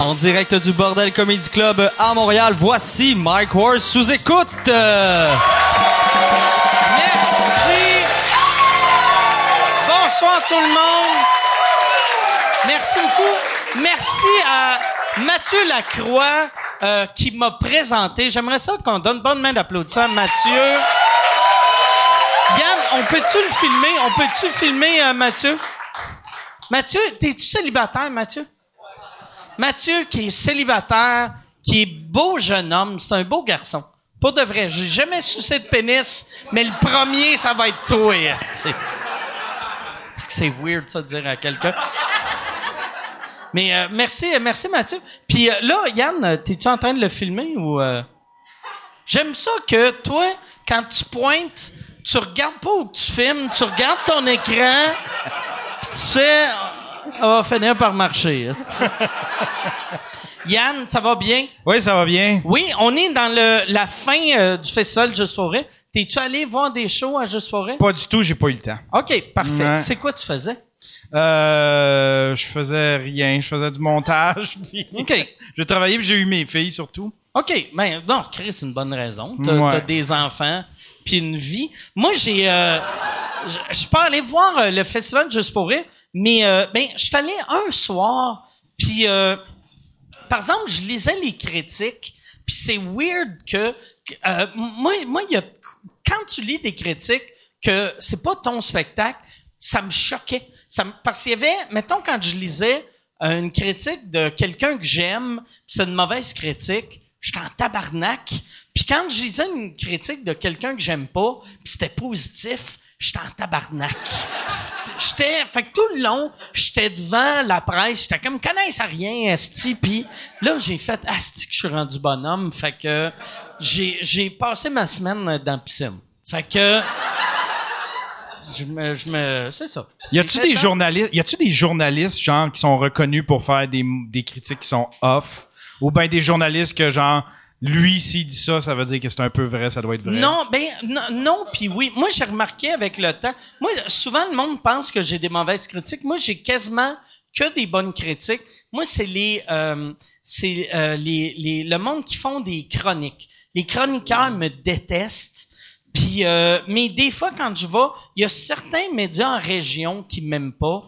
En direct du Bordel Comedy Club à Montréal, voici Mike Ward sous écoute. Euh, Merci. Bonsoir tout le monde. Merci beaucoup. Merci à Mathieu Lacroix euh, qui m'a présenté. J'aimerais ça qu'on donne bonne main d'applaudissement à Mathieu. Yann, on peut-tu le filmer? On peut-tu filmer euh, Mathieu? Mathieu, t'es-tu célibataire, Mathieu? Mathieu, qui est célibataire, qui est beau jeune homme, c'est un beau garçon. Pas de vrai, j'ai jamais soucié de pénis, mais le premier, ça va être toi. esti. C'est que c'est weird, ça, de dire à quelqu'un. Mais euh, merci, euh, merci Mathieu. Puis euh, là, Yann, euh, t'es-tu en train de le filmer ou... euh? J'aime ça que toi, quand tu pointes, tu regardes pas où tu filmes, tu regardes ton écran, puis tu fais... On va finir par marcher. esti. Yann, ça va bien? Oui, ça va bien. Oui, on est dans le, la fin euh, du festival Juste Forêt. T'es-tu allé voir des shows à Juste Forêt? Pas du tout, j'ai pas eu le temps. OK, parfait. Ouais. C'est quoi tu faisais? Euh, je faisais rien, je faisais du montage. Puis OK. J'ai travaillé, puis j'ai eu mes filles surtout. OK, ben non, Chris, c'est une bonne raison. T'as Ouais. t'as des enfants, puis une vie. Moi, j'ai... euh, je- je suis pas allé voir euh, le festival Juste pour rire, mais euh, ben, je suis allé un soir, puis... euh, par exemple, je lisais les critiques, puis c'est weird que... que, euh, moi, moi, il y a... Quand tu lis des critiques, que c'est pas ton spectacle, ça me choquait. Ça me- parce qu'il y avait... Mettons, quand je lisais euh, une critique de quelqu'un que j'aime, puis c'est une mauvaise critique, j'étais en tabarnak. Puis quand je lisais une critique de quelqu'un que j'aime pas, puis c'était positif, j'étais en tabarnak. C'était- J'étais, fait que tout le long, j'étais devant la presse, j'étais comme, connaisse à rien, esti, puis là, j'ai fait, asti que je suis rendu bonhomme, fait que j'ai, j'ai passé ma semaine dans la piscine. Fait que, je me, je me, c'est ça. Y a-tu J'ai fait des un- journalistes, y a-tu des journalistes genre qui sont reconnus pour faire des, des critiques qui sont off, ou ben des journalistes que genre lui s'il dit ça, ça veut dire que c'est un peu vrai, ça doit être vrai. Non, ben non, non puis oui. Moi, j'ai remarqué avec le temps. Moi, souvent le monde pense que j'ai des mauvaises critiques. Moi, j'ai quasiment que des bonnes critiques. Moi, c'est les, euh, c'est euh, les, les, le monde qui font des chroniques. Les chroniqueurs me détestent. Puis, euh, mais des fois, quand je vais, il y a certains médias en région qui m'aiment pas.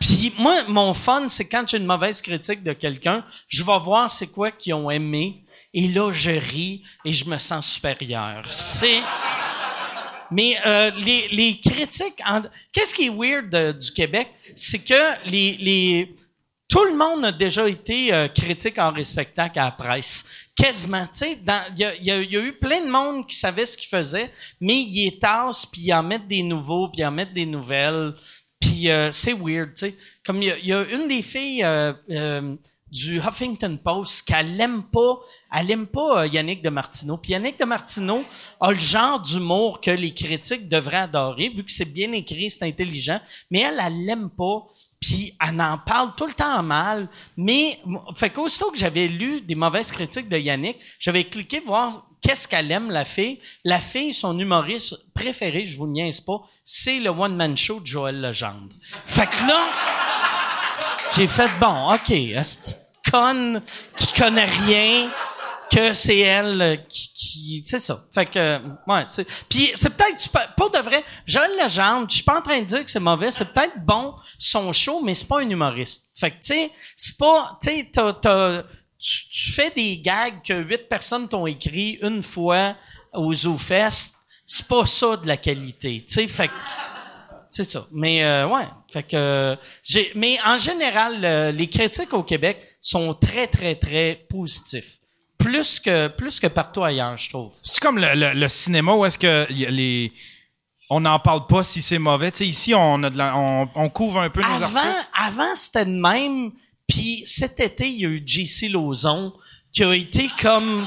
Puis moi, mon fun, c'est quand j'ai une mauvaise critique de quelqu'un, je vais voir c'est quoi qu'ils ont aimé. Et là, je ris et je me sens supérieur. C'est... Mais euh, les, les critiques... En... Qu'est-ce qui est weird euh, du Québec? C'est que les, les... Tout le monde a déjà été euh, critique en respectant à la presse. Quasiment, tu sais, dans- il y a, il y a- il y a eu plein de monde qui savait ce qu'ils faisaient, mais ils les tassent, puis ils en mettent des nouveaux, puis ils en mettent des nouvelles. Puis euh, c'est weird, tu sais. Comme il y a- il y, a une des filles euh, euh, du Huffington Post qu'elle aime pas, elle aime pas euh, Yannick de Martineau. Puis Yannick de Martineau a le genre d'humour que les critiques devraient adorer, vu que c'est bien écrit, c'est intelligent. Mais elle, elle l'aime pas. Puis elle en parle tout le temps en mal. Mais fait qu'aussitôt que j'avais lu des mauvaises critiques de Yannick, j'avais cliqué voir qu'est-ce qu'elle aime, la fille. La fille, son humoriste préféré, je vous niaise pas, c'est le one-man show de Joël Legendre. Fait que là, j'ai fait bon, OK, à cette conne qui connaît rien, que c'est elle euh, qui. qui c'est ça. Fait que. euh, Ouais, c'est. Puis c'est peut-être. du pa- Pas de vrai. Joël Legendre, je suis pas en train de dire que c'est mauvais, c'est peut-être bon son show, mais c'est pas un humoriste. Fait que, tu sais, c'est pas. Tu sais, t'as- t'as- tu, tu fais des gags que huit personnes t'ont écrit une fois au Zoo Fest. C'est pas ça de la qualité. Tu sais, fait que. C'est ça. Mais euh, ouais, fait que euh, j'ai mais en général euh, les critiques au Québec sont très très très positifs. Plus que plus que partout ailleurs, je trouve. C'est comme le, le- le cinéma où est-ce que y a les on n'en parle pas si c'est mauvais. Tu sais, ici on a de la- on, on couvre un peu nos Avant artistes. avant c'était de même, puis cet été il y a eu JC Lauzon qui a été comme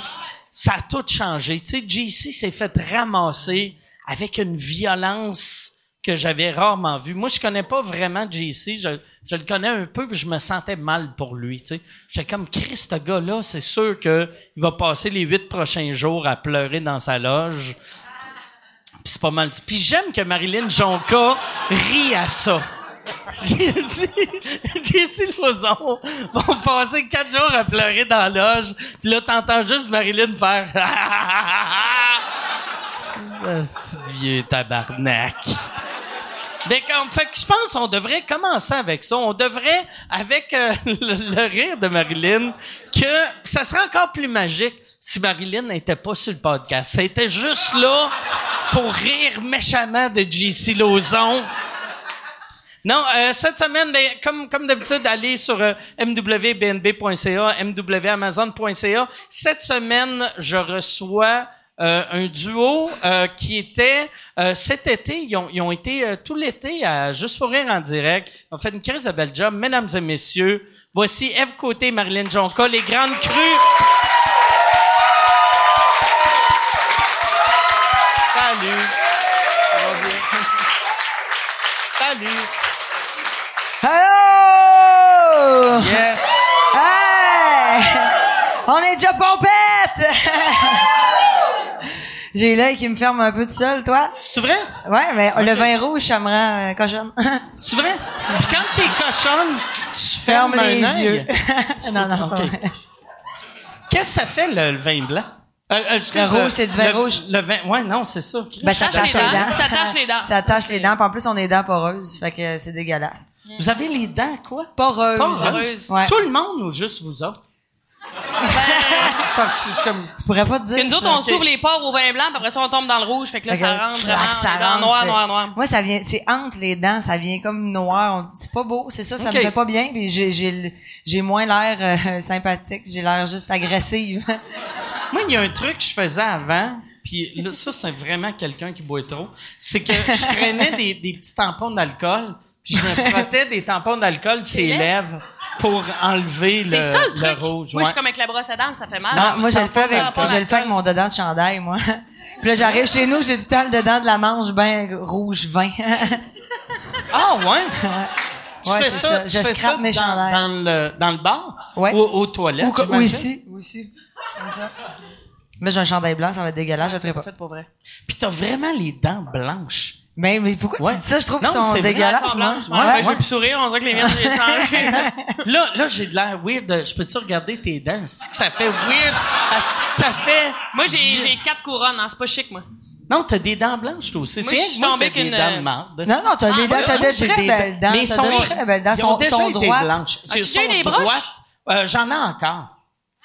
ça a tout changé. Tu sais JC s'est fait ramasser avec une violence que j'avais rarement vue. Moi, je connais pas vraiment JC. Je, je le connais un peu, puis je me sentais mal pour lui. tu sais. J'étais comme, Chris, ce gars-là, c'est sûr que il va passer les huit prochains jours à pleurer dans sa loge. Puis c'est pas mal. Puis j'aime que Marilyn Jonca rit à ça. J'ai dit, JC Lauzon vont passer quatre jours à pleurer dans la loge, puis là, t'entends juste Marilyn faire Ah, C'est un vieux tabarnak. Mais Ben, comme, fait que je pense qu'on devrait commencer avec ça. On devrait, avec euh, le, le rire de Marilyn, que ça serait encore plus magique si Marilyn n'était pas sur le podcast. Ça était juste là pour rire méchamment de JC Lauzon. Non, euh, cette semaine, ben, comme, comme d'habitude, allez sur euh, mwbnb.ca, mwamazon.ca. Cette semaine, je reçois euh, un duo euh, qui était euh, cet été, ils ont, ils ont été euh, tout l'été à Juste pour rire en direct. Ils ont fait une crise de bel job. Mesdames et messieurs, voici Eve Côté et Marilyn Jonca, les grandes crues. Salut. Ça va bien? Salut. Allô! Yes. Hey! On est déjà pompette! J'ai l'œil qui me ferme un peu tout seul, toi? C'est vrai? Ouais, mais le vin rouge, ça me rend euh, cochonne. C'est vrai? Puis quand t'es cochonne, tu fermes ferme un les œil. yeux. non, non, Ok. pas vrai. Qu'est-ce que ça fait, le, le vin blanc? Euh, euh, excuse, Le rouge, euh, c'est du vin le- rouge. Le vin, ouais, non, c'est ça. Ben, ça Ça tache les dents. Ça tache les dents. Ça tache les dents. puis en plus, on est dents poreuses. Fait que euh, c'est dégueulasse. Vous avez les dents, quoi? Poreuses. Poreuses. Ouais. Ben, Tout le monde ou juste vous autres? Parce que c'est comme... Je pourrais pas te dire. Que nous autres, ça. on s'ouvre les pores au vin blanc, puis après ça, on tombe dans le rouge. Fait que là, Fait que ça là, rentre clac, vraiment ça dans rentre, le noir, c'est- noir, noir. Moi, ça vient, c'est entre les dents, ça vient comme noir. on- C'est pas beau, c'est ça, ça Ok. me fait pas bien. Puis j'ai, j'ai, le- j'ai moins l'air euh, sympathique, j'ai l'air juste agressive. Moi, il y a un truc que je faisais avant, puis là, ça, c'est vraiment quelqu'un qui boit trop. C'est que je traînais des, des petits tampons d'alcool, puis je me frottais des tampons d'alcool sur les Les lèvres pour enlever le, C'est ça le le truc. rouge. Moi, je ouais. suis comme avec la brosse à dents, ça fait mal. Non, moi, je le fais avec, Ah, pas je le fais avec d'alcool. mon dedans de chandail, moi. Puis là, j'arrive chez nous, j'ai du temps le dedans de la manche, ben rouge vin. Ah ouais? Tu Ouais, fais c'est ça, ça. tu Je fais scrape ça mes dans, chandails. dans le, dans le bar? Ouais. Ou aux toilettes? ou, co- ou j'imagine? ici, ou ici. Comme ça. Mais j'ai un chandail blanc, ça va être dégueulasse, je le ferai pas. Faites pour vrai. Puis t'as vraiment les dents blanches. Mais, mais pourquoi Ouais. tu dis ça? Je trouve Non, qu'ils c'est sont vrai, dégueulasses, moi. blanche. Ouais. ben, Je vais plus sourire, on dirait que les miennes, j'ai changé. Là, là, j'ai de l'air weird. Je peux-tu regarder tes dents? Est-ce que ça fait weird? Est-ce que ça fait... Moi, j'ai j'ai quatre couronnes, hein, c'est pas chic, moi. Non, t'as des dents blanches, toi aussi. Moi, C'est je rien que suis moi qui tombée ai des qu'une, dents de euh, marde. Non, non, t'as des dents, t'as Moi, des j'ai très belles dents. Mais ils t'as sont de très belles dents. Ils ont Sont, déjà sont été droites. blanches. As-tu Sont déjà eu des broches? droites. Euh, J'en ai encore.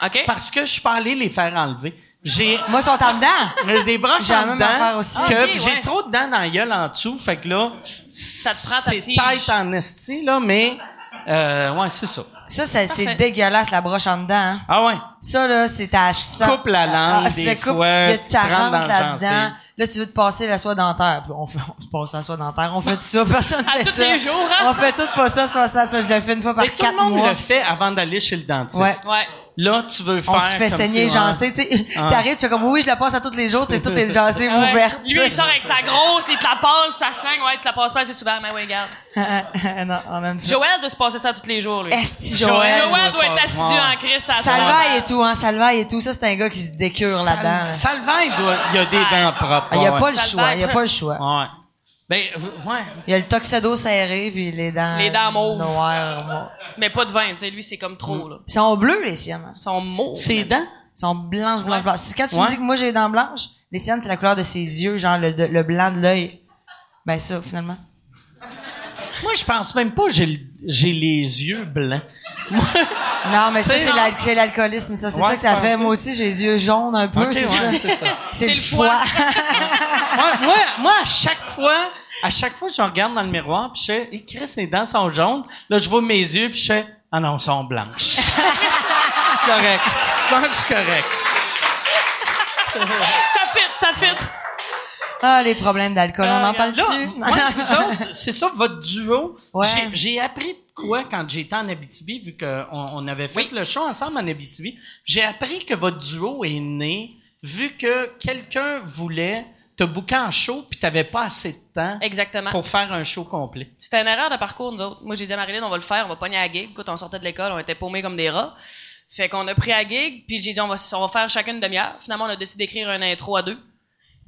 OK? Parce que je suis pas allé les faire enlever. J'ai... Moi, ils sont en dedans. Mais des broches J'ai la en même dedans, affaire aussi. que Ah, ok, j'ai ouais. trop de dents dans la gueule en dessous, fait que là, ça te prend ta c'est tige. tight en esti, là, mais, euh, ouais, c'est ça. Ça, ça- c'est Parfait. dégueulasse, la broche en dedans. hein. Ah ouais. Ça, là, c'est ta sang- coupes la langue, des ça coupe, fois, là, tu ça te rentres rentre dans le là-dedans. gencive. Là, tu veux te passer la soie dentaire. Puis On, fait, on se passe la soie dentaire. On fait tout ça. Personne À fait tous ça. les jours, hein? On fait tout pas ça, soit ça. ça, Je l'ai fait une fois par Mais tout quatre le monde mois. le fait avant d'aller chez le dentiste. Ouais. Ouais. Là, tu veux faire On se fait comme saigner les si, ouais. Ah. gencives. Tu sais, t'arrives, tu fais comme, oui, je la passe à tous les jours. T'es toutes les gencives Ouais. ouvertes. Lui, il sort avec sa grosse, il te la passe, ça saigne, ouais, il te la passe pas assez souvent, mais ouais, regarde. Ah, non, on aime ça. Joël doit se passer ça tous les jours, lui. Esti, Joël, Joël. doit être assidu Ouais. en crise à ça. Salvaille et tout, hein. Salvaille et tout. Ça, c'est un gars qui se décure Sal- là-dedans. là. Ah, Salvaille doit, il y a des dents propres. Il y a ouais. pas le Salvaille. choix. Il y a pas le choix. Ouais. Ben, euh, ouais. Il y a le tuxedo serré puis les dents. Les dents mauves. Noires. mauves. Mais pas de vin, tu sais, lui, c'est comme trop, là. Ils sont bleus, les siennes. hein. Ils sont mauves. Ses dents? Ils sont blanches, blanches, blanches. C'est Quand tu Ouais. me dis que moi j'ai les dents blanches, les siennes, c'est la couleur de ses yeux, genre le, le blanc de l'œil. Ben ça, finalement. Moi, je pense même pas, que j'ai, le- j'ai les yeux blancs. Moi, Non, mais ça, C'est- c'est l'al- c'est l'alcoolisme, ça. C'est Ouais, ça que ça je fait. pense. Moi aussi, j'ai les yeux jaunes un peu. Ok, c'est ouais, ça. c'est ça. C'est le le foie. foie. moi, moi, moi, à chaque fois, à chaque fois, je me regarde dans le miroir, puis je fais, Eh, Chris, mes dents sont jaunes. Là, je vois mes yeux, puis je fais, ah non, elles sont blanches. correct. Je pense que je suis correct. Ça fit, ça fit. ah, les problèmes d'alcool, on en Euh, parle Là, dessus. moi, vous autres, c'est ça votre duo. Ouais. J'ai- J'ai appris de quoi quand j'étais en Abitibi, vu qu'on on avait fait le show ensemble en Abitibi. J'ai appris que votre duo est né vu que quelqu'un voulait te bouquer en show puis t'avais pas assez de temps Exactement. pour faire un show complet. C'était une erreur de parcours, nous autres. Moi, j'ai dit à Marilyn, on va le faire, on va pogner à la gig. Écoute, on sortait de l'école, on était paumés comme des rats. Fait qu'on a pris à la gig, puis j'ai dit, on va, on va faire chacune une demi-heure. Finalement, on a décidé d'écrire un intro à deux.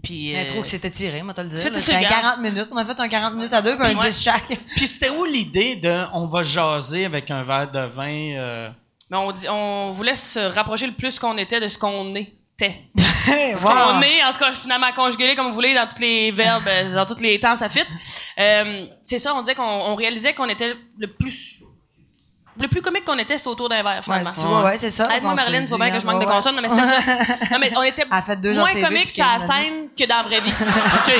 Puis, Mais euh, trop que c'était tiré, moi, te le dire. C'était là. C'était un tiré. 40 minutes. On a fait un 40 minutes à deux, puis un hein. Ouais. 10 chaque. Puis c'était où l'idée de on va jaser avec un verre de vin? euh? mais on, dit- on voulait se rapprocher le plus qu'on était de ce qu'on était. Hey, Parce qu'on est, en tout cas, finalement, conjugué comme vous voulez, dans tous les verbes, euh, dans tous les temps, ça fit. Euh, c'est ça, on disait qu'on on réalisait qu'on était le plus. Le plus comique qu'on était, c'était autour d'un verre, Ouais, finalement. tu vois, ouais, c'est ça. Aide-moi, qu'on se Marlène, dit, faut bien que je manque de hein, ouais. consonnes. Non, mais c'était ça. Non, mais on était Elle fait deux ans moins ses vues, comique puis sur la qu'elle est scène que dans la vraie vie. OK.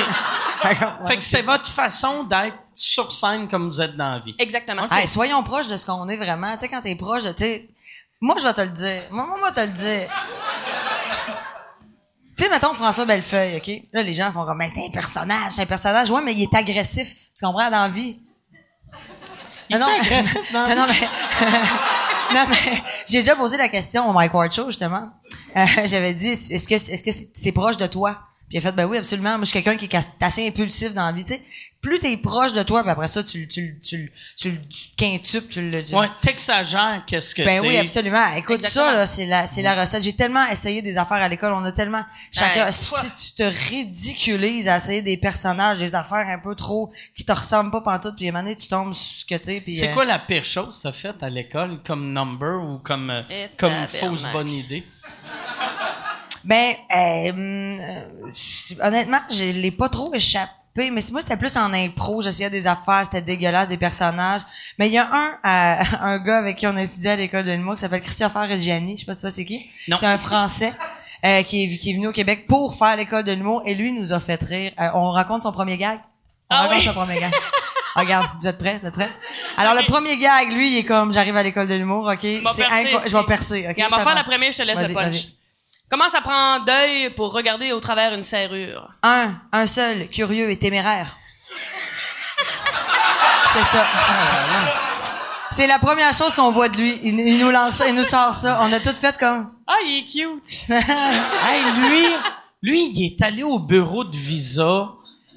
D'accord. fait que c'est votre façon d'être sur scène comme vous êtes dans la vie. Exactement. Hey, soyons proches de ce qu'on est vraiment. Tu sais, quand t'es proche de, tu sais, moi, je vais te le dire. Moi, moi, moi, te le dire. tu sais, mettons François Bellefeuille, OK? Là, les gens font comme, mais c'est un personnage, c'est un personnage. Ouais, mais il est agressif. Tu comprends, dans la vie. Il est agressif dans la non, mais, non, mais j'ai déjà posé la question au Mike Ward Show, justement. Euh, J'avais dit, est-ce que est-ce que c'est c'est proche de toi? Puis il a fait, ben oui, absolument. Moi, je suis quelqu'un qui est cas- assez impulsif dans la vie, tu sais. Plus t'es proche de toi, puis après ça, tu, le- tu, le- tu, le- tu, le- tu le quintuples, tu le... tu- Ouais, t'exagères qu'est-ce que ben t'es. oui, absolument. Écoute, ça, Exactement. là, c'est la, c'est la recette. J'ai tellement essayé des affaires à l'école. On a tellement, chacun, Ouais, si toi. tu te ridiculises à essayer des personnages, des affaires un peu trop, qui te ressemblent pas pantoute, puis à un moment donné, tu tombes sur ce que t'es, puis... C'est euh, quoi la pire chose que t'as faite à l'école comme number ou comme, euh, Et comme tabarnak. fausse bonne idée? Ben, euh, hum, euh, c'est- honnêtement, je l'ai pas trop échappé. Mais c'est- moi, c'était plus en impro. J'essayais des affaires, c'était dégueulasse, des personnages. Mais il y a un, euh, un gars avec qui on a étudié à l'école de l'humour qui s'appelle Christopher Reggiani. Je sais pas si tu vois c'est qui. Non. C'est un Français euh, qui, est, qui est venu au Québec pour faire l'école de l'humour. Et lui, nous a fait rire. Euh, on raconte son premier gag. On Ah raconte oui. son premier gag. Ah, Regarde, vous êtes prêts? Vous êtes prêts? Alors, le premier gag, lui, il est comme, j'arrive à l'école de l'humour, OK? m'a C'est percé, inco- c'est- Je vais percer, OK? Regarde, C'est ma faire important. la première, je te laisse Vas-y, le punch. vas-y. Comment ça prend deuil pour regarder au travers une serrure? Un, un seul, curieux et téméraire. C'est ça. C'est la première chose qu'on voit de lui. Il, il nous lance ça, il nous sort ça. On a tout fait comme. Ah, il est cute! Hey, lui, lui, il est allé au bureau de visa.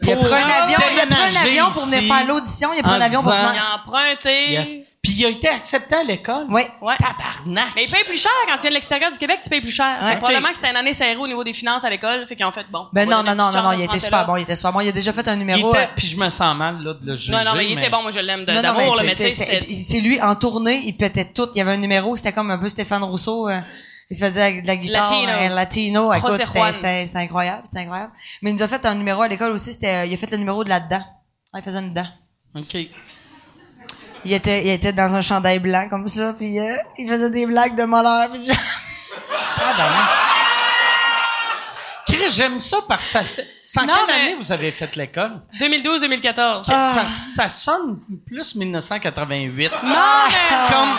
Il a pris un avion, il a pris un déménager avion pour venir ici. faire l'audition, il a pris un en avion pour disant- Il venir. a emprunté. Yes. Puis il a été accepté à l'école? Oui. Ouais. Tabarnak! Mais il paye plus cher quand tu viens de l'extérieur du Québec, tu payes plus cher. Fait que Ok. Probablement que c'était une année serrée au niveau des finances à l'école, fait qu'ils ont fait bon. Ben on non, va non, donner une non, petite non, non, chance il à ce était super enfant-là. bon, il était super bon. Il a déjà fait un il numéro. était, euh, puis je me sens mal, là, de le juger. Non, non, mais il était bon, moi je l'aime de- non, non, d'amour, là, mais mais tu sais, c'est- c'était. c'est c'est lui en tournée, il pétait tout. Il y avait un numéro, c'était comme un peu Stéphane Rousseau. euh, il faisait de la guitare Latino. euh, latino. Écoute, José c'était- Juan. c'était c'était incroyable, c'était incroyable. Mais il nous a fait un numéro à l'école aussi. C'était, euh, il a fait le numéro de là-dedans. Ah, il faisait une dent. OK. Il était, il était dans un chandail blanc comme ça, puis euh, il faisait des blagues de malheur. Puis genre... Chris, j'aime ça parce que ça fait... C'est en Non, quelle mais- année vous avez fait l'école? 2012-2014. Ah! Parce que ça sonne plus 1988. Non, Ah! mais. Comme...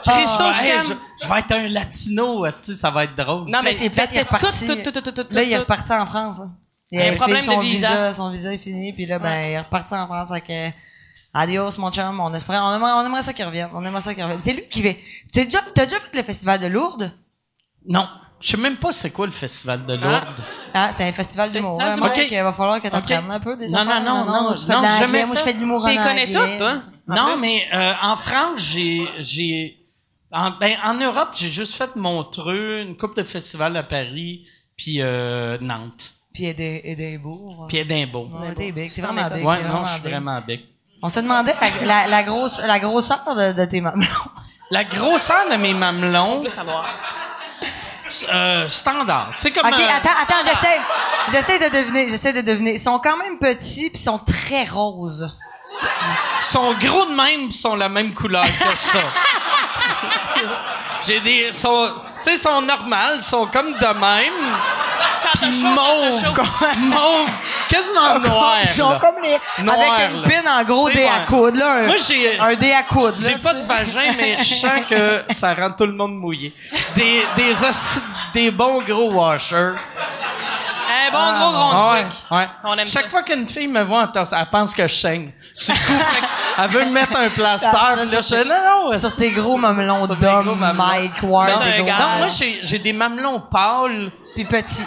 Christo, Ah, je hey, t'aime. je, je vais être un latino, esti, ça va être drôle. Non, mais c'est plate, il est était tout, reparti. tout, tout, tout, tout, tout, là, il est tout. reparti en France. hein. Il Un a problème fait son de visa. Son visa est fini, puis là, ben, il est reparti en France. Fait que, adios, mon chum. On, espère, on, aimerait, on aimerait ça qu'il revienne. On aimerait ça qu'il revienne. C'est lui qui fait. T'as déjà, t'as déjà fait le festival de Lourdes? Non, je sais même pas c'est quoi le festival de Lourdes. Ah, c'est un festival d'humour. Festival hein, d'humour. Mike, Ok. il va falloir que t'apprennes Ok. un peu des Non, affaires. non, non, non, tu fais de non, l'anglais. jamais Moi, je fait. fais de l'humour en T'es anglais. connais toutes, toi? En Non, plus. mais euh, en France, j'ai j'ai en, ben, en Europe, j'ai juste fait Montreux, une coupe de festivals à Paris, puis euh, Nantes, Puis il y a des, il y a des beaux. hein. puis Édimbourg. Ouais, t'es big. C'est C'est vraiment en big. ouais, c'est non, je suis big. vraiment big. On se demandait la, la, la grosse, la grosseur de, de tes mamelons. La grosseur de mes Je mamelons, veux savoir. euh, standard. Tu sais comme OK, euh, attends, attends, j'essaie. J'essaie de deviner, j'essaie de deviner. Ils sont quand même petits puis ils sont très roses. sont gros de même, pis sont la même couleur que ça. J'ai des sont tu sais sont normales, sont comme de même. Quand t'as Puis chaud, quand t'as mauve, chaud. comme- mauve. Qu'est-ce qu'on noir? Ils sont là? comme les, avec une là. pine en gros C'est dé à vrai. coude, là. Un, Moi, j'ai- un dé à coude, là, J'ai tu pas de sais. vagin, mais je sens que ça rend tout le monde mouillé. Des, des, hosties- des bons gros washers. Un bon gros gros Ah Ouais, truc. ouais. On aime Chaque ça. fois qu'une fille me voit en torse, elle pense que je saigne. Sur le coup, fait que elle veut me mettre un plaster. Ah, puis là, ça, je fais, non, non. Sur tes gros mamelons Sur mes gros d'homme, mamelons. Mike Ward, Non, des un gros gars. Non, moi, j'ai j'ai des mamelons pâles. puis petits.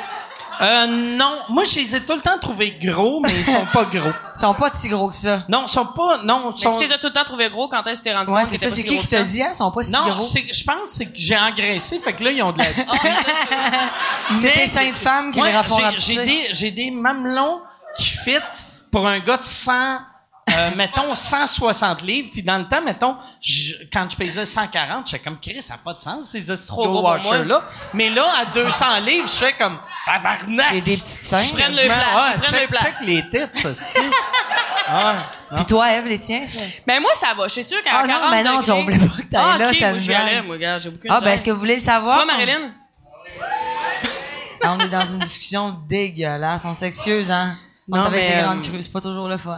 Euh, non, moi, je les ai tout le temps trouvés gros, mais ils sont pas gros. Ils sont pas si gros que ça. Non, ils sont pas. Non, ils Mais si sont. t'es tout le temps trouvé gros, quand est-ce que tu t'es rendu Ouais, compte c'est qu'ils ça. C'est étaient pas qui si qui gros te que ça? dit, hein? Ils sont pas si Non, gros. c'est- je pense que c'est que j'ai engraissé, fait que là, ils ont de la. C'est Mais- tes seins de femme qui Ouais, les rapportent à j'ai- J'ai pisser. des, j'ai des mamelons qui fit pour un gars de 100, euh, mettons 160 livres. Puis dans le temps, mettons, je- quand je pesais 140, j'étais comme, Chris, ça n'a pas de sens, ces Trop gros estrogo pour washers-là. Mais là, à 200 livres, je fais comme, tabarnak! J'ai des petites seins. Je Prennent me- leur place, ouais, ils prennent check, leur place. check les têtes, ça, c'est Puis toi, Eve, les tiens? ça? Mais moi, ça va. Je suis sûre qu'à Ah non, 40 ben non, degrés- on voulait pas que t'ailles Ah, là, ok, c'était moi, une j'y allais, blague. moi, regarde, j'ai aucune Ah, ben, gêne. est-ce que vous voulez le savoir? Toi, Marilyn? Non, Ah, on est dans une discussion dégueulasse. On s'excuse, hein? On Non, est avec mais, les grandes euh, crues. C'est pas toujours le fun.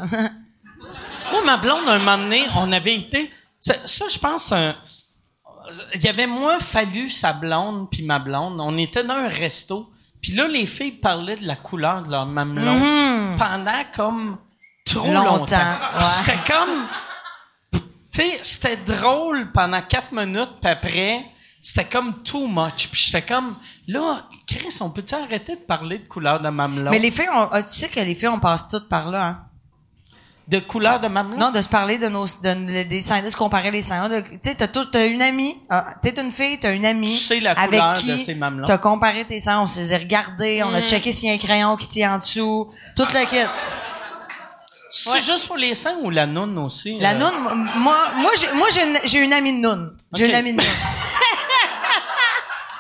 Moi, ma blonde, un moment donné, on avait été. Ça, ça, je pense, un- il y avait moins fallu sa blonde puis ma blonde. On était dans un resto. Puis là, les filles parlaient de la couleur de leur mamelon pendant comme trop Mm-hmm. Longtemps, longtemps. ouais. C'était comme. Tu sais, c'était drôle pendant quatre minutes, puis après, c'était comme too much. Puis j'étais comme, là, Chris, on peut-tu arrêter de parler de couleur de mamelon? Mais les filles, on- ah, tu sais que les filles, on passe toutes par là, hein? De couleur de mamelon? Non, de se parler de nos, de, des seins, de se comparer les seins. De- Tu sais, t'as tout- t'as une amie, ah, t'es une fille, t'as une amie. Tu sais la avec couleur qui de ces Mm. mamelons. T'as comparé tes seins, on s'est regardés, on a checké s'il y a un crayon qui tient en dessous. Tout le kit. C'est juste pour les seins ou la noune aussi? La euh? noune, m- moi, moi, j'ai, moi, j'ai une, j'ai une amie de noune. J'ai Ok. une amie de noune.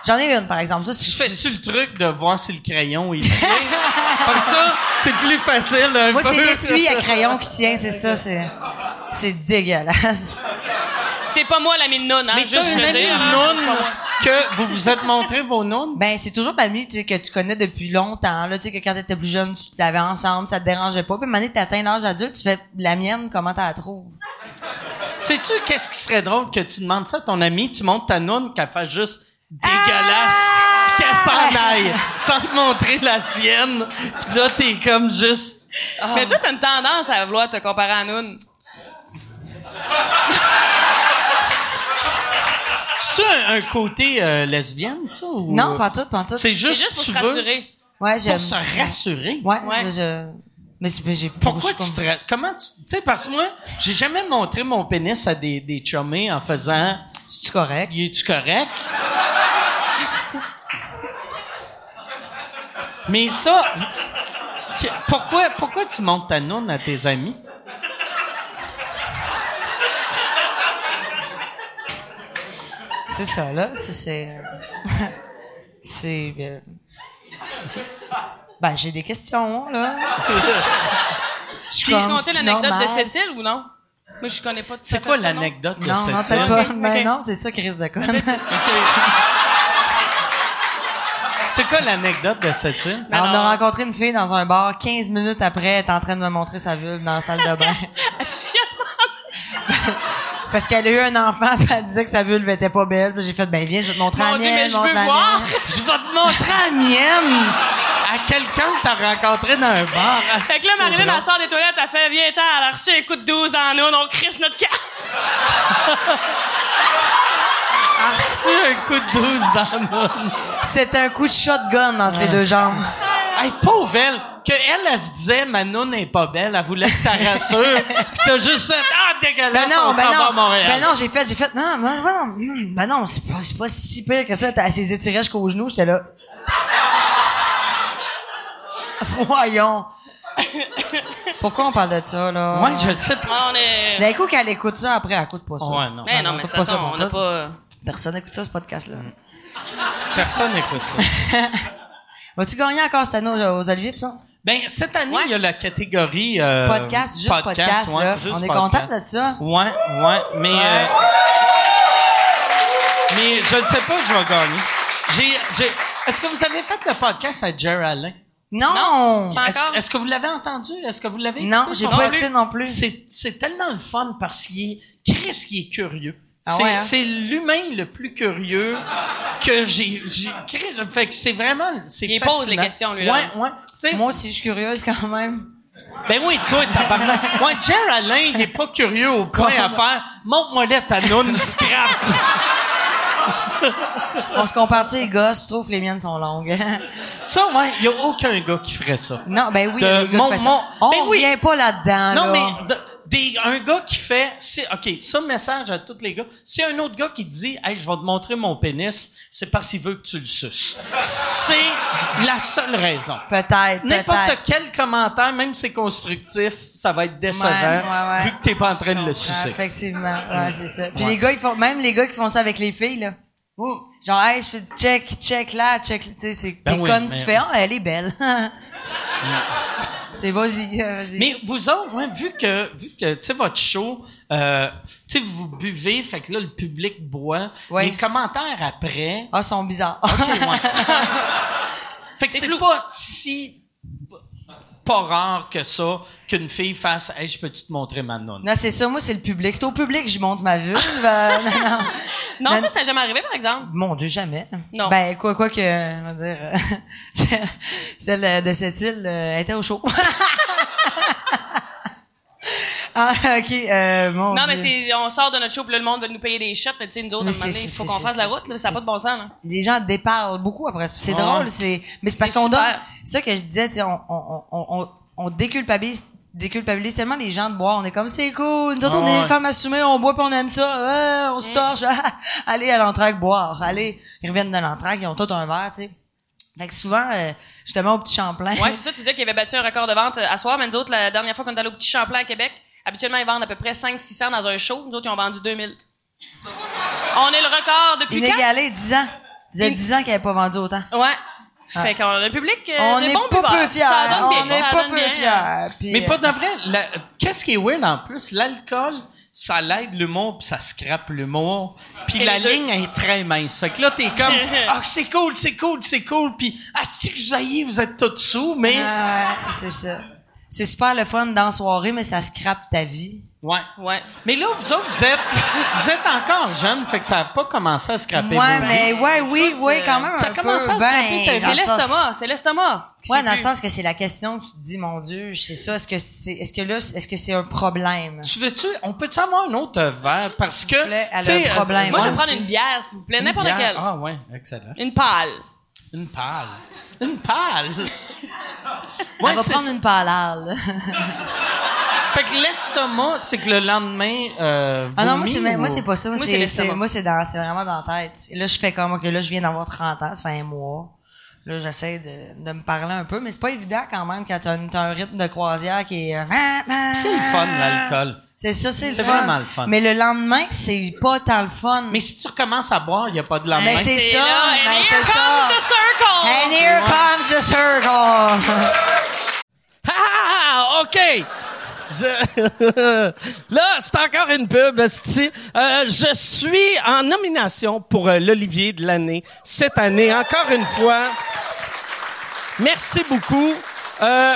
J'en ai une, par exemple. Ça, c'est- Tu fais-tu le truc de voir si le crayon il tient? Comme ça, c'est plus facile. hein. un Moi, peu. c'est l'étui à crayon qui tient, c'est ça, c'est, c'est dégueulasse. C'est pas moi l'ami de Noun, hein? Mais juste t'as une le amie dire, hein. noune que vous vous êtes montré vos nounes? Ben, c'est toujours l'ami, tu sais, que tu connais depuis longtemps, là, tu sais, que quand t'étais plus jeune, tu te l'avais ensemble, ça te dérangeait pas. Puis, maintenant, t'atteins l'âge adulte, tu fais la mienne, comment t'as la trouves? Sais-tu qu'est-ce qui serait drôle que tu demandes ça à ton ami, tu montes ta noune, qu'elle fasse juste dégueulasse, Ah! pis qu'elle s'en aille, sans te montrer la sienne. Pis là, t'es comme juste... Mais toi, t'as une tendance à vouloir te comparer à Noun. C'est-tu un, un côté euh, lesbienne, ça? Ou... Non, pas tout, pas tout. C'est C'est juste, juste pour tu se veux- rassurer. Ouais, j'aime. Pour se rassurer? Ouais, Ouais. je, mais, c'est- mais j'ai Pourquoi je tu sais pas. te ra- comment tu tu sais parce que moi j'ai jamais montré mon pénis à des des chummés en faisant C'est-tu correct? y tu correct Mais ça que- pourquoi pourquoi tu montes ta noune à tes amis C'est ça, là. C'est. C'est. euh, c'est euh, Ben, j'ai des questions, là. Je suis Tu comme, comptais c'est-tu l'anecdote de normal? cette île ou non? Moi, je connais pas tout à C'est fait quoi ça, non. l'anecdote de Non, cette non, peut-être île? pas. Ok, Mais ok. non, c'est ça, Chris de conne. C'est quoi l'anecdote de cette île Mais Alors, on non. a rencontré une fille dans un bar, 15 minutes après, elle est en train de me montrer sa vulve dans la salle de bain. Parce qu'elle a eu un enfant, puis elle disait que sa vulve était pas belle. Puis j'ai fait, ben viens, je vais te montrer Mon la Dieu, mienne. mais je montre veux la voir. mienne. Je vais te montrer la mienne à quelqu'un que t'as rencontré dans un bar. Fait que là, C'est Marilyn, drôle. elle sort des toilettes, elle fait, viens, t'as, elle a reçu un coup de 12 dans Noun, on crisse notre carte. a reçu un coup de douce dans le monde. C'était un coup de shotgun entre les deux jambes. Hey, pauvre elle! Que elle, elle se disait, ma noune n'est pas belle, elle voulait que t'as rassures. Pis t'as juste fait, ah, dégueulasse, Ben non, on ben s'en va à non, Montréal. ben non, j'ai fait, j'ai fait, non, ben, ben non, hmm, ben non, c'est pas, c'est pas si pire que ça. T'as- Elle s'est étirée jusqu'aux genoux, j'étais là. Voyons. Pourquoi on parle de ça, là? Moi, je le sais pas. Ah, on est... D'un coup, qu'elle écoute ça, après, elle écoute pas ça. Ouais, non. Mais Ben non, on mais de écoute toute pas ça, façon, on n'a pantoute. pas... Personne n'écoute ça, ce podcast-là. Mm. Personne n'écoute ça. Vas-tu gagner encore cette année aux aux Olivier, tu penses? Ben, cette année, Ouais. il y a la catégorie, euh, podcast, juste podcast, ouais, là. juste on est podcast. content de ça? Ouais, ouais, mais euh, mais je ne sais pas si je vais gagner. J'ai, j'ai, est-ce que vous avez fait le podcast à Jer Alain? Non! Pas Est-ce, encore. est-ce que vous l'avez entendu? Est-ce que vous l'avez Non, écouté, j'ai son pas podcast? écouté non plus. C'est, c'est tellement le fun parce qu'il est, Chris, il est curieux. Ah c'est, ouais, hein? c'est l'humain le plus curieux que j'ai, j'ai, Chris, je- fait que c'est vraiment, c'est Il fascinant. pose les questions, lui, là. Ouais, ouais. Tu sais, Moi aussi, je suis curieuse quand même. ben oui, toi, tabarnak. Ouais, Jer Alain, il est pas curieux au point à faire, montre-moi là ta noune scrap. On se compare tu les gosses, je trouve que les miennes sont longues. Ça, ouais, il y a aucun gars qui ferait ça. non, ben oui, De il y a des gars mon- qui font ça. mon- On ben oui. vient pas là-dedans, Non, là. mais de- des- un gars qui fait. c'est- OK, ça, message à tous les gars. Si un autre gars qui dit Hey, je vais te montrer mon pénis, c'est parce qu'il veut que tu le suces. C'est la seule raison. Peut-être, N'importe peut-être. quel commentaire, même si c'est constructif, ça va être décevant Ouais, ouais, ouais. vu que t'es pas en train de le Ouais, sucer. Ah, Effectivement, ouais, c'est ça. Puis les gars, ils font, même les gars qui font ça avec les filles, là. Oh. Mm. Genre, hey, je fais check, check là, check, tu sais, c'est Ben des oui, connes, mais- tu fais, ah, elle est belle. c'est vas-y, euh, vas-y. Mais vous autres, ouais, vu que, vu que, tu sais, votre show, euh, tu sais, vous buvez, fait que là, le public boit. Ouais. Les commentaires après. Ah, ils sont bizarres. Fait que c'est pas si pas rare que ça qu'une fille fasse Hey, je peux-tu te montrer ma nonne? non, c'est ça, moi, c'est le public. C'est au public que je monte ma vulve. euh, non, non. Non, Non. ça, ça n'a jamais arrivé, par exemple. Mon Dieu, jamais. Non. Ben, quoi, quoi que, euh, on va dire, euh, celle- celle de cette île euh, elle était au chaud. ah, ok, euh, mon Non, mais Dieu. c'est, on sort de notre show, puis là, le monde va nous payer des shots, mais tu sais, nous autres, à un Mais moment c'est- donné, il faut c'est- qu'on c'est- fasse la c'est- route, là, ça n'a pas de bon sens, là. Les gens déparlent beaucoup après. C'est Ah. drôle, c'est. Mais c'est parce C'est qu'on donne. super. C'est ça que je disais, tu sais, on, on, on, on, on déculpabilise, déculpabilise tellement les gens de boire. On est comme, c'est cool. Nous autres, Ah on est des femmes assumées, on boit puis on aime ça. Ouais, on se Mm. torche. allez à l'entraque boire. Allez. Ils reviennent de l'entraque, ils ont tout un verre, tu sais. Fait que souvent, euh, justement, au petit Champlain. Ouais, c'est ça, tu disais qu'il avait battu un record de vente euh, à soir, mais nous autres, la dernière fois qu'on est allé au Petit Champlain à Québec, habituellement, ils vendent à peu près 500-600 dans un show. Nous autres, ils ont vendu 2000. On est le record depuis quand? Inégalé, 10 ans. Vous avez 10 ans qu'ils n'avaient pas vendu autant. Ouais. Fait qu'on a un public euh, Ah. on de n'est bons pas peu buveurs. fiers. Ça donne bien. on n'est ça pas donne peu bien. fiers. Puis, Mais euh, pas de vrai. la- Qu'est-ce qui est weird en plus? L'alcool, ça l'aide l'humour, puis ça scrape l'humour. Puis C'est la les deux. ligne est très mince. Fait que là, t'es comme Ah, c'est cool, c'est cool, c'est cool. Puis Ah, si que vous aillez, vous êtes tout sous, mais. Ah ouais, c'est ça. C'est super le fun dans la soirée, mais ça scrape ta vie. Ouais. Ouais. Mais là, vous autres, vous êtes, vous êtes encore jeune, fait que ça a pas commencé à scraper ouais, vos vies. mais ouais, oui, oui, quand même. ça un commence peu. Ben, à scraper ta vie. dans le C'est sens- l'estomac. C'est l'estomac. qui Ah, Ouais, sait dans le plus. sens que c'est la question que tu te dis, mon Dieu, c'est ça, est-ce que c'est, est-ce que là, est-ce que c'est un problème? Tu veux-tu, on peut-tu avoir un autre verre? Parce que. vous plaît, elle a tu sais, euh, un problème. Moi, je vais Moi prendre aussi. une bière, s'il vous plaît, Une n'importe bière. quelle. Ah ouais, excellent. Une pâle. Une pâle. Une pâle. On ouais, va c'est prendre ça. une palale. Fait que l'estomac, c'est que le lendemain. Euh, Ah non, moi vomi c'est, moi ou- c'est pas ça. Moi, Moi, c'est c'est, l'estomac. c'est- moi c'est dans, c'est vraiment dans la tête. Et là, je fais comme, ok, là, je viens d'avoir 30 ans, ça fait un mois. Là, j'essaie de, de me parler un peu, mais c'est pas évident quand même quand t'as, un- t'as un rythme de croisière qui est. euh, C'est le fun, l'alcool. C'est ça, c'est le C'est fun. vraiment le fun. Mais le lendemain, c'est pas tant le fun. Mais si tu recommences à boire, il n'y a pas de lendemain. Mais c'est- Et ça, là, and ben, here c'est comes ça. the circle. And here comes the circle. Ah, OK! Je- Là, c'est encore une pub, esti. Euh, je suis en nomination pour euh, l'Olivier de l'année cette année, encore une fois. Merci beaucoup. Euh,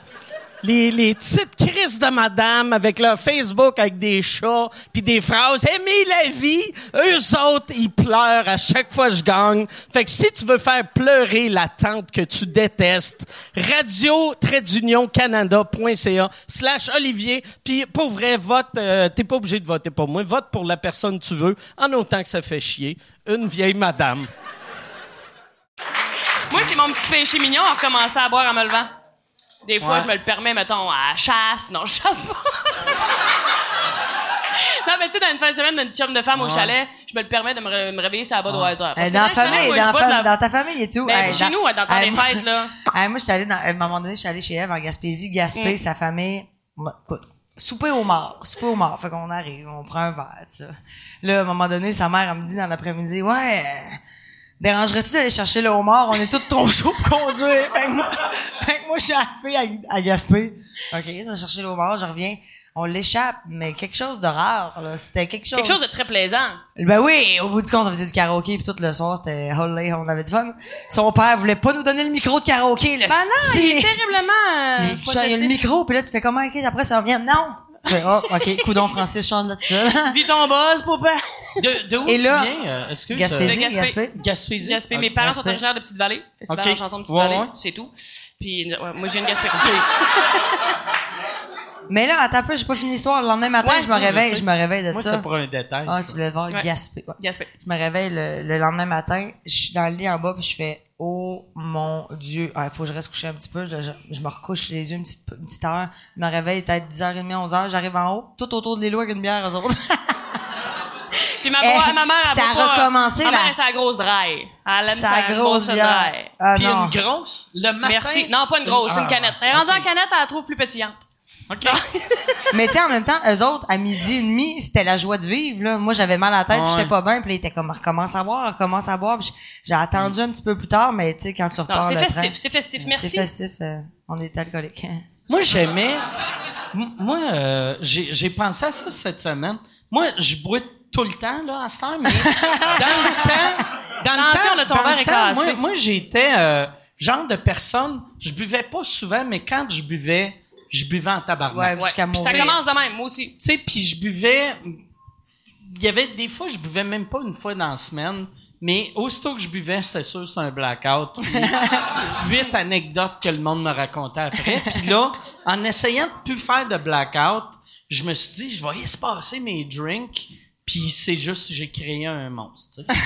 Les, les petites crises de madame avec leur Facebook avec des chats puis des phrases aimez la vie eux autres ils pleurent à chaque fois que je gagne fait que si tu veux faire pleurer la tante que tu détestes radio canada.ca slash olivier puis pour vrai vote euh, t'es pas obligé de voter pour moi vote pour la personne que tu veux en autant que ça fait chier une vieille madame Moi, c'est mon petit péché mignon à recommencer à boire en me levant. Des fois, Ouais. je me le permets, mettons, à chasse. Non, je chasse pas. non, mais tu sais, dans une fin de semaine, d'une chum de femme au chalet, je me le permets de me, ré- me réveiller sur la bas de 3 heures. Euh, Parce que dans la le chalet, famille, moi, je dans, bois fam- de la- dans ta famille et tout. Ben, Hey, chez nous, ouais, dans- dans hey, les moi- fêtes, là. Hey, moi, j'étais allée dans, à un moment donné, je suis allée chez Eve en Gaspésie. Mm. Gaspé, sa famille, moi, écoute, souper au mort, souper au mort. Fait qu'on arrive, on prend un verre, tu sais. Là, à un moment donné, sa mère, elle me dit dans l'après-midi, ouais, euh, dérangerais-tu d'aller chercher le homard? On est tous trop chauds pour conduire. Fait que moi, fait que moi, je suis à la fille à, à Gaspé. OK, je vais chercher le homard, je reviens. On l'échappe, mais quelque chose de rare, là. C'était Quelque chose de très plaisant. ben oui, au bout du compte, on faisait du karaoké, puis tout le soir, c'était holy, on avait du fun. Son père voulait pas nous donner le micro de karaoké, le Ben non, il si- est terriblement. euh, Mais tu sais, il y a le possessif. micro, puis là, tu fais comment, ok, après ça revient. Non! Tu fais, oh, OK, coudon Francis, chante là dessus Vis ton boss, papa. De, de où Et tu là, viens? euh, Excuse, Gaspésie, Gaspé. Gaspé. euh, Gaspésie. Gaspé, mes parents sont Gaspé. originaires de Petite-Vallée. Festival Ok. en chanson de Ouais, Petite-Vallée, ouais. c'est tout. Puis, ouais, moi, j'ai une Gaspé. Mais là, attends un peu, j'ai pas fini l'histoire. Le lendemain matin, Ouais, je me je réveille, sais. je me réveille de Moi, ça. c'est pour un détail. Ah, tu voulais voir Ouais. Gaspé. Ouais. Gaspé. Je me réveille le, le lendemain matin, je suis dans le lit en bas, puis je fais Oh mon Dieu, il faut que je reste couché un petit peu. Je, je- je me recouche les yeux une petite, une petite heure. Je me réveille peut-être 10h30, 11h. J'arrive en haut, tout autour de l'élo avec une bière, eux autres. Puis ma, Eh, voix- ma mère, elle ça boit a pas. recommencé, Ma là. mère, elle, c'est la grosse draille. Elle aime Sa grosse bière. draille. Ah Puis non. une grosse, le matin. Merci. Non, pas une grosse, Ah, une canette. Elle est rendue en canette, elle la trouve plus pétillante. OK. Mais tu sais, en même temps, eux autres, à midi et demi, c'était la joie de vivre. Là. Moi, j'avais mal à la tête, Ouais. j'étais pas bien. Puis là, ils étaient comme, recommence à boire, recommence à boire. Puis j'- J'ai attendu Mm. un petit peu plus tard, mais tu sais, quand tu Non, repars c'est le train- festif, c'est festif. Merci. C'est festif. euh, on est alcoolique. Moi, j'aimais. M- Moi, euh, j'ai j'ai pensé à ça cette semaine. Moi, je bois tout le temps, là, à cette heure, mais dans le temps. Dans le Attention, temps, là, ton dans verre le est temps, moi, cassé. moi j'étais euh, genre de personne. Je buvais pas souvent, mais quand je buvais, je buvais en tabarnak. Ouais, Ouais. jusqu'à Puis mourir. ça commence de même, moi aussi. Tu sais, puis je buvais. Il y avait des fois, je buvais même pas une fois dans la semaine, mais aussitôt que je buvais, c'était sûr que c'était un blackout. Puis, Huit anecdotes que le monde me racontait après. Puis là, en essayant de plus faire de blackout, je me suis dit, je vais espacer mes drinks. Puis c'est juste, j'ai créé un monstre. tu sais.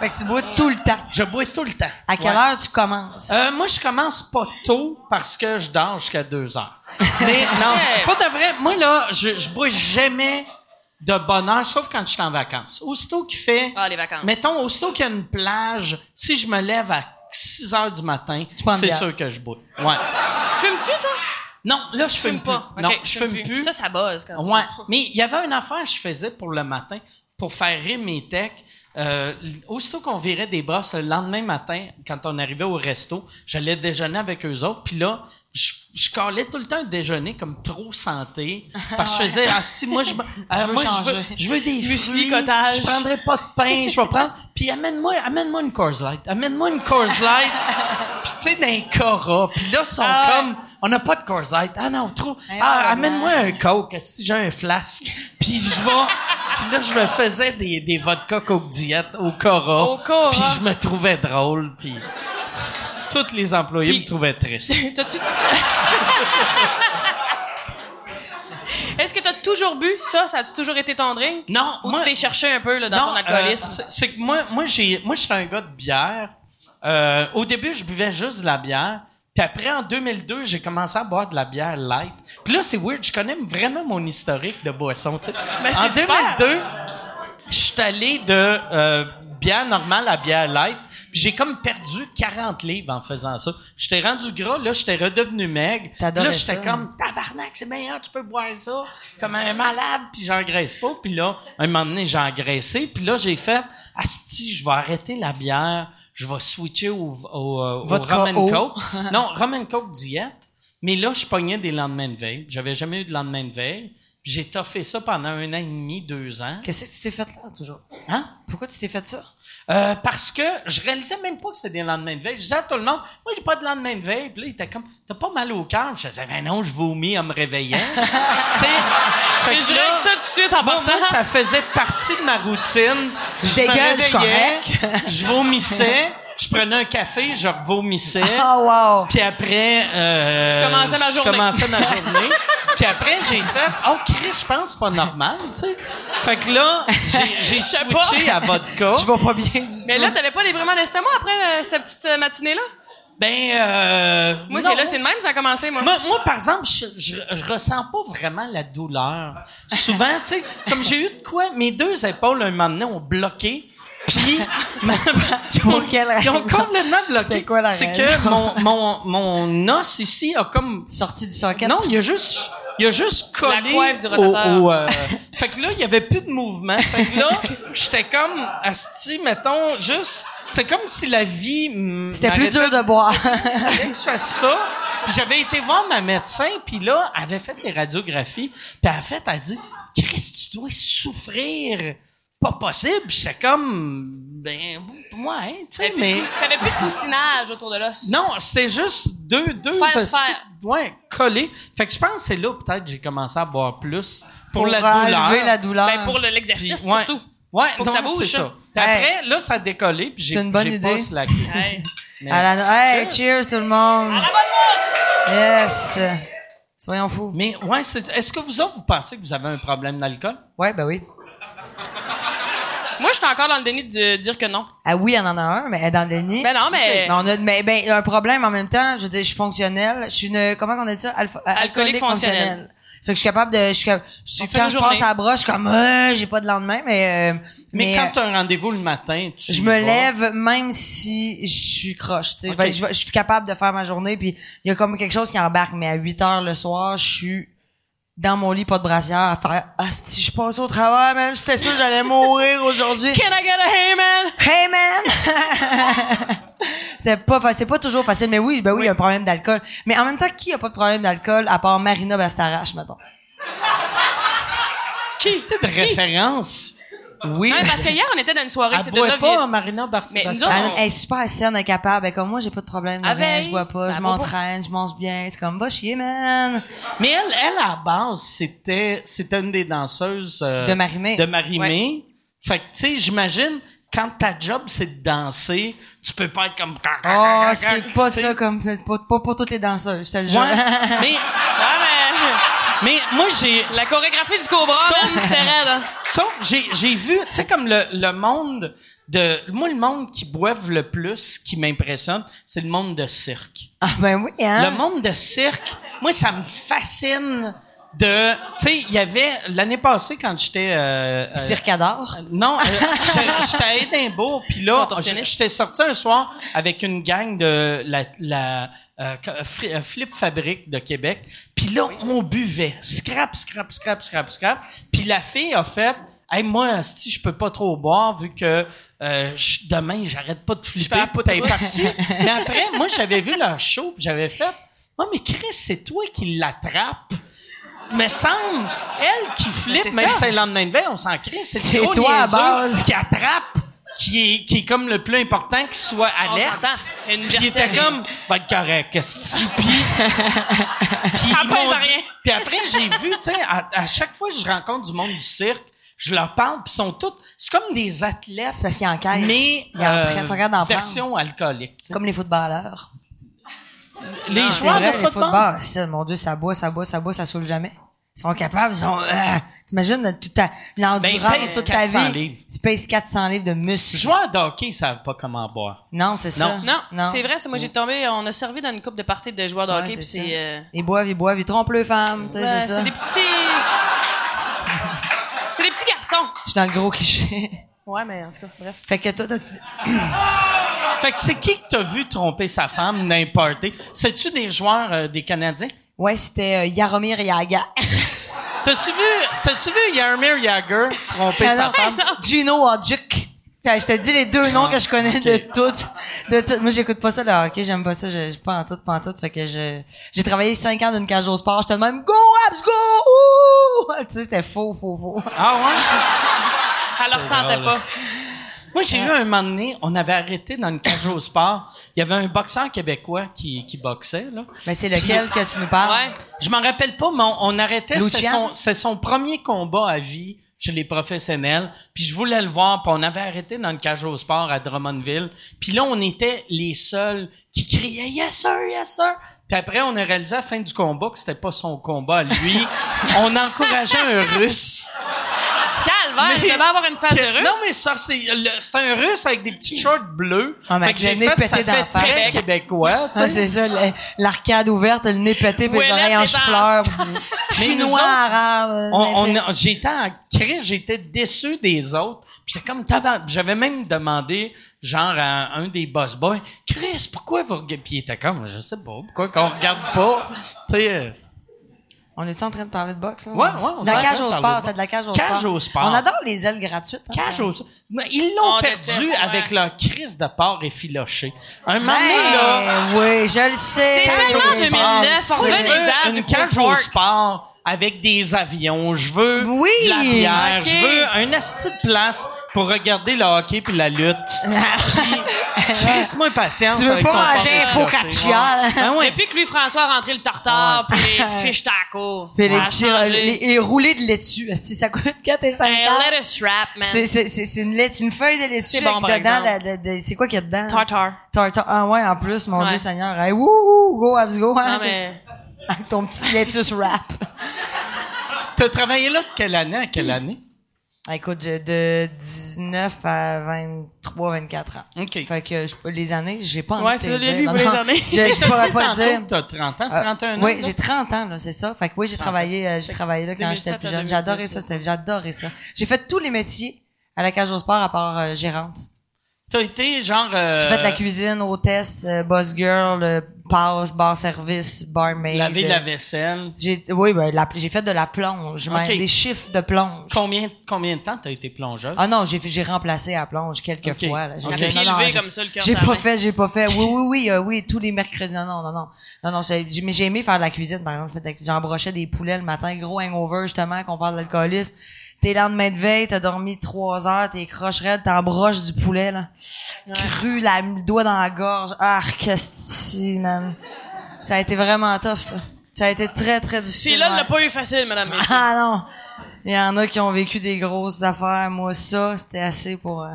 Fait que tu bois tout le temps. Je bois tout le temps. À quelle Ouais. heure tu commences? Euh, moi, je commence pas tôt parce que je dors jusqu'à deux heures. Mais non, Ouais. pas de vrai. Moi, là, je, je bois jamais de bonne heure, sauf quand je suis en vacances. Aussitôt qu'il fait... Ah, les vacances. Mettons, aussitôt qu'il y a une plage, si je me lève à 6 heures du matin, prends une c'est bière. sûr que je bois. Ouais. Fumes-tu, toi? Non, là, je fume, Fume pas. plus. Ok, Non, tu je fumes fume plus. Ça, ça buzz quand tu Ouais. fumes. Mais il y avait une affaire que je faisais pour le matin, pour faire rire mes techs. Euh, aussitôt qu'on virait des brosses, le lendemain matin, quand on arrivait au resto, j'allais déjeuner avec eux autres. Puis là, je, je calais tout le temps un déjeuner comme trop santé. Parce que je faisais, ah, si, moi, je, me- euh, veux moi, je, changer. veux, je veux des Muesli, fruits. cottage. Je prendrai pas de pain. Je vais prendre. Puis amène-moi, amène-moi une Coors Light. Amène-moi une Coors Light. puis tu sais, d'un Cora. Puis là, ils sont Ah ouais. comme, on n'a pas de Coors Light. Ah non, trop. Eh Ah, ouais, amène-moi un coke, si j'ai un flasque. Puis je vais, puis là je me faisais des des vodka coke diète au Cora. Au Cora. Puis je me trouvais drôle, puis tous les employés Puis- me trouvaient triste. T'as-tu- Est-ce que t'as toujours bu ça? Ça a-tu toujours été ton drink? Non, Ou moi- tu t'es cherché un peu là, dans ton euh, alcoolisme? c'est- c'est que moi, moi, j'ai, moi, je suis un gars de bière. Euh, au début, je buvais juste de la bière. Puis après, en 2002, j'ai commencé à boire de la bière light. Puis là, c'est weird. Je connais vraiment mon historique de boisson. tu sais. Mais en Ben, c'est super. 2002, je suis allé de euh, bière normale à bière light. Puis j'ai comme perdu 40 livres en faisant ça. J'étais rendu gras, là, j'étais redevenu maigre. T'adorais Là, j'étais ça. comme, tabarnak, c'est bien hot, tu peux boire ça comme un malade, puis j'engraisse pas. Puis là, un moment donné, j'ai engraissé. Puis là, j'ai fait, asti, je vais arrêter la bière, je vais switcher au, au, euh, au Vodka Roman eau. Coke. non, Roman Coke diète. Mais là, je pognais des lendemains de veille. J'avais jamais eu de lendemain de veille. Puis J'ai toffé ça pendant un an et demi, deux ans. Qu'est-ce que tu t'es fait là, toujours? Hein? Pourquoi tu t'es fait ça? Euh, parce que je réalisais même pas que c'était des lendemains de veille. Je disais à tout le monde, moi, j'ai pas de lendemain de veille. Puis là, il était comme, t'as pas mal au cœur? Je disais, ben non, je vomis en me réveillant. tu sais? Fait Mais que je là, règle ça tout de suite en moi, partant. moi, ça faisait partie de ma routine. Je me dégueule, je suis réveillais, Je vomissais. Je prenais un café, je vomissais. Ah, Oh, wow! Puis après, euh, Je commençais ma Je journée. commençais ma journée. Puis après, j'ai fait, oh Chris, je pense que c'est pas normal, tu sais. Fait que là, j'ai- j'ai pas. switché à vodka. Je vais pas bien du Mais tout. là, t'avais pas des brûlements d'estomac après euh, cette petite euh, matinée-là? Ben, euh, Moi, non. c'est là, c'est le même, ça a commencé, moi. Moi, moi, par exemple, je, je, je ressens pas vraiment la douleur. Souvent, tu sais, comme j'ai eu de quoi, mes deux épaules, un moment donné, ont bloqué. Puis, ma- Pour quelle ils ont raison? complètement bloqué. C'était quoi la C'est que raison? mon, mon, mon os ici a comme Sorti du socket. non, il a juste, il a juste collé coiffe du au, rotateur. au, euh, fait que là, il y avait plus de mouvement. Fait que là, j'étais comme asti, mettons, juste, c'est comme si la vie m- C'était plus m'arrêtait dur de boire. fallait que je fasse ça. Puis J'avais été voir ma médecin, puis là, elle avait fait les radiographies, puis elle a fait, elle a dit, Chris, tu dois souffrir. Pas possible. J'étais comme, ben, moi, hein, tu T'avais sais, plus, mais. de cou- t'avais plus de coussinage autour de l'os. Non, c'était juste deux, deux, Faire se hosties faire. ouais, collé. Fait que je pense que c'est là, peut-être, que j'ai commencé à boire plus pour, Pour la enlever douleur. la douleur. Ben, pour le- Puis, l'exercice, ouais. surtout. Ouais, Faut que non, ça bouge, hein. c'est ça. Puis Après, là, ça a décollé, puis j'ai C'est une bonne j'ai pas idée. slacké. Hey. À la- Hey, cheers tout le monde. À la bonne route! Yes. Soyons fous. Mais ouais, c'est- est-ce que vous autres, vous pensez que vous avez un problème d'alcool? Ouais, ben oui. Moi, je suis encore dans le déni de dire que non. Ah oui, on en a un, mais elle est dans le déni. Ben non, mais- Ok. on a mais, ben, un problème en même temps. Je veux dire, je suis fonctionnelle. Je suis une, comment qu'on a dit ça? Alpha- euh, Alcoolique fonctionnelle. Fait que je suis capable de, je suis, cap- je suis- On fait quand une je journée. passe à la broche, je suis comme, euh, j'ai pas de lendemain, mais, euh, Mais, quand euh, tu as un rendez-vous le matin, tu. je y me vas. lève même si je suis croche, tu sais. Je vais- Ok. je vais- je suis capable de faire ma journée puis il y a comme quelque chose qui embarque, mais à 8 heures le soir, je suis dans mon lit, pas de brassière, à faire, ah, si je passe au travail, man, j'étais sûr que j'allais mourir aujourd'hui. Can I get a hey, man? Hey man! C'était pas fa- c'est pas toujours facile, mais oui, ben oui, il y a un problème d'alcool. Mais en même temps, qui a pas de problème d'alcool à part Marina Bastarache, mettons? Qui? C'est de référence. Oui. Non, mais parce que hier, on était dans une soirée, Elle c'est de boit là... pas, Marina Mais nous Barcibas. autres, Elle, on- elle est super saine, elle est capable. Elle est comme moi, j'ai pas de problème. de Ah ben, rien, je bois pas, ben, je bon, m'entraîne, je mange bien. C'est comme, va chier, man. Mais elle, elle, à la base, c'était, c'était une des danseuses. euh, De Marimé. De Marimé. Fait que, tu sais, j'imagine, quand ta job, c'est de danser, tu peux pas être comme. Oh, Ah, c'est pas Tu sais, ça comme, c'est pas, pas pour toutes les danseuses, je te le jure. Ouais. mais, Ah, mais moi, j'ai. mais... La chorégraphie du cobra, Ça- man, c'était raide. hein. Ça, j'ai, j'ai vu, tu sais, comme le, le monde de. Moi, le monde qui boive le plus, qui m'impressionne, c'est le monde de cirque. Ah, ben oui, hein. Le monde de cirque, moi, ça me fascine de... Tu sais, il y avait... L'année passée, quand j'étais... euh, euh, Circador. non, euh, je- j'étais à Édimbourg, puis là, Contorsionniste. j'étais sorti un soir avec une gang de la, la euh, Fri- euh, Flip Fabric de Québec, puis là, on buvait. Scrap, scrap, scrap, scrap, scrap. Puis la fille a fait... Hey, moi, si je peux pas trop boire vu que euh, je- demain j'arrête pas de flipper. fais la poutre Puis elle est rousse. partie. mais après, moi j'avais vu leur show, puis j'avais fait. Oh mais Chris, c'est toi qui l'attrape. Mais semble, elle qui flippe, Mais c'est même ça. si c'est le lendemain de veille, on s'en crie. C'est trop toi à niaiseux base. Qui attrape, qui est, qui est comme le plus important, qui soit On alerte. s'entend. Une Puis il vertèbre. était comme, va être correct, qu'est-ce que tu- Puis, puis Ça ils m'ont pèse à dit- rien. Puis après, j'ai vu, tu sais, à, à chaque fois que je rencontre du monde du cirque, je leur parle, puis ils sont tous, c'est comme des athlètes. C'est parce qu'ils encaissent. Mais, euh, Ils encaissent, tu regardes en version alcoolique. tu sais. C'est comme les footballeurs. Ah, les C'est joueurs vrai, de les football. footballeurs, c'est- mon Dieu, ça boit, ça boit, ça boit, ça saoule jamais. Ils sont capables, ils sont, euh, t'imagines, toute ta, Ben, ils l'endurance, pèsent toute ta 400 vie. livres. Tu pèses 400 livres de muscles. Les joueurs de hockey, ils savent pas comment boire. Non, c'est ça. Non, c'est vrai, c'est moi j'ai tombé, on a servi dans une coupe de parties de joueurs de hockey, puis c'est... euh, Ils boivent, ils boivent, ils trompent le femme, tu sais, ouais, c'est ça. c'est des petits... c'est des petits garçons. Je suis dans le gros cliché. Ouais, mais en tout cas, bref. fait que toi, toi, tu- Fait que c'est qui que t'as vu tromper sa femme n'importe C'est-tu des joueurs euh, des Canadiens? ouais, c'était euh, Yaromir Yaga. T'as-tu vu, t'as-tu vu Yarmir Yager tromper sa Alors, femme? Gino Hodgick. Putain, Je te dis les deux noms que je connais de toutes. De toutes. Moi, j'écoute pas ça, le hockey. J'aime pas ça. Je, je- pas en tout, pas en tout. Fait que je, j'ai travaillé cinq ans d'une cage au sport. J'étais de même, go, abs, go! Ouh! Tu sais, c'était faux, faux, faux. Ah ouais? Elle le ressentait pas. Moi, j'ai eu un moment donné, on avait arrêté dans une cage au sport. Il y avait un boxeur québécois qui, qui boxait, là. Mais c'est lequel que tu nous parles? Ouais. Je m'en rappelle pas, mais on, on arrêtait. C'était Lucian? son, c'est son premier combat à vie chez les professionnels. Puis je voulais le voir. Puis on avait arrêté dans le cage au sport à Drummondville. Puis là, on était les seuls qui criaient « Yes, sir! Yes, sir! » Puis après, on a réalisé à la fin du combat que c'était pas son combat à lui. on encourageait un Russe. Calvaire, Mais- il devait avoir une phase de russe. Non, mais ça, c'est, le- c'est un Russe avec des petits shorts bleus. Ah, mais fait que avec j'ai le nez fait, ça pété fait dans la face. très québécois, tu Ah, sais. c'est ça, le- l'arcade ouverte, le nez pété, puis les Ouellette oreilles en et chou-fleur. danse. Mais nous Chinois, autres, arabe. on, on n'importe- a- j'étais en crise, j'étais déçu des autres. Puis j'étais comme tabarnak. J'avais même demandé, genre, à un des boss boys, Chris, pourquoi vous regardez? Puis il était comme, je sais pas, pourquoi qu'on regarde pas? Tu sais, euh, On est-tu en train de parler de boxe? là? Ouais, ouais, on De La est en cage train de au parler sport, de c'est de la cage au sport. Cage au sport. On adore les ailes gratuites. hein, cage ça. aux... Mais ils l'ont On perdu déteste, avec ouais. leur crise de porc effiloché. Un moment donné, là, Ben, oui, je le sais. C'est Cage tellement au sport. 2009, on moi, veut je des veux ailes une du cage Pro au Park. sport avec des avions. Je veux Oui! de la bière. Ok. Je veux un asti de place pour regarder le hockey puis la lutte. Puis, Laisse-moi patience. Tu veux avec pas ton manger porc un de Corsica. focaccia, là? Ah oui. Depuis que Louis-François a rentré le tartare, puis les fish tacos. Puis les, ça a petits- changé. les, les roulés de laitue. Si ça coûte 4 et 5 Hey, ans. lettuce wrap, man. C'est, c'est, c'est, c'est une, laitue- une feuille de laitue C'est bon, par avec dedans, exemple. la- la- la- c'est quoi qu'il y a dedans? Tartare. Tartare. Ah ouais, en plus, mon Ouais. Dieu Seigneur. Hey, wouhou, go, abs go, hein, Non, mais... avec ton petit lettuce wrap. T'as travaillé là de quelle année à quelle année? Ah, Écoute, j'ai de 19 à 23, 24 ans. OK. Fait que je, peux- les années, j'ai pas envie Ouais, de te c'est le ça, dire. lui, non, pour les non. années. Euh, Je, je pourrais pas le dire. Ah, T'as 30 ans, 31 ans. oui, là? j'ai 30 ans, là, c'est ça. Fait que oui, j'ai travaillé, euh, j'ai travaillé là quand 2007 j'étais plus à jeune. 2010, J'adorais ça, c'était- j'adorais ça. J'ai fait tous les métiers à la cage au sport à part euh, gérante. T'as été genre. euh, J'ai fait de la cuisine, hôtesse, euh, boss girl, euh, passe, bar service, barmaid. Laver de la euh, vaisselle. J'ai, oui, ben, la- j'ai fait de la plonge, même, Ok. des chiffres de plonge. Combien, combien de temps t'as été plongeuse? Ah non, j'ai fait- j'ai remplacé à plonge quelques Ok. fois. Là. J'ai Ok. non, pied non, levé j'ai- comme ça, le cœur J'ai sur la pas main. fait, j'ai pas fait. Oui, oui, oui, euh, oui, tous les mercredis. Non, non, non, non, non, non. j'ai- j'ai- Mais j'ai aimé faire de la cuisine, par exemple. Fait que J'embrochais des poulets le matin, gros hangover justement, qu'on parle d'alcoolisme. T'es lendemain de veille, t'as dormi trois heures, t'es croche raide, t'embroches du poulet là, cru, la, le doigt dans la gorge. Ah, que si, man. Ça a été vraiment tough ça. Ça a été très très difficile. Puis là, il ouais. l'a pas eu facile, madame. messieurs. Ah non! Il y en a qui ont vécu des grosses affaires. Moi, ça, c'était assez pour... euh,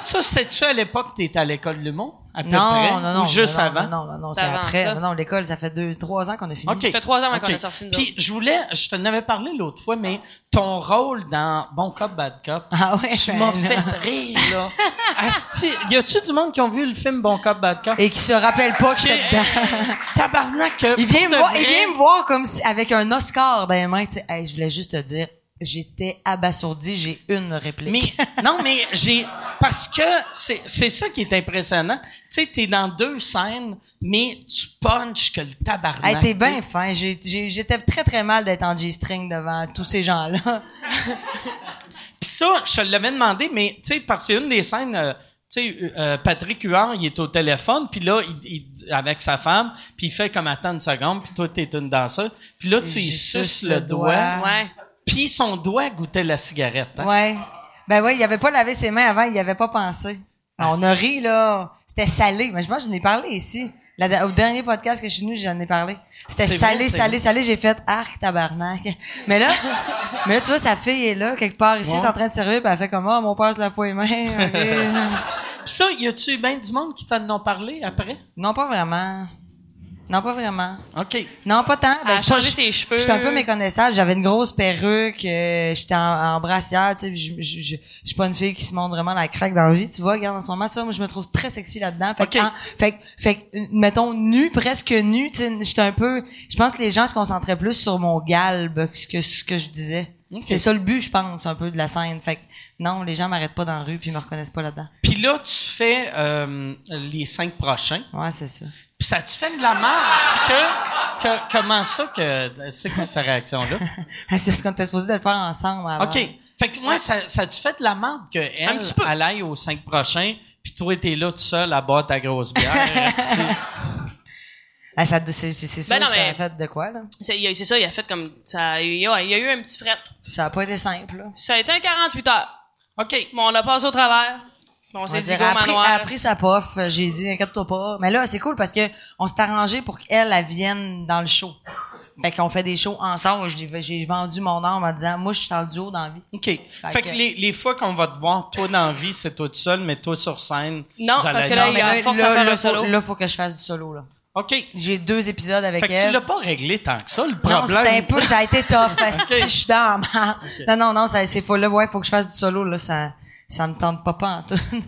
Ça, c'était-tu à l'époque que t'étais à l'école de l'humour? À peu Non, près? non, non. Ou juste non, non, avant? Non, non, non, c'est Avant après. ça. Non, l'école, ça fait deux, trois ans qu'on a fini. OK. Ça fait trois ans, ouais, qu'on OK. a sorti, nous Puis, je voulais, je t'en avais parlé l'autre fois, mais ton rôle dans Bon Cop, Bad Cop, Ah ouais, tu ben m'as là. fait rire, là. Asti, y a-tu du monde qui ont vu le film Bon Cop, Bad Cop? Et qui se rappelle pas que J'ai- j'étais dedans. Tabarnak! que Il pour vient, me de voir, vrai- il vient me voir comme si, avec un Oscar dans les mains. Tu sais, Hey, je voulais juste te dire, j'étais abasourdi, j'ai une Mais, réplique. non, mais j'ai, parce que c'est, c'est ça qui est impressionnant. Tu sais, t'es dans deux scènes, mais tu punches que le tabarnak. Hey, t'es tu sais. bien fin. J'ai- j'ai- J'étais très, très mal d'être en G-string devant tous ces gens-là. Puis ça, je te l'avais demandé, mais tu sais, parce que c'est une des scènes. euh, tu sais, euh, Patrick Huard, il est au téléphone, puis là, il, il- avec sa femme, puis il fait comme attends une seconde, puis toi, t'es une danseuse. Puis là, tu y j'y suces suce le le doigt, doigt. Ouais. puis son doigt goûtait la cigarette. hein. Ouais. Ben oui, il avait pas lavé ses mains avant, il n'y avait pas pensé. Ah, on a ri, là. C'était salé. Mais je pense que j'en ai parlé ici. La de- au dernier podcast que je suis venue, j'en ai parlé. C'était C'est salé, vrai, c'est salé, vrai. salé. J'ai fait arc tabarnak. Mais là, mais là, tu vois, sa fille est là, quelque part ici, Ouais. elle est en train de servir, puis elle fait comme, oh, mon père se lave pas les mains. ok. Puis ça, y a-tu bien du monde qui t'en ont parlé après? non, pas vraiment. Non, pas vraiment. OK. Non, pas tant. Ben, Elle a je- changé je- ses cheveux. J'étais un peu méconnaissable. J'avais une grosse perruque. euh, j'étais en, en brassière. Tu sais, je, je, je, je suis pas une fille qui se montre vraiment la craque dans la vie. Tu vois, regarde, en ce moment, ça, moi, je me trouve très sexy là-dedans. Fait, que, Ok. en- fait, que- fait, que, euh, mettons, nu, presque nu. Tu sais, j'étais un peu... Je pense que les gens se concentraient plus sur mon galbe que ce que, ce que je disais. Ok. C'est ça le but, je pense, un peu de la scène. Fait que, non, les gens m'arrêtent pas dans la rue puis ils me reconnaissent pas là-dedans. Puis là, tu fais euh, les cinq prochains. Ouais, c'est ça. Puis ça te fait de la merde que, que- comment ça que c'est quoi cette réaction là c'est ce qu'on était supposé de le faire ensemble avant. Ok. Fait que moi ça ça te fait de la merde que Un elle, petit peu. elle aille aux cinq prochains puis toi t'es là tout seul à boire ta grosse bière. esti. Ah, ça, c'est, c'est- c'est sûr Ben non, que ça mais- a fait de quoi, là? C'est il a- c'est ça, il a fait comme... Ça, il, y a, il y a eu un petit fret. Ça a pas été simple, là. Ça a été un 48 heures. ok. Bon, on a passé au travers. Bon, on On s'est dit dirait, go elle a pris, manoir. elle a pris sa pof, euh, j'ai dit inquiète-toi pas. Mais là, c'est cool parce que on s'est arrangé pour qu'elle elle vienne dans le show. Fait qu'on fait des shows ensemble. J'ai j'ai vendu mon âme en disant moi je suis dans le duo dans la vie. OK. Fait que que- les, les fois qu'on va te voir, toi dans la vie, c'est toi tout seul, mais toi sur scène. Non, vous allez parce être que là, dans- il y a là, force à faire là, un faut, solo. là, faut que je fasse du solo là. OK. Fait J'ai deux épisodes avec que tu elle. l'as pas réglé tant que ça, le Non, problème. c'était un peu, ça a été tough. asti, Je suis dans la merde. Non, non, non, ça- c'est faut là, ouais, faut que je fasse du solo là, ça, ça me tente pas pas en tout.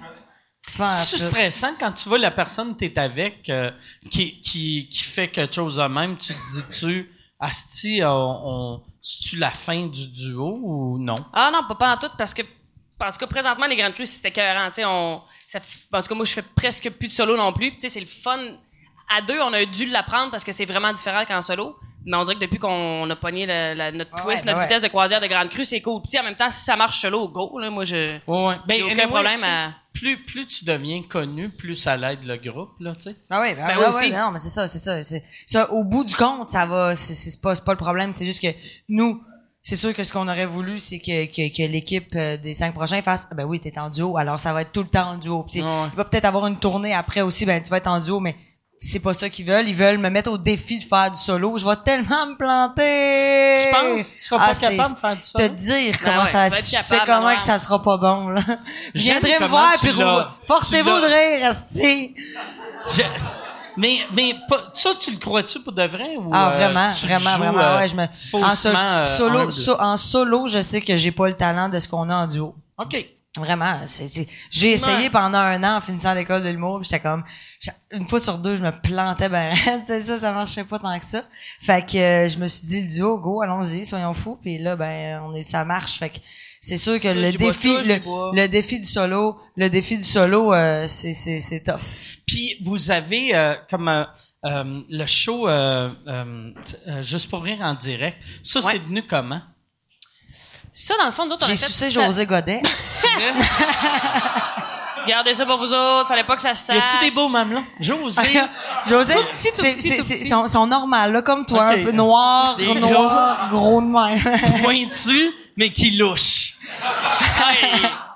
Pas en C'est tout. stressant quand tu vois la personne que t'es avec euh, qui, qui, qui fait quelque chose de même, tu te dis-tu, Asti, euh, on, on, c'est-tu la fin du duo ou non? Ah non, pas, pas en tout, parce que, en tout cas, présentement, les Grandes Crues, c'était écœurant. Tu sais, on, ça, f- en tout cas, moi, je fais presque plus de solo non plus. Puis, tu sais, c'est le fun. À deux, on a dû l'apprendre parce que c'est vraiment différent qu'en solo. Mais on dirait que depuis qu'on a pogné le- la- notre Ah twist, ouais, ben notre ouais. vitesse de croisière de grande crue, c'est cool. Puis en même temps, si ça marche solo, go, là, moi, je... Ouais, ouais. Ben, J'ai aucun anyway, problème tu sais, à- Plus, plus tu deviens connu, plus ça l'aide le groupe, là, tu sais. Ah oui, ben, Ben ah oui, ouais, aussi. ben non, mais c'est ça, c'est ça, c'est ça. Au bout du compte, ça va, c'est- c'est pas, c'est pas le problème. C'est juste que nous, c'est sûr que ce qu'on aurait voulu, c'est que, que, que l'équipe euh, des cinq prochains fasse, ah ben oui, t'es en duo, alors ça va être tout le temps en duo. Puis, tu sais, Ouais. Il va peut-être avoir une tournée après aussi, ben tu vas être en duo, mais c'est pas ça qu'ils veulent. Ils veulent me mettre au défi de faire du solo. Je vais tellement me planter. Ah, Tu penses? Tu seras pas c'est- capable de faire du Te solo? dire Ben comment ouais, ça, tu vas être je sais capable, comment Manuel. que ça sera pas bon là. J'aime Viendrez me comment voir, tu puis l'as- roule- forcez-vous tu l'as- de rire, asti. Je- Mais, mais pas- ça, tu le crois-tu pour de vrai? Ou, Ah euh, vraiment, tu le vraiment, joues, vraiment. euh, ouais, je me faussement, en sol- euh, solo, humble? so- en solo, je sais que j'ai pas le talent de ce qu'on a en duo. OK. Vraiment, c'est, c'est- j'ai essayé pendant un an en finissant l'école de l'humour, puis j'étais comme j'a- une fois sur deux, je me plantais ben tu sais ça ça marchait pas tant que ça. Fait que euh, je me suis dit le duo, go, allons-y, soyons fous, puis là ben on est ça marche, fait que c'est sûr que le du bois, défi touche du le, bois. le défi du solo, le défi du solo euh, c'est c'est c'est tough. Puis vous avez euh, comme euh, euh, le show euh, euh, t- euh, juste pour rire en direct. Ça c'est venu comment Ça, dans le fond, nous autres, on J'ai a fait... sucé ça- José Godet. Gardez ça pour vous autres, fallait pas que ça se Y sache. a-tu des beaux mamelons José José, petit, tout c'est- petit, c'est- tout c'est- petit. sont, sont normales, là, comme toi, Ok. un peu noir, Des noir, gros de même. pointu mais qui louche. Ah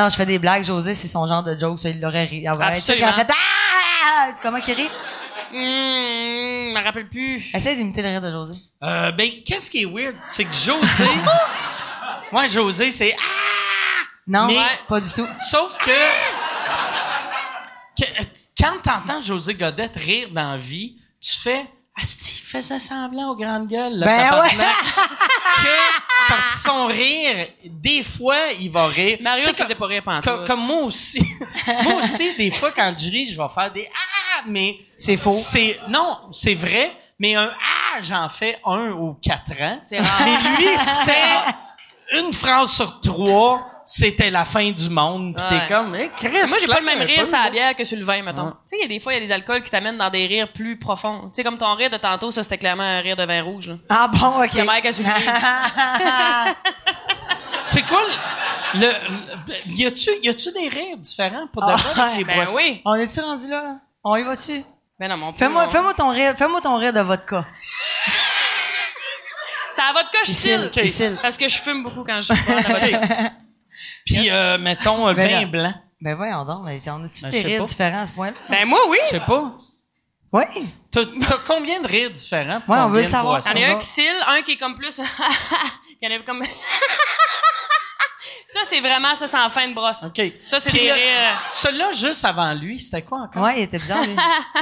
non, je fais des blagues, José, c'est son genre de joke, ça, il l'aurait ri. Ah ouais, tu sais, quand Absolument. elle fait, ah! C'est comment qu'il rit? Hum, Hmm, je me rappelle plus. Essaye d'imiter le rire de José. Euh, ben qu'est-ce qui est weird, c'est que José Moi José c'est ah! Non, Mais- pas du tout. sauf que, que- quand t'entends José Godette rire dans la vie, tu fais Asti, il faisait semblant aux grandes gueules. le Ben tabarnak. ouais. que par son rire, des fois, il va rire. Mario, Tu sais, il faisait pas rire pendant comme, comme moi aussi. moi aussi, des fois, quand je ris, je vais faire des ah, mais. C'est faux. C'est, non, c'est vrai, mais un ah, j'en fais un ou quatre ans. C'est rare. Mais lui, c'était une phrase sur trois, c'était la fin du monde, pis Ouais. t'es comme, eh, Chris, Moi, j'ai pas le même un peu, rire sur la là. bière que sur le vin, mettons. Tu sais, il y a des fois, il y a des alcools qui t'amènent dans des rires plus profonds. Tu sais, comme ton rire de tantôt, ça, c'était clairement un rire de vin rouge, là. Ah bon, ok. Le mec a soulevé. C'est quoi le, le- le- y a-tu, y a-tu des rires différents pour de Ah, vrai avec les Ben boissons? oui. On est-tu rendu là, là? On y va-tu? Ben non, mon Fais-moi, fais-moi ton rire, fais-moi ton rire de vodka. Ça va de cas, je Ici, chill. ok. Ici. Parce que je fume beaucoup quand je suis pas dans la vodka. Puis, Ah, euh, mettons, le Ben vin là. blanc. Ben voyons donc, mais on a-tu Ben, des je sais rires pas. différents à ce point-là? Ben moi, oui. Je sais pas. Oui. T'as t'as combien de rires différents? pour Ouais, on combien veut de savoir. boissons? Il y en a un Bonjour. qui cille, un qui est comme plus. Il y en a comme. ça, c'est vraiment ça, c'est en fin de brosse. OK. Ça, c'est Puis des le- rires. euh, Celui-là, juste avant lui, c'était quoi encore? Ouais, il était bizarre, lui.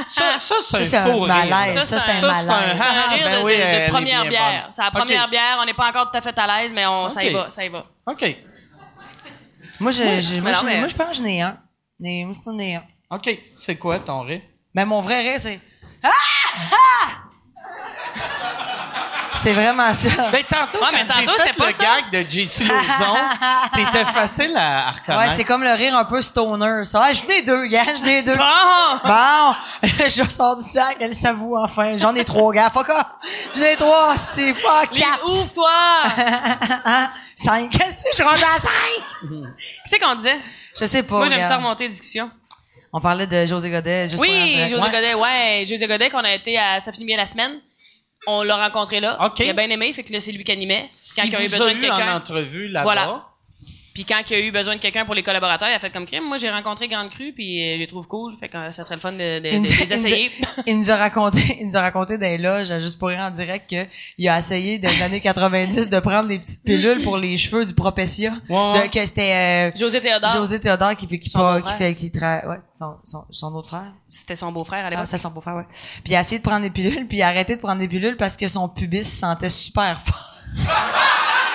Ça, ça c'est Ça, un c'est un faux rire. malaise. Ah, Ça, Ça, c'est c'est un c'est un malaise. ah, Un ben rire de, oui, de- de elle est première bien bière. bonne. C'est la première OK. bière, on n'est pas encore tout à fait à l'aise, mais on, ça y OK. va, ça y va. OK. Moi, je, je- moi, Mais non, je- mais- moi, je pense que j'en ai un. Mais Moi, je pense que j'en ai un. OK. C'est quoi ton rire? Mais mon vrai rire, c'est. Ah! Ah! C'est vraiment ça. Ben, tantôt, Ouais, quand mais j'ai tantôt, fait c'était pas le ça. gag de JC Lauzon, t'étais facile à, à Ouais, reconnaître. c'est comme le rire un peu stoner, ça. Ah, je n'ai deux, gars, je n'ai deux. Bon! Bon, je sors du sac, elle s'avoue enfin. J'en ai trois, gars. Fuck off. J'en ai trois, c'est pas Les- quatre. Ouvre-toi! Cinq. Qu'est-ce que je rentre à cinq? Qu'est-ce qu'on disait? Je sais pas. Moi, j'aime gars. ça remonter les discussions. On parlait de José Godet, juste pour Oui, dire- José Ouais. Godet, ouais. José Godet, qu'on a été à Ça finit bien la semaine. On l'a rencontré là. OK. Il a bien aimé, fait que là, c'est lui qui animait. Quand Il il a eu vous besoin a de eu en quelqu'un. entrevue là-bas. Voilà. Puis quand il a eu besoin de quelqu'un pour les collaborateurs, il a fait comme crime. Moi, j'ai rencontré Grande Crue, puis euh, je les trouve cool. Fait que euh, ça serait le fun de, de- de- Il nous- de il les nous- essayer. Il nous a raconté, il nous a raconté dans les loges, à juste pour rire en direct, qu'il a essayé dans les années 90 de prendre des petites pilules pour les cheveux du Propecia. Ouais, ouais. De- que c'était, euh, José Théodore. José Théodore qui, fait- qui, Son pas- qui beau-frère. fait, qui tra- ouais, son, son, son autre frère. C'était son beau-frère à Ah, l'époque. c'est son beau-frère, ouais. Puis il a essayé de prendre des pilules, puis il a arrêté de prendre des pilules parce que son pubis sentait super fort.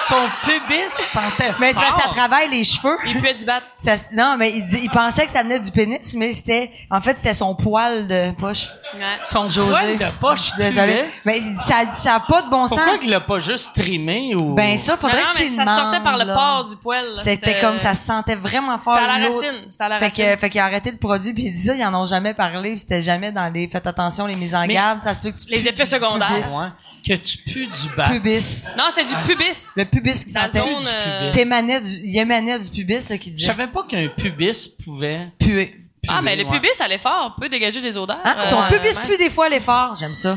Son pubis sentait Mais fort. parce que ça travaille les cheveux. Il puait du bat. Ça, non, mais il, dit- il pensait que ça venait du pénis, mais c'était, en fait, c'était son poil de poche. Ouais. Son poil de poche, Oh, Je suis désolée. puait? Mais il dit, ça, ça a pas de bon Pourquoi sens. qu'il l'a pas juste trimé ou... Ben, ça, faudrait Non, non, que tu mais lui ça sortait demandes, par le là. port du poil. là. C'était comme, ça se sentait vraiment fort. C'était à la l'autre. racine. C'était à la Fait racine. que, fait qu'il a arrêté le produit, puis il dit ça, ils en ont jamais parlé, puis c'était jamais dans les, faites attention, les mises en Mais- garde, ça se peut que tu Les pues effets du secondaires. pubis. Ouais. Que tu pues du bas. Pubis. Non, c'est du pubis. Le pubis qui La sentait. zone, euh, T'émanais du, il émanait du pubis, là, qui Je disait savais pas qu'un pubis pouvait... puer. Ah, mais le puer, ouais. pubis, à l'effort, peut dégager des odeurs. Hein? Ton Euh, pubis ouais. pue des fois l'effort. J'aime ça.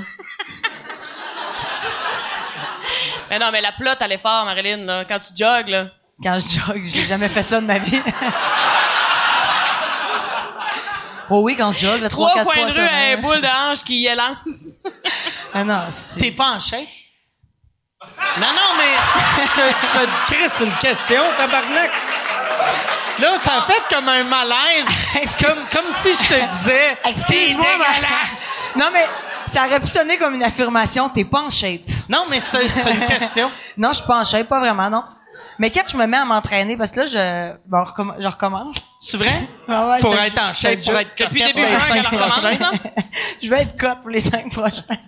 Mais non, mais la plotte à l'effort, Marilyn, là, quand tu jogues, là. Quand je jogue, j'ai jamais fait ça de ma vie. oh oui, quand je jogue, là, trois, Trois quatre coins fois de rue ça. à une boule de hanche qui y lance. Ah non, c'est... T'es pas en chien? Non, non, mais... tu tu te crisses une question, tabarnak. Là, ça a fait comme un malaise. comme, comme si je te disais... Excuse-moi, t'es ma- dégueulasse. Non, mais ça aurait pu sonner comme une affirmation. T'es pas en shape. Non, mais c'est c'est une question. Non, je suis pas en shape, pas vraiment, non. Mais quand je me mets à m'entraîner, parce que là, je, bon, recomm- je recommence. C'est vrai? Ah ouais, Pour je- être en shape, pour être Depuis coquette, début pour juin, les cinq qu'elle recommence, prochains. là. je vais être cote pour les cinq prochains.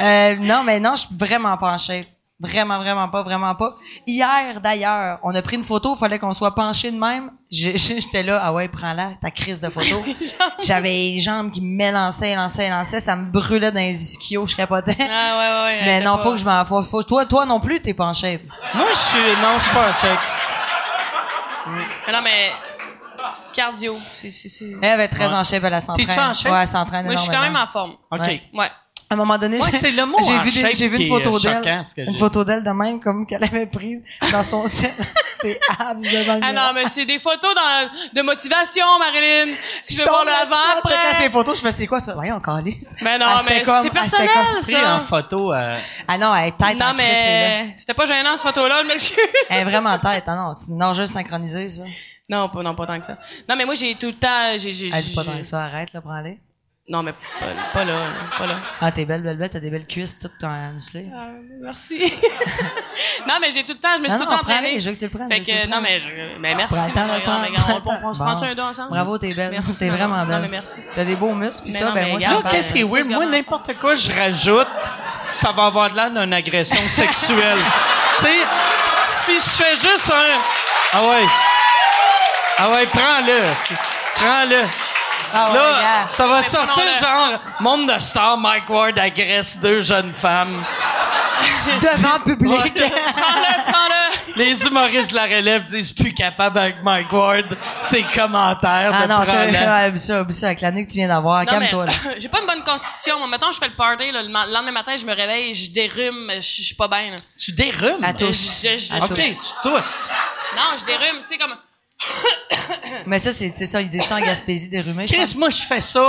Euh, non, mais non, je suis vraiment pas en shape. Vraiment, vraiment pas, vraiment pas. Hier, d'ailleurs, on a pris une photo, il fallait qu'on soit penché de même. J'ai- J'étais là, ah ouais, prends-la, ta crise de photo. J'avais les jambes qui me m'élançaient, élançaient, élançaient, ça me brûlait dans les ischios, je capotais. Ah, ouais, ouais, ouais. mais je non, sais faut pas. que je m'en... Faut, faut- toi, toi non plus, t'es pas en shape. Moi, je suis... Non, je suis pas en shape. Mais non, mais. Cardio. C'est, c'est, c'est. Elle avait très en shape, elle elle s'entraîne. T'es-tu en shape? Ouais, elle s'entraîne Moi, je suis quand même énormément. en forme. OK. Ouais. Ouais. À un moment donné, Ouais, j'ai- c'est le mot j'ai en vu, shape des, j'ai vu qui une photo est choquant, d'elle, ce que une j'ai. photo d'elle de même comme qu'elle avait prise dans son sel, ses abs devant le Ah miroir. non, mais c'est des photos dans- de motivation, Marilyn. Tu veux tombe voir le Ben, là-dessus avant en checkant après. ses photos, je fais c'est quoi ça Voyons, calisse. Mais non, Elle, Ah, c'était mais comme- c'est elle, c'était personnel, comme- Pris Ça. en photo... euh, Ah non, elle est tête en Non, crise, mais... là. mais. C'était pas gênant, cette photo-là, le monsieur. Elle est vraiment tête. Ah non, c'est une nageuse synchronisée ça. Non, pas, non, pas tant que ça. Non, mais moi, j'ai tout le temps. J'ai, j'ai, Elle dit Ah, pas j'ai- tant que ça, arrête là, prends-les. Non, mais pas, pas là, pas là. Ah, t'es belle, belle, belle, t'as des belles cuisses toutes en musclées. Euh, merci. non, mais j'ai tout le temps, je me suis Ah Non, non, tout le temps prends-les, entraînée. je veux que tu le prennes, Fait je veux que tu que, le non, prennes. mais, je, mais merci. Prends le temps, mon prends- grand, mais grand, prends- on, on se bon. prend-tu un dos ensemble? Bravo, t'es belle. Merci, T'es madame. vraiment Non, belle. mais merci. T'as des beaux muscles, puis Mais ça, non, ben mais moi, ça regarde, me Là, parle. qu'est-ce qui est weird? Moi, n'importe quoi, je rajoute, ça va avoir de l'air d'une agression sexuelle. tu sais, si je fais juste un. Ah ouais. Ah ouais, prends-le. Prends-le. Ah ouais, Là, regarde. ça va sortir prenons-le. genre Monde de star, Mike Ward agresse deux jeunes femmes. devant public. Prends-le, prends-le. Les humoristes de la relève disent plus capable avec Mike Ward. C'est commentaire Ah de non, prendre la- t'as oublie ça, oublie ça avec l'année que tu viens d'avoir, Non, mais calme-toi là. J'ai pas une bonne constitution. Moi, mettons, je fais le party, là, le ma- le lendemain matin, je me réveille, je dérume, je je suis pas bien, là. Tu dérumes. À tous. Je- je- À OK, tous. tu tousses. Non, je dérume, tu sais, comme. Ah, Mais ça, c'est c'est ça, ils disent ça en Gaspésie dérumé. je Chris, moi, je fais ça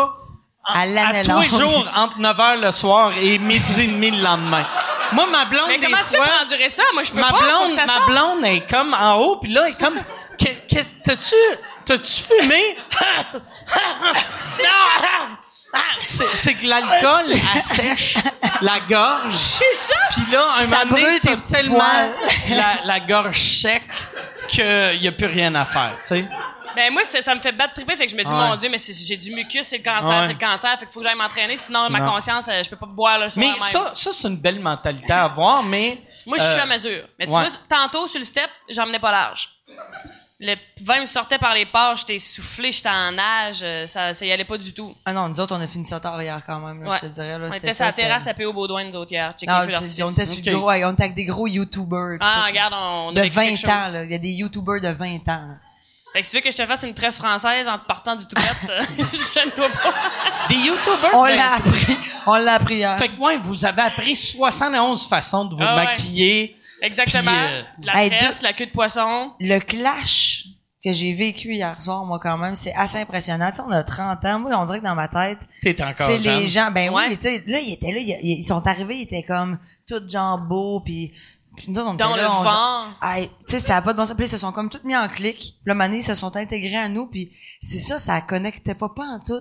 en- À à l'année tous les longue. jours entre 9h le soir et midi et demi le lendemain. Moi, ma blonde, Mais des comment tu fais fois, pour endurer ça? Moi, je peux ma pas. faut blonde, que ça ma sorte. blonde est comme en haut, puis là, elle est comme, Que- que- t'as-tu, t'as-tu fumé? non, ah! c'est, c'est que l'alcool assèche la gorge. Puis là, un Ça moment donné, brûle tes t'as petits tellement poils. la, la gorge sec qu'il y a plus rien à faire, tu sais. Ben, moi, ça, ça me fait battre triper. Fait que je me dis, Ouais. mon Dieu, mais c'est- j'ai du mucus, c'est le cancer, Ouais. c'est le cancer. Fait que faut que j'aille m'entraîner. Sinon, ma Non. conscience, euh, je peux pas boire le soir. Mais même. ça, ça c'est une belle mentalité à avoir, mais... Moi, je suis euh, à mesure. Mais tu ouais. vois, tantôt, sur le step, j'en menais pas large. Le vin me sortait par les pores, j'étais soufflé, j'étais en nage, euh, ça, ça y allait pas du tout. Ah non, nous autres, on a fini ça tard hier quand même, là, Ouais. je te dirais. Là, on c'était ça, était sur la c'était- terrasse à P.O. Baudouin, nous autres, hier. Checker Non, les feux c'est- on d'artifice. était sur Ok. le gros, ouais, on était avec des gros YouTubers. puis Ah, tout, là. regarde, on, on a De vécu 20 quelque ans, chose. là. Il y a des YouTubers de 20 ans. là. Fait que si tu veux que je te fasse une tresse française en te partant du tout je ne toi pas. Des Ah, YouTubers... On ben, l'a appris. On l'a appris hier. Fait que, ouais, vous avez appris 71 façons de vous Ah ouais. maquiller. Exactement. Puis, euh, De La hey, tresse, la queue de poisson. Le clash que j'ai vécu hier soir, moi, quand même, c'est assez impressionnant. Tu sais, on a 30 ans. Moi, on dirait que dans ma tête, T'es tu encore sais, jeune. les gens, ben Ouais. oui, tu sais, là, ils étaient là, ils, ils sont arrivés, ils étaient comme tous genre beaux, puis puis nous autres, on était Dans Ben là, le on- vent. Hey, tu sais, ça a pas de bon sens. Puis là, ils se sont comme toutes mis en clic. Puis là, mané, ils se sont intégrés à nous, puis c'est ça, ça connectait pas, pas en tout.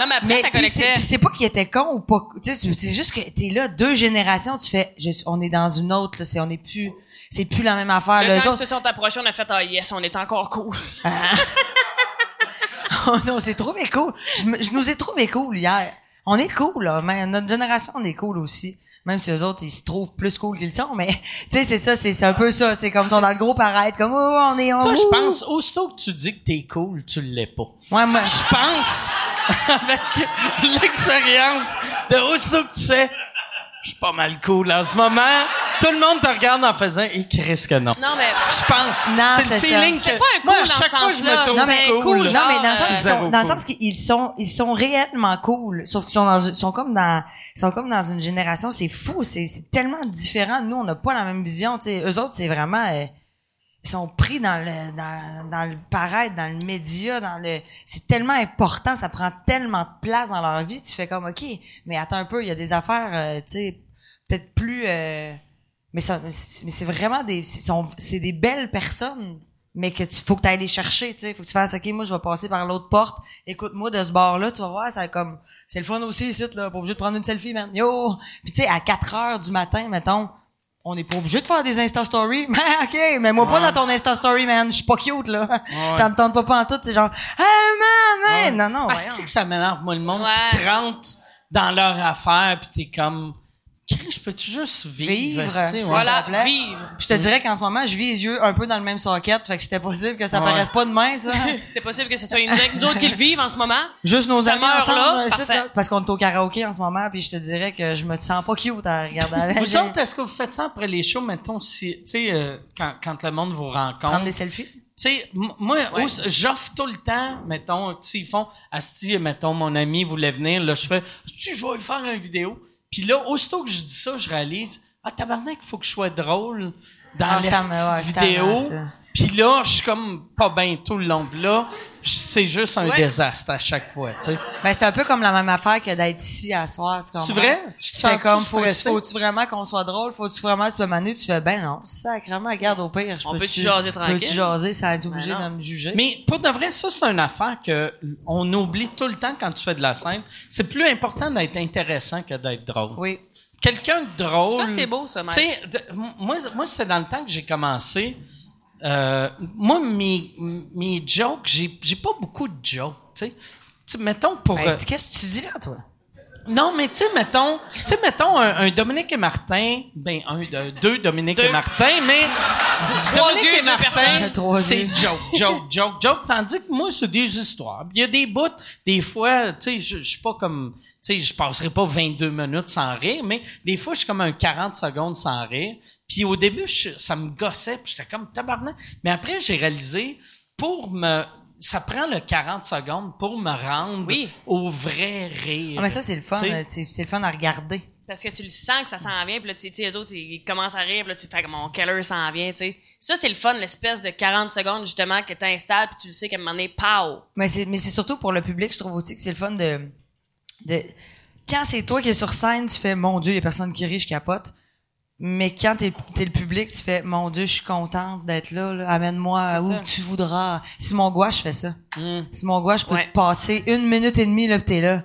Non, mais après, Mais ça puis c'est- connectait. puis c'est pas qu'ils étaient cons ou pas, tu sais, c'est c'est juste que t'es là deux générations, tu fais, je suis- on est dans une autre, là, c'est on est plus, c'est plus la même affaire. Les Là, quand ils autres, se sont approchés, on a fait « Ah yes, on est encore cool. oh non, c'est trop mais cool. Je, me- je nous ai trouvé cool hier. On est cool, là. Mais notre génération, on est cool aussi. Même si eux autres, ils se trouvent plus cool qu'ils sont, mais, tu sais, c'est ça, c'est c'est un peu ça. C'est comme, ils sont dans le gros paraître, comme, oh, on est, on Ça, ouh. je pense, aussitôt que tu dis que t'es cool, tu l'es pas. Ouais, moi, je- Je pense, avec l'expérience de aussitôt que tu sais, je suis pas mal cool en ce moment, tout le monde te regarde en faisant, et Chris que non. » Non, mais... Je pense. Non, c'est le c'est feeling ça. que Ah, C'était pas un moi, à cool dans chaque ce fois, je sens-là. me Non, trouve mais cool. cool, non, mais dans le sens genre, euh, qu'ils sont, dans le zéro sens qu'ils sont, ils sont réellement cool. Sauf qu'ils sont dans, une- sont comme dans, sont comme dans une génération, c'est fou, c'est, c'est tellement différent. Nous, on n'a pas la même vision, tu sais. Eux autres, c'est vraiment, euh, ils sont pris dans le, dans, dans le paraître, dans le média, dans le, c'est tellement important, ça prend tellement de place dans leur vie. Tu fais comme, OK, mais attends un peu, il y a des affaires, euh, tu sais, peut-être plus, euh, mais ça, c'est- mais c'est vraiment des, c'est sont- c'est des belles personnes, mais que tu, faut que tu ailles les chercher, tu sais, faut que tu fasses, ok, moi je vais passer par l'autre porte, écoute-moi de ce bord-là, tu vas voir, ça comme, c'est le fun aussi ici, là, pas obligé de prendre une selfie, man, yo, puis tu sais, à 4 heures du matin, mettons, on n'est pas obligé de faire des Insta Story. Mais OK, mais moi pas dans ton Insta Story, man. Je suis pas cute, là. Ça me tente pas pas en tout. C'est genre, hey, man, hey. Non, non, Ah, voyons. c'est que ça m'énerve, moi, le monde qui hein. Ouais. te rentre dans leur affaire, puis t'es comme, Chris, je peux-tu juste vivre? Vivre, tu sais, c'est ouais. Voilà, complet. vivre. Je te dirais qu'en ce moment, je vis les yeux un peu dans le même socket. Fait que c'était possible que ça Ouais. paraisse pas demain, ça. Ah. C'était possible que ce soit une dingue d'autres qui le vivent en ce moment. Juste nos Ça amis meurt, ensemble, là, un site, parfait. là. Parce qu'on est au karaoké en ce moment, puis je te dirais que je me sens pas cute à regarder. Vous autres, est-ce que vous faites ça après les shows, mettons, si, tu sais, euh, quand, quand le monde vous rencontre? Prendre des selfies? Tu sais, m- moi, au- j'offre tout le temps, mettons, tu sais, ils font, Asti, mettons, mon ami voulait venir, là, je fais, tu, je vais lui faire une vidéo. Puis là, aussitôt que je dis ça, je réalise, ah, tabarnak, il faut que je sois drôle dans Ah, les ça me- ouais, c'est vidéo. tellement ça. Puis là, je suis comme pas bien tout le long. Puis là, je- c'est juste un Ouais. désastre à chaque fois, tu sais. Ben, c'est un peu comme la même affaire que d'être ici à soir, tu comprends? C'est vrai? Tu Tu te fais sens-tu comme, faut- stressé? faut-tu vraiment qu'on soit drôle? Faut-tu vraiment se demander? Tu fais, ben non, sacrément, garde au pire. je On peux-tu- peut-tu jaser tranquille? Peux-tu jaser sans être obligé Ben non. de me juger? Mais pour de vrai, ça, c'est une affaire que on oublie tout le temps quand tu fais de la scène. C'est plus important d'être intéressant que d'être drôle. Oui. Quelqu'un de drôle. Ça, c'est beau, ça, Mike. Tu sais, de- m- moi, moi c'était dans le temps que j'ai commencé. Euh, moi, mes, mes jokes, j'ai j'ai pas beaucoup de jokes, tu sais. Tu sais, mettons pour... Ben, euh, tu- qu'est-ce que tu dis là, toi? non, mais tu sais, mettons, tu sais, mettons un, un Dominique et Martin, ben un, de- deux Dominique Deux. et Martin, mais Trois Dominique yeux, et deux personnes. Martin, Trois c'est yeux. joke, joke, joke, joke. Tandis que moi, c'est des histoires. Il y a des bouts, des fois, tu sais, je je suis pas comme, tu sais, je passerai pas 22 minutes sans rire, mais des fois, je suis comme un 40 secondes sans rire. Puis au début, je- ça me gossait, puis j'étais comme tabarnak. Mais après, j'ai réalisé, pour me, ça prend le 40 secondes pour me rendre Oui. au vrai rire. Ah, mais ça, c'est le fun. Tu sais, euh, C'est c'est le fun à regarder. Parce que tu le sens que ça s'en vient, puis là, tu sais, tu sais, les autres, ils commencent à rire, puis là, tu fais comme mon quelle heure s'en vient, tu sais. Ça, c'est le fun, l'espèce de 40 secondes, justement, que t'installes, puis tu le sais qu'à un moment donné, pow! Mais c'est, mais c'est surtout pour le public, je trouve aussi que c'est le fun de, de, quand c'est toi qui es sur scène, tu fais, mon Dieu, il y a personne qui rit, je capote. Mais quand t'es, t'es le public, tu fais, mon Dieu, je suis contente d'être là, là. amène-moi où ça. Hum. tu voudras. Si mon gouache fait ça. Si mon gouache peut Ouais. te passer une minute et demie, là, pis t'es là.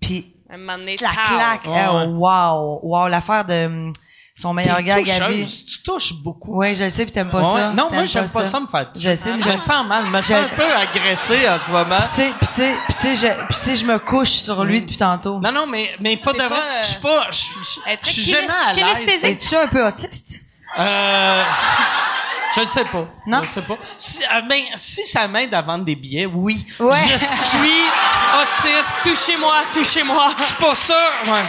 Puis À un moment donné, clac, pow! clac, Ouais, eh, ouais. wow, wow, l'affaire de hum, son T'es meilleur gars, toucheuse, Gabi. Tu touches beaucoup. Ouais, je le sais, puis t'aimes pas Ouais. ça. Non, T'aimes moi, j'aime pas ça me faire toucher. Je sais, mais je me j'aime- Ah. sens mal. Je me sens un peu agressé en ce moment. Pis tu sais, pis tu sais, pis tu sais, je- pis tu sais, je me couche sur lui depuis tantôt. Non, non, mais, mais pas de T'es pas, vrai. euh, Je suis pas, je suis- Elle est je très suis kinés- jamais à l'aise. kinesthésique. Es-tu un peu autiste? Euh, je le sais pas. Non? Je le sais pas. Si, ah, ben, si ça m'aide à vendre des billets, oui. Ouais. Je suis autiste. Touchez-moi, touchez-moi! Je suis pas sûr. Ouais.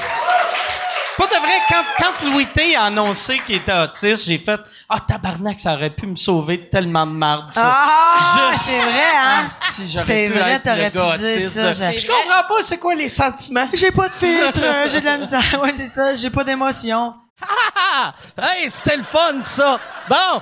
Pas de vrai, quand, quand Louis T a annoncé qu'il était autiste, j'ai fait Ah, tabarnak, ça aurait pu me sauver de tellement de marde. ça. Ah, Juste- c'est vrai, hein? Ah, si, j'aurais C'est pu vrai, être t'aurais le pu gars dire autiste. ça, j'aurais- Je comprends pas c'est quoi les sentiments. J'ai pas de filtre, euh, j'ai de la misère. Ah. Ouais, c'est ça, j'ai pas d'émotion. Ah! Hey, c'était le fun, ça! Bon!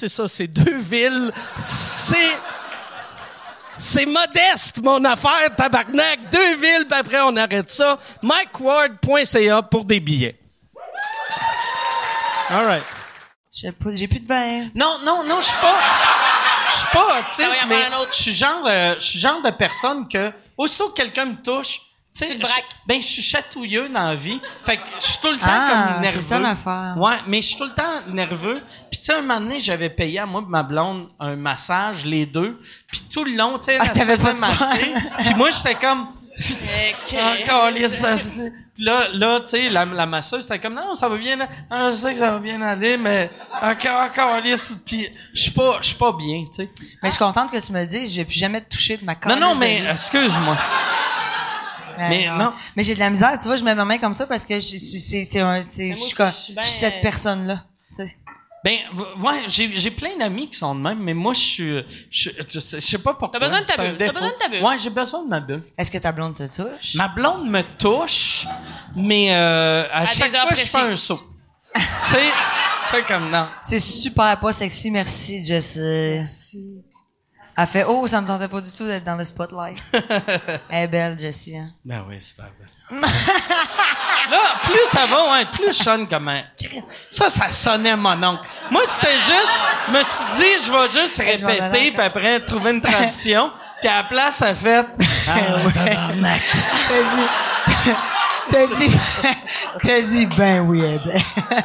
ça. C'est deux villes. C'est... C'est modeste, mon affaire, tabarnak. Deux villes, puis après, on arrête ça. MikeWard.ca pour des billets. All right. J'ai pas- j'ai plus de verre. Non, non, non, je suis pas... Je suis pas autiste, Ça va y en mais prendre un autre. je suis genre, euh, je suis genre de personne que, aussitôt que quelqu'un me touche, tu sais, Tu le braques. je- ben, je suis chatouilleux dans la vie. Fait que je suis tout le temps Ah, comme c'est nerveux. ça l'affaire. Ouais, mais je suis tout le temps nerveux. Puis tu sais, un moment donné, j'avais payé à moi et ma blonde un massage, les deux. Puis tout le long, tu sais, Ah, elle se t'avais faisait pas de fun. masser. Puis moi, j'étais comme... Ah, Ok. Encore les astuces. Puis là, là tu sais, la, la masseuse, c'était comme, non, ça va bien, Ah, je sais que ça va bien aller, mais ah, encore, encore les Puis je suis pas, je suis pas bien, tu sais. Mais je suis contente que tu me le dises, je vais plus jamais te toucher de ma Non, corde. non, mais excuse-moi. mais non. Mais j'ai de la misère, tu vois, je mets ma main comme ça parce que je, je- c'est, c'est un, c'est, je, moi suis aussi, comme- je suis ben- je suis euh, cette personne-là. tu sais. Ben, v- ouais, j'ai, j'ai plein d'amis qui sont de même, mais moi, je suis, je, je sais- je sais pas pourquoi. T'as besoin de ta c'est un bulle. T'as défaut. besoin de ta bulle. Ouais, j'ai besoin de ma bulle. Est-ce que ta blonde te touche? Ma blonde me touche, mais euh, à, des chaque heures fois, je fais un précises. saut. tu sais, tu sais, comme non. C'est super pas sexy, merci, Jessie. Elle fait, oh, ça me tentait pas du tout d'être dans le spotlight. Elle est belle, Jessie. hein. Ben oui, c'est pas vrai. Là, plus ça va, ouais, plus je sonne comme un... Ça, ça sonnait mon oncle. Moi, c'était juste... Je me suis dit, je vais juste vais en aller répéter, puis après, trouver une transition. puis à la place, ça fait... Ah, ouais, tabarnak. T'as dit, t'as dit, t'as dit, ben oui, elle est belle.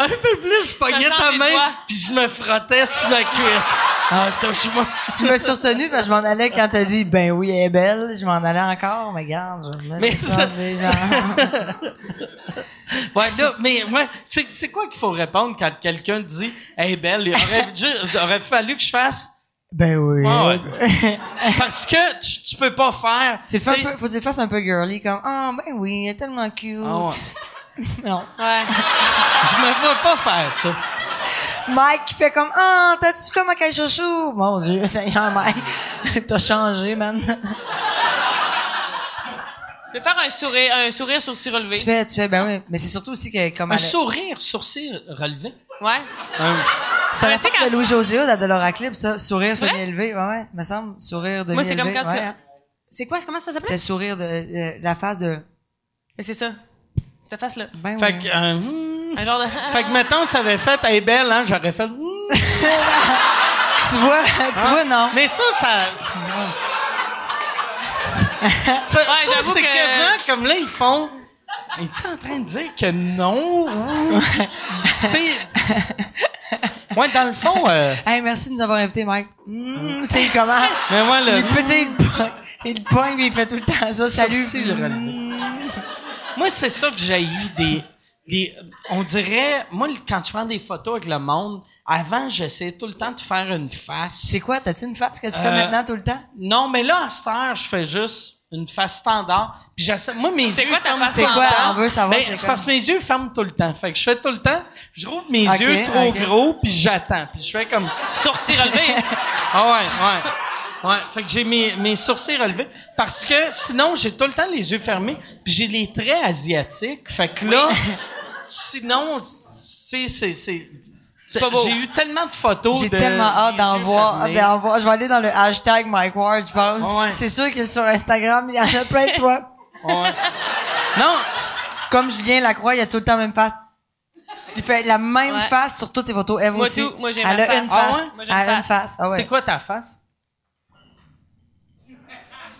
Un peu plus, je pognais Ça ta change les main, doigts. puis je me frottais sur ma cuisse. Ah, touche-moi. Je me suis retenue parce que je m'en allais quand t'as dit, ben oui, elle est belle. Je m'en allais encore, mais regarde, je me Mais suis ça- sentie, genre. Ouais, là, mais ouais, c'est, c'est quoi qu'il faut répondre quand quelqu'un dit « Hey, belle, il aurait, juste- aurait fallu que je fasse... Ben oui. Ouais, ouais. Parce que tu, tu peux pas faire... Tu le fais sais, un peu, faut que tu le fasses un peu girly, comme, ah, ben oui, elle est tellement cute. Ah ouais. non. Ouais. Je me vois pas faire ça. Mike qui fait comme, ah, t'as-tu comme un caille-chouchou? Mon Dieu, Seigneur, Mike. T'as changé, man. Je vais faire un sourire, un sourire sourcil relevé. tu fais, tu fais, ben oui. Mais c'est surtout aussi que, comme, Un elle- sourire, sourcil relevé. Ouais. ça tu sais, l'affaire quand de tu- Louis-José Hood à Delora Clip, ça. Sourire C'est vrai? semi-élevé. Ouais, ouais. Me semble, sourire de Moi, c'est comme quand tu ouais, fais- hein. C'est quoi? c'est- Comment ça C'était s'appelle? sourire de, euh, la face de, Mais c'est ça. Ta face là. ben oui. Fait que, euh, hmm. Un genre de. fait que mettons, ça avait fait, elle est belle, hein, j'aurais fait, hmm. Tu vois, tu vois, non. Mais ça, ça. ça, ça, j'avoue c'est que- quasiment comme là, ils font. Es-tu en train de dire que non? ou- tu sais. Ouais, dans le fond, euh, Hey, merci de nous avoir invités, Mike. Mm, tu sais, comment? mais moi, le. il peut, tu sais, il pogne, il pogne, mais il fait tout le temps ça. Salut. Sourcil relevé. Moi, c'est ça que j'ai des, des. On dirait, moi, le- quand je prends des photos avec le monde, avant, j'essayais tout le temps de faire une face. C'est quoi? T'as-tu une face que tu fais Euh, maintenant tout le temps? Non, mais là, à cette heure, je fais juste une face standard. Puis j'essaie. Moi, mes C'est yeux. quoi ta ferment face tout le standard? temps. On veut savoir Ben, c'est c'est quoi. parce que mes yeux ferment tout le temps. Fait que je fais tout le temps. Je rouvre mes Ok, yeux trop ok. gros, puis j'attends. Puis je fais comme. Sourcil relevé. Ah ouais, ouais. Ouais, fait que j'ai mes, mes sourcils relevés parce que sinon j'ai tout le temps les yeux fermés, puis j'ai les traits asiatiques. Fait que là sinon c'est c'est c'est c'est- pas beau. J'ai eu tellement de photos J'ai de tellement hâte les d'en yeux voir, fermés. d'en voir. Je vais aller dans le hashtag Mike Ward, je pense. Ah ouais. C'est sûr que sur Instagram, il y en a plein de toi. Ouais. Non, Ah Comme Julien Lacroix, il a tout le temps la même face. Il fait la même Ouais. face sur toutes ses photos. Elle Moi aussi. tout, moi j'ai Elle ma a face. une Ah face. ouais? Moi, j'ai Elle une a une face. face. Ah ouais. c'est quoi ta face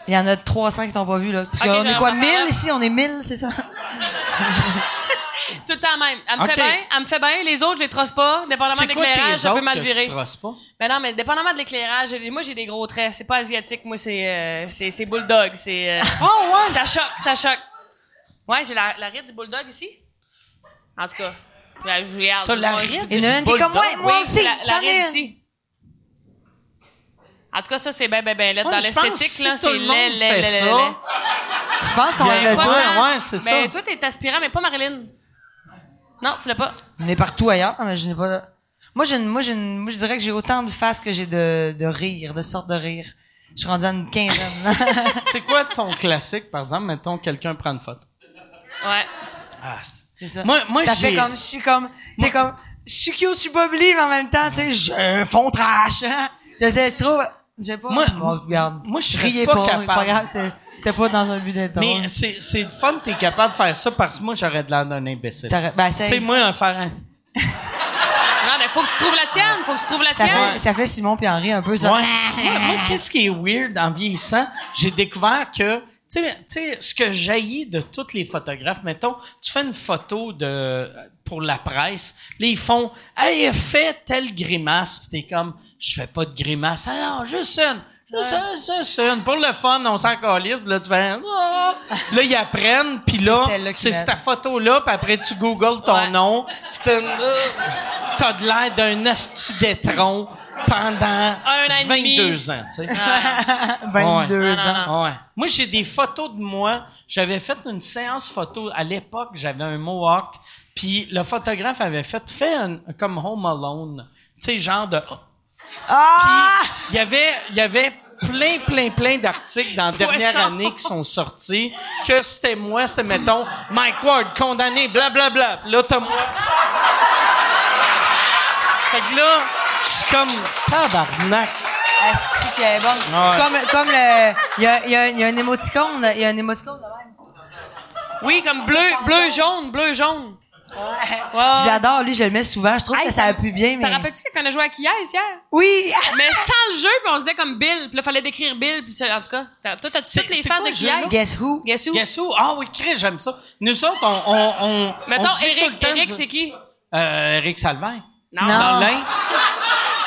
Il y en a 300 qui t'ont pas vu, là. Parce Ok, qu'on je est vais quoi? en 1000 faire un. ici? On est 1000, c'est ça? Tout le temps même. Elle me Ok. fait bien, elle me fait bien. Les autres, je les trosse pas. Dépendamment C'est de quoi tes l'éclairage, ça peut autres mal que virer. tu trosses pas Mais Ben non, mais dépendamment de l'éclairage, j'ai- moi j'ai des gros traits. C'est pas asiatique, moi c'est euh, c'est c'est bulldog, c'est. euh, Oh ouais. Ça choque, ça choque. Ouais, j'ai la, la ride du bulldog ici. En tout cas, là, je regarde. T'as la Moi, je- ride Il y en a du une qui est comme, bulldog? ouais, moi Oui, aussi, la, la j'en ride ai une. ici. Elle tout cas, ça, c'est ben, ben, ben, laid. Ouais, dans je pense que l'esthétique, si là, tout c'est le monde laid, laid, fait laid, laid, ça, laid. Je pense qu'on Il y a l'a pas tout. de- tant. ouais, c'est Mais ça. toi, t'es aspirant, mais pas Marilyn. Non, tu l'as pas. On est partout ailleurs, mais je n'ai pas. Moi, j'ai une- moi, j'ai une- moi, je dirais que j'ai autant de faces que j'ai de, de rire, de sortes de rire. Je suis rendue à une quinzaine. C'est quoi ton classique, par exemple? Mettons, quelqu'un prend une photo. Ouais. Ah, c'est- C'est ça. Moi- moi, ça fait j'ai- comme, je suis comme, t'es comme, je suis cute, je suis Bob Lee, mais en même temps, tu sais, je euh, fond trash. hein. je sais, je trouve, je sais pas. Moi- Bon, regarde. moi, je serais riais pas pas, c'est capable. grave, c'était- c'était pas dans un but d'être drôle. Mais c'est c'est le fun que t'es capable de faire ça parce que moi, j'aurais de l'air d'un imbécile. T'aurais- ben, Tu c'est- sais, moi, un faire un... Non, mais faut que tu trouves la tienne. Faut que tu trouves la ça, tienne. fait, ça fait Simon puis Henri un peu, ça. Ouais. moi, moi, qu'est-ce qui est weird en vieillissant? J'ai découvert que, tu sais, tu sais, ce que jaillit de tous les photographes, mettons, tu fais une photo de pour la presse, là, ils font « Hey, fais telle grimace », puis t'es comme « Je fais pas de grimace. Ah non, juste une. » Juste une, juste une. Pour le fun, on s'en calisse, puis là, tu fais... Ah! Là, ils apprennent, puis là, C'est celle-là c'est qu'ils mettent. ta photo-là, puis après, tu googles ton Ouais. nom, puis t'as une- t'as de l'air d'un asti d'étron pendant Un an et 22 ans, tu sais. Ouais. 22 Non, non, ans. Ouais. Moi, j'ai des photos de moi. J'avais fait une séance photo à l'époque. J'avais un mohawk. Puis le photographe avait fait, fait un- comme Home Alone. Tu sais, genre de... Ah! Il y avait, il y avait plein, plein, plein d'articles dans la dernière Poisson. année qui sont sortis que c'était moi, c'était, mettons, Mike Ward, condamné, blablabla. Bla, bla. Là, t'as moi. Fait que là, je suis comme tabarnak. Asti, qu'elle Ah, est bonne. Comme, comme le, il y a, il y, a, il y a un émoticône, il y a un émoticône de même. Oui, comme bleu, bleu, jaune, bleu, jaune. Ouais. Je l'adore, lui, je le mets souvent. Je trouve que ça appuie bien, mais. T'as rappelles-tu quand on a joué à Kia hier? Oui! Mais sans le jeu, puis on disait comme Bill, puis là, fallait décrire Bill, puis ça- en tout cas, t'as- toi, t'as C'est- toutes les c'est phases quoi de le jeu, Kia. là? Guess who? Guess who? Guess who? Ah oui, Chris, j'aime ça. Nous autres, on. on, on Mettons, on dit tout le Eric, temps Eric, du- c'est qui? Euh, Eric Salvain. Non. Non. Alain.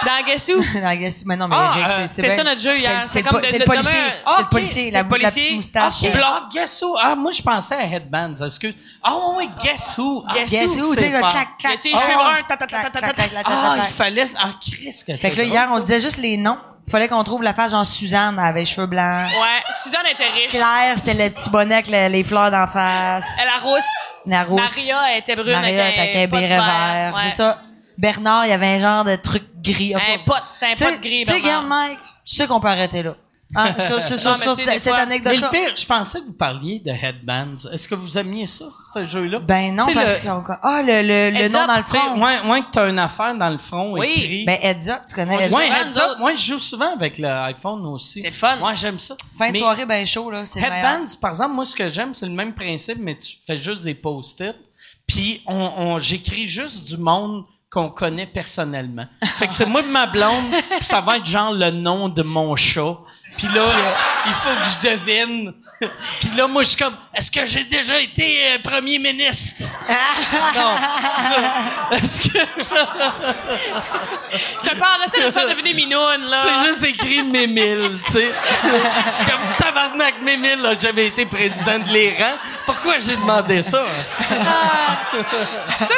Dans Guess who? Dans Guess who? Mais non, mais Ah, Eric, euh, c'est- c'est c'était bien- ça notre jeu hier. le- C'est C'est le comme po- de- c'est de- le policier. demain- Ah, C'est le Ok, policier. c'est La le bou- la policier. petite moustache. Ok. euh, Blanc. Ah, guess who? Ah, moi, je pensais à Headbands, excuse. Ah oui, oui, guess who? Ah, Guess who? Tu sais, c'est le fort. clac, Y clac. a-tu les cheveux Ah, bruns? Ta, ta, ta, ta, clac, ta, clac, ta, clac, clac, Ah, clac, il clac. fallait. Ah, Chris, que c'est. Fait que là, drôle, hier, on ça. disait juste les noms. Fallait qu'on trouve la face, genre Suzanne, elle avait les cheveux blancs. Ouais, Suzanne était riche. Claire, c'est le petit bonnet avec le- les fleurs d'en face. Elle a rousse. La rousse. Maria elle était brune. Maria avec avec un pot de béret verre. vert. Ouais. C'est ça. Bernard, il y avait un genre de truc gris. Un Enfin, pote. C'était un Tu sais, pote gris. Tu sais, Bernard. regarde, Mike, tu sais qu'on peut arrêter là. Hein, sur, sur, sur- Non, mais sur tu sais, des cette fois- Mais le anecdote-là. pire, je pensais que vous parliez de Headbands. Est-ce que vous aimiez ça, ce jeu-là? Ben non, Tu sais, parce le- qu'on... Ah, le, le, le Heads nom up, dans le tu sais, front. moins, moins que t'as une affaire dans le front Oui. écrit. Ben, heads up, tu connais Moi, heads ouais, up. souvent, heads nous up. autres. Moi, je joue souvent avec l'iPhone aussi. C'est le fun. Moi, j'aime ça. Fin de Mais soirée, ben chaud, là. C'est le meilleur. Headbands, par exemple, moi, ce que j'aime, c'est le même principe, mais tu fais juste des post-it. Puis, on, on- j'écris juste du monde qu'on connaît personnellement. Fait que c'est moi et ma blonde, puis ça va être genre le nom de mon chat. Puis là, il faut que je devine. Puis là, moi, je suis comme, est-ce que j'ai déjà été euh, premier ministre? non. Est-ce que... Je te parle, là, tu sais, de te faire deviner minoune, là. C'est juste écrit Mémile, tu sais. Comme tabarnak Mémile, là, j'avais été président de l'Iran. Pourquoi j'ai demandé ça? hostie? Ça,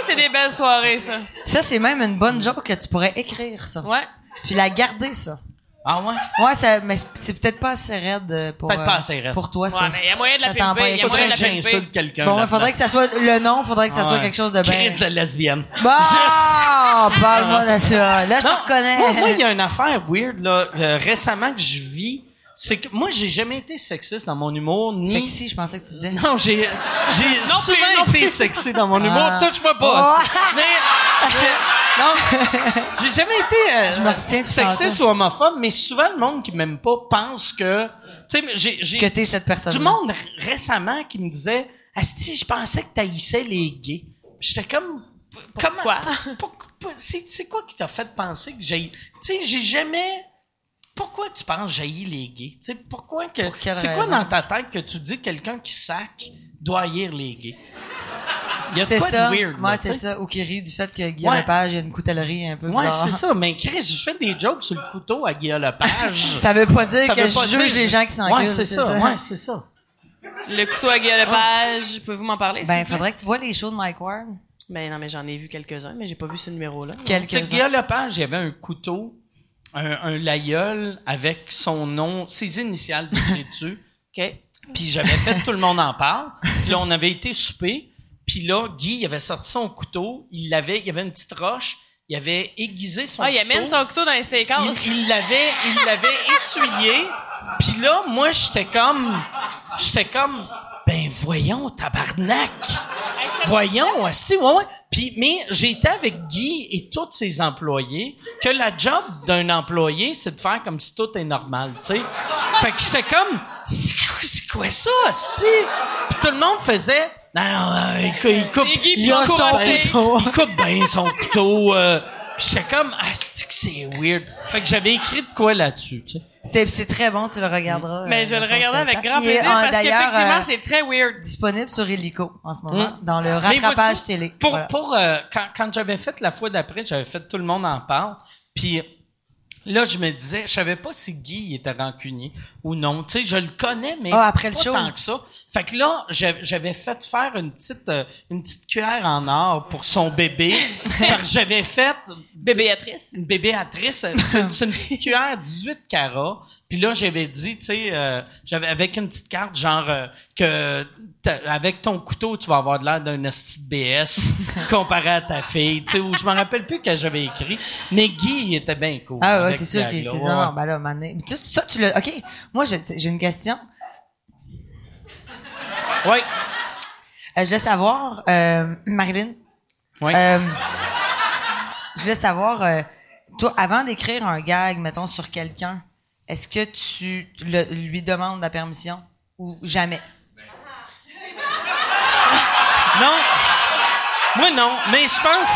c'est des belles soirées, ça. Ça, c'est même une bonne joke que tu pourrais écrire, ça. Ouais. Puis la garder, ça. Ah ouais? Ouais, ça, mais c'est- c'est peut-être pas assez raide euh, pour, Peut-être pas euh, assez raide. pour toi, ça. Ouais, mais il y a moyen de la Ça t'en pimper, va il y a Faut moyen que écouter. de la pimper. j'insulte quelqu'un. Bon, il là-dedans. faudrait que ça soit le nom, faudrait que ça soit Ouais. quelque chose de bien. Crise de lesbienne. Bon, Juste- parle-moi de ça. Là, je te reconnais. Moi, moi, il y a une affaire weird, là, euh, récemment que je vis. C'est que moi, j'ai jamais été sexiste dans mon humour, ni. Sexy, je pensais que tu disais. Non, j'ai, j'ai Non plus, souvent non été sexy dans mon humour. Ah. Touche-moi pas. Oh. Mais, mais- non, j'ai jamais été euh, Je me retiens de sexiste tenter. ou homophobe, mais souvent le monde qui m'aime pas pense que, tu sais, mais j'ai, j'ai Que t'es cette personne-là. du monde r- récemment qui me disait, Asti, je pensais que t'haïssais les gays. Puis J'étais comme, p- Pourquoi? comment- pour- pour- c'est, c'est quoi qui t'a fait penser que j'ai, tu sais, j'ai jamais. Pourquoi tu penses jaillir les gays? Tu sais, pourquoi que. Pour quelle c'est quoi raison? dans ta tête que tu dis que quelqu'un qui sac doit haïr les gays? Il y a de C'est quoi ça. de weird. Moi, là, c'est tu sais. ça. Ou qui rit du fait que Guillaume Ouais. Lepage a une coutellerie un peu Ouais, bizarre. c'est ça. Mais Chris, je fais des jokes sur le couteau à Guillaume Lepage. Ça veut pas dire Ça que veut je pas juge dire- les gens qui s'enculent. Ouais, c'est ça. Ouais, c'est ça. Le couteau à Guillaume Lepage, pouvez-vous m'en parler? Ben, s'il vous plaît? faudrait que tu vois les shows de Mike Ward. Ben, non, mais j'en ai vu quelques-uns, mais j'ai pas vu ce numéro-là. Tu sais, Quelques-uns. Guillaume Lepage, il y avait un couteau un, un laïeul avec son nom, ses initiales écrites dessus. OK. Puis j'avais fait tout le monde en parle. Puis là, on avait été souper. Puis là, Guy, il avait sorti son couteau. Il l'avait, il avait une petite roche. Il avait aiguisé son Ah, il couteau. amène son couteau dans les steakhouse. Il- Il l'avait, il l'avait essuyé. Puis là, moi, j'étais comme, j'étais comme, ben voyons, tabarnak. Voyons, asti, ouais, ouais. Puis, mais j'étais avec Guy et tous ses employés, que la job d'un employé, c'est de faire comme si tout est normal, tu sais. Fait que j'étais comme, c'est quoi- c'est quoi ça, asti? Puis tout le monde faisait, non, non, non, il, cou- il coupe, C'est Guy, hein? puis il a il coupe son un steak. couteau. Il coupe bien son couteau. Euh, pis j'étais comme, ah, c'est que c'est weird. Fait que j'avais écrit de quoi là-dessus, tu sais. C'est c'est très bon, tu le Mm. regarderas. Mais euh, je le dans son regardais avec spectacle. grand Il est, plaisir euh, parce d'ailleurs, qu'effectivement, euh, c'est très weird. disponible sur Illico en ce moment, Mm. dans le Mais rattrapage vois-tu, télé. Pour, Voilà. pour, euh, quand, quand j'avais fait la fois d'après, j'avais fait tout le monde en parle. Puis là, je me disais, je savais pas si Guy il était rancunier ou non. Tu sais, je le connais, mais Ah, après le pas show. tant que ça. Fait que là, j'a- j'avais fait faire une petite, euh, une petite cuillère en or pour son bébé. Parce que j'avais fait Bébéatrice. une bébéatrice, euh, c'est une- c'est une petite cuillère 18 carats. Puis là, j'avais dit, tu sais, euh, j'avais avec une petite carte genre euh, que t'as- avec ton couteau, tu vas avoir de l'air d'un esti de BS comparé à ta fille, tu sais, ou je me rappelle plus que j'avais écrit, mais Guy il était bien cool. Ah ouais, avec c'est ce sûr que gag-là, c'est ouais. ça. Non, ben là, mané. Mais tu, ça, tu l'as. OK. Moi, je- j'ai une question. Ouais. Euh, je voulais savoir, euh, Marilyn. Ouais. Euh, je voulais savoir, euh, toi, avant d'écrire un gag, mettons, sur quelqu'un, est-ce que tu le- lui demandes la permission ou jamais? Non. Moi non, mais je pense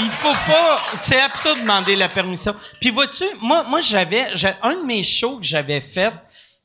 il faut pas, c'est absurde de demander la permission. Puis vois-tu, moi moi j'avais j'ai- un de mes shows que j'avais fait,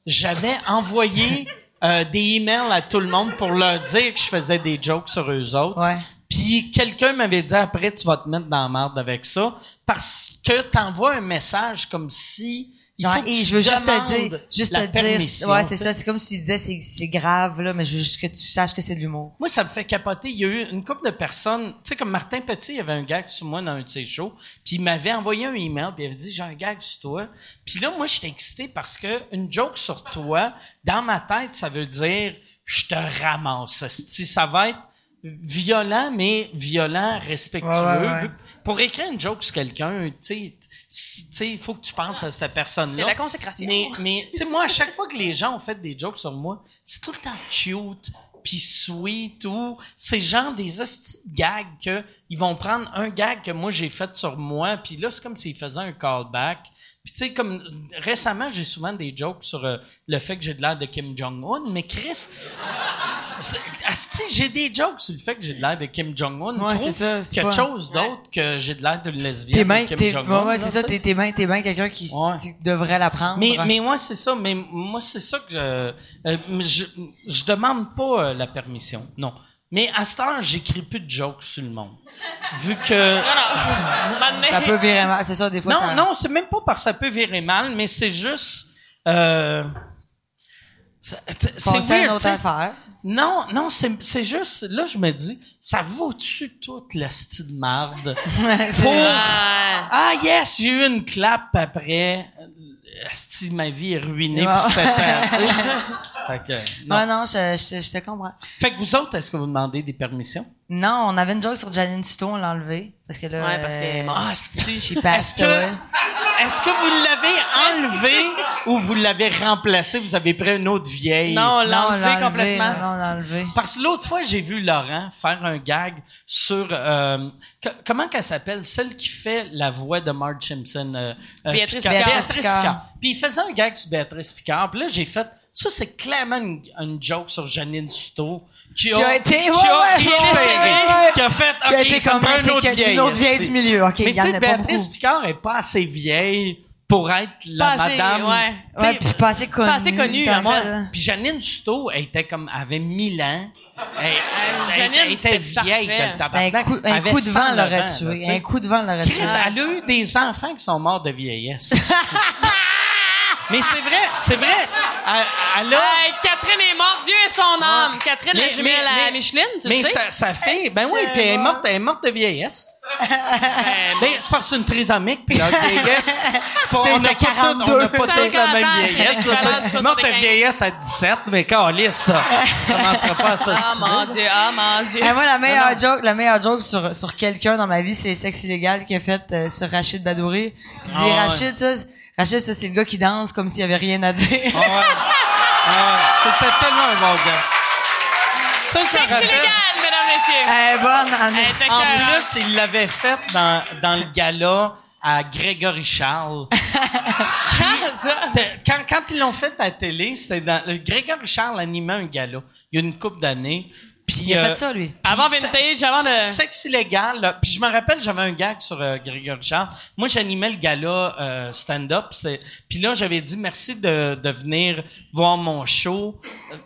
j'avais envoyé euh, des emails à tout le monde pour leur dire que je faisais des jokes sur eux autres. Ouais. Puis quelqu'un m'avait dit après tu vas te mettre dans la merde avec ça parce que t'envoies un message comme si il Genre, faut que hey, tu je veux juste demandes te dire, juste la te permission, dire, ouais, c'est tu sais. ça, c'est comme si tu disais, c'est- c'est grave, là, mais je veux juste que tu saches que c'est de l'humour. Moi, ça me fait capoter. Il y a eu une couple de personnes, tu sais, comme Martin Petit, il y avait un gag sur moi dans un de ses shows, puis il m'avait envoyé un email, puis il avait dit, j'ai un gag sur toi. Puis là, moi, j'étais excité parce que une joke sur toi, dans ma tête, ça veut dire, je te ramasse. Si ça va être violent, mais violent, respectueux. Ouais, ouais, ouais. Pour écrire une joke sur quelqu'un, tu sais, tu sais, il faut que tu penses à cette personne-là. C'est la consécration. Mais, mais tu sais, moi, à chaque fois que les gens ont fait des jokes sur moi, c'est tout le temps cute, puis sweet, ou c'est genre des hosties de gags que ils vont prendre un gag que moi j'ai fait sur moi, puis là, c'est comme s'ils faisaient un callback. Puis tu sais, comme récemment, j'ai souvent des jokes sur euh, le fait que j'ai de l'air de Kim Jong-un, mais Chris, c'est- asti, j'ai des jokes sur le fait que j'ai de l'air de Kim Jong-un. Ouais, Trouve c'est ça, c'est quelque pas- chose d'autre que j'ai de l'air d'une lesbienne. T'es de bien, Kim t'es, Jong-un, ouais, ouais, là, c'est ça, tu sais. t'es, t'es bien, t'es bien quelqu'un qui Ouais. qui devrait hein. l'apprendre. Mais, mais moi, c'est ça. Mais moi, c'est ça que euh, euh, je, je demande pas euh, la permission. Non. Mais à cette heure, j'écris plus de jokes sur le monde. Vu que. Non, non. Maintenant- Ça peut virer mal, c'est ça, des fois. ça- Non, non, c'est même pas parce que ça peut virer mal, mais c'est juste. Euh, ça- t- c'est Passer à une weird, autre tu sais. affaire. Non, non, c'est c'est juste. Là, je me dis, ça vaut-tu toute la style de marde? pour Ah. Ah yes, j'ai eu une clap après. Si ma vie est ruinée Ouais. pour sept ans, tu sais. fait, que, non. Non, non, je, je, je te comprends. fait que vous autres, est-ce que vous demandez des permissions? Non, on avait une joke sur Janine Suto, on l'a enlevée. Parce que là. Ouais, parce qu'elle est euh, morte. Ah, si, J'ai pas Est-ce que, ça, ouais. est-ce que vous l'avez enlevé ou vous l'avez remplacé? Vous avez pris une autre vieille? Non, on non, l'a on enlevé enlevée, complètement. Non, on l'a enlevée. Parce que l'autre fois, j'ai vu Laurent faire un gag sur euh, que- comment qu'elle s'appelle celle qui fait la voix de Marge Simpson euh, euh, Béatrice Picard. Béatrice Picard. Picard. Puis il faisait un gag sur Béatrice Picard. Puis là, j'ai fait ça, c'est clairement une, une joke sur Janine Suto qui a, a été- qui, ouais, a ouais, qui est ouais, serrée, ouais. qui a fait Qui a OK, été ça me comme prend c'est une autre qu'il y a vieille, une autre vieille esti. du milieu. OK, Mais il y tu en sais, a pas Béatrice beaucoup. Picard est pas assez vieille pour être la Pas assez, madame. Ah, ouais. tu sais, Ouais, puis pas assez connue. assez connue, comme hein, moi. ça. puis Janine Suto, elle était comme, elle avait 1000 ans. Elle, Euh, Janine, elle était c'était vieille, parfait. comme Un tabarnak. coup, un Ben, Elle avait coup de 100 vent l'aurait ans, là, tu tué. sais. Un coup de vent l'aurait tué. Chris, elle a eu des enfants qui sont morts de vieillesse. Mais c'est vrai, c'est vrai. Elle, elle a... Hey, Catherine est morte, Dieu est son âme. Catherine, Mais- la jumelle mais- à mais- Micheline, tu mais le sais. sa, sa fille, ben oui, puis elle est morte, elle est morte de vieillesse. Ben, Ben, c'est parce que c'est une trisomique, puis la vieillesse, c'est pas, C'est on n'a de pas toutes, on n'a 42. pas toutes la 50 ans, même vieillesse. là. 40, Non, t'as 75. vieillesse à 17, mais câlisse, là. commencera pas à ah s'ostiner. mon dieu, ah mon dieu. Ah, moi, la meilleure joke, la meilleure joke sur, sur quelqu'un dans ma vie, c'est le sexe illégal qu'il a fait euh, sur Rachid Badouri. Il dit, Ah ouais. Rachid, ça, c'est- Rachid, ça, c'est le gars qui danse comme s'il y avait rien à dire. Ah ouais. Ah ouais. C'était tellement un bon gars. Ça, je me Sexe rappelle. illégal, mesdames, messieurs. Elle est bonne, en Hey, esti. t'as- En Écœurant. plus, il l'avait fait dans, dans le gala à Grégory Charles. Ah, ça. T'as- Quand, quand ils l'ont fait à la télé, c'était dans. le- Grégory Charles animait un gala il y a une couple d'années. Puis, euh, Il a fait ça, lui. Avant Puis, Vintage, se- avant le- Sexe illégal. là. Puis je me rappelle, j'avais un gag sur euh, Grégory Charles. Moi, j'animais le gala euh, stand-up. c'est- Puis là, j'avais dit merci de, de venir voir mon show. Euh,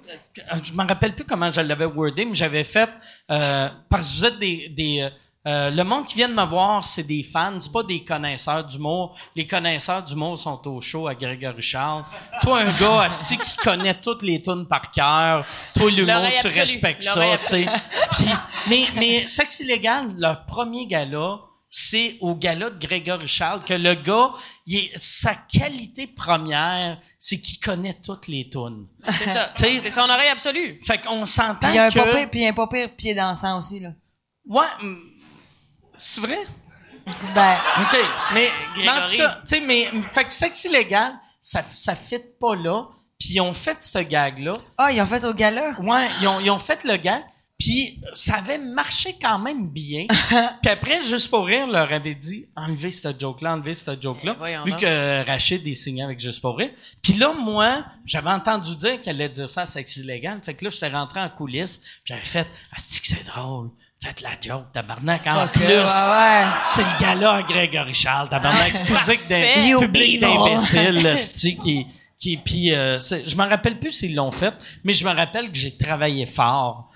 euh, Je me rappelle plus comment je l'avais wordé, mais j'avais fait euh, parce que vous êtes des, des euh, euh, le monde qui vient de me voir, c'est des fans, c'est pas des connaisseurs d'humour. Les connaisseurs d'humour sont au show à Grégory Charles. Toi, un gars, asti, qui connaît toutes les tunes par cœur. Toi, l'humour, L'oreille tu absolue. respectes L'oreille ça, absolue. tu sais. Puis, mais, mais Sexe illégal, leur premier gala, c'est au gala de Grégory Charles que le gars, il est- sa qualité première, c'est qu'il connaît toutes les tunes. C'est ça. T'sais- C'est son oreille absolue. Fait qu'on Puis s'entend il y a un que... pas pire, puis il y a un pas pire pied dansant aussi, là. Ouais, hum, c'est vrai. Ben, OK. Mais, mais en Grégory. tout cas, tu sais, mais, fait que Sexe illégal, ça, ça fit pas là. Puis ils ont fait ce gag-là. ah, ils ont fait au gala. Ouais, ils ont, ils ont fait le gars. Puis ça avait marché quand même bien. puis après, juste pour rire, leur avait dit enlevez cette joke-là, enlevez cette joke-là. Ben voyons Vu donc. que Rachid est signé avec Juste pour rire. Puis là, moi, j'avais entendu dire qu'elle allait dire ça à Sexe illégal. Fait que là, j'étais rentré en coulisses. puis J'avais fait Asti que c'est drôle. Faites la joke, tabarnak. En Fuck plus, you, ouais, ouais. c'est le gars-là à Grégory Charles, tabarnak. C'est pour ça que des- Parfait. You public people. d'imbéciles, esti, qui, qui, puis, euh, c'est- je me rappelle plus s'ils l'ont fait, mais je me rappelle que j'ai travaillé fort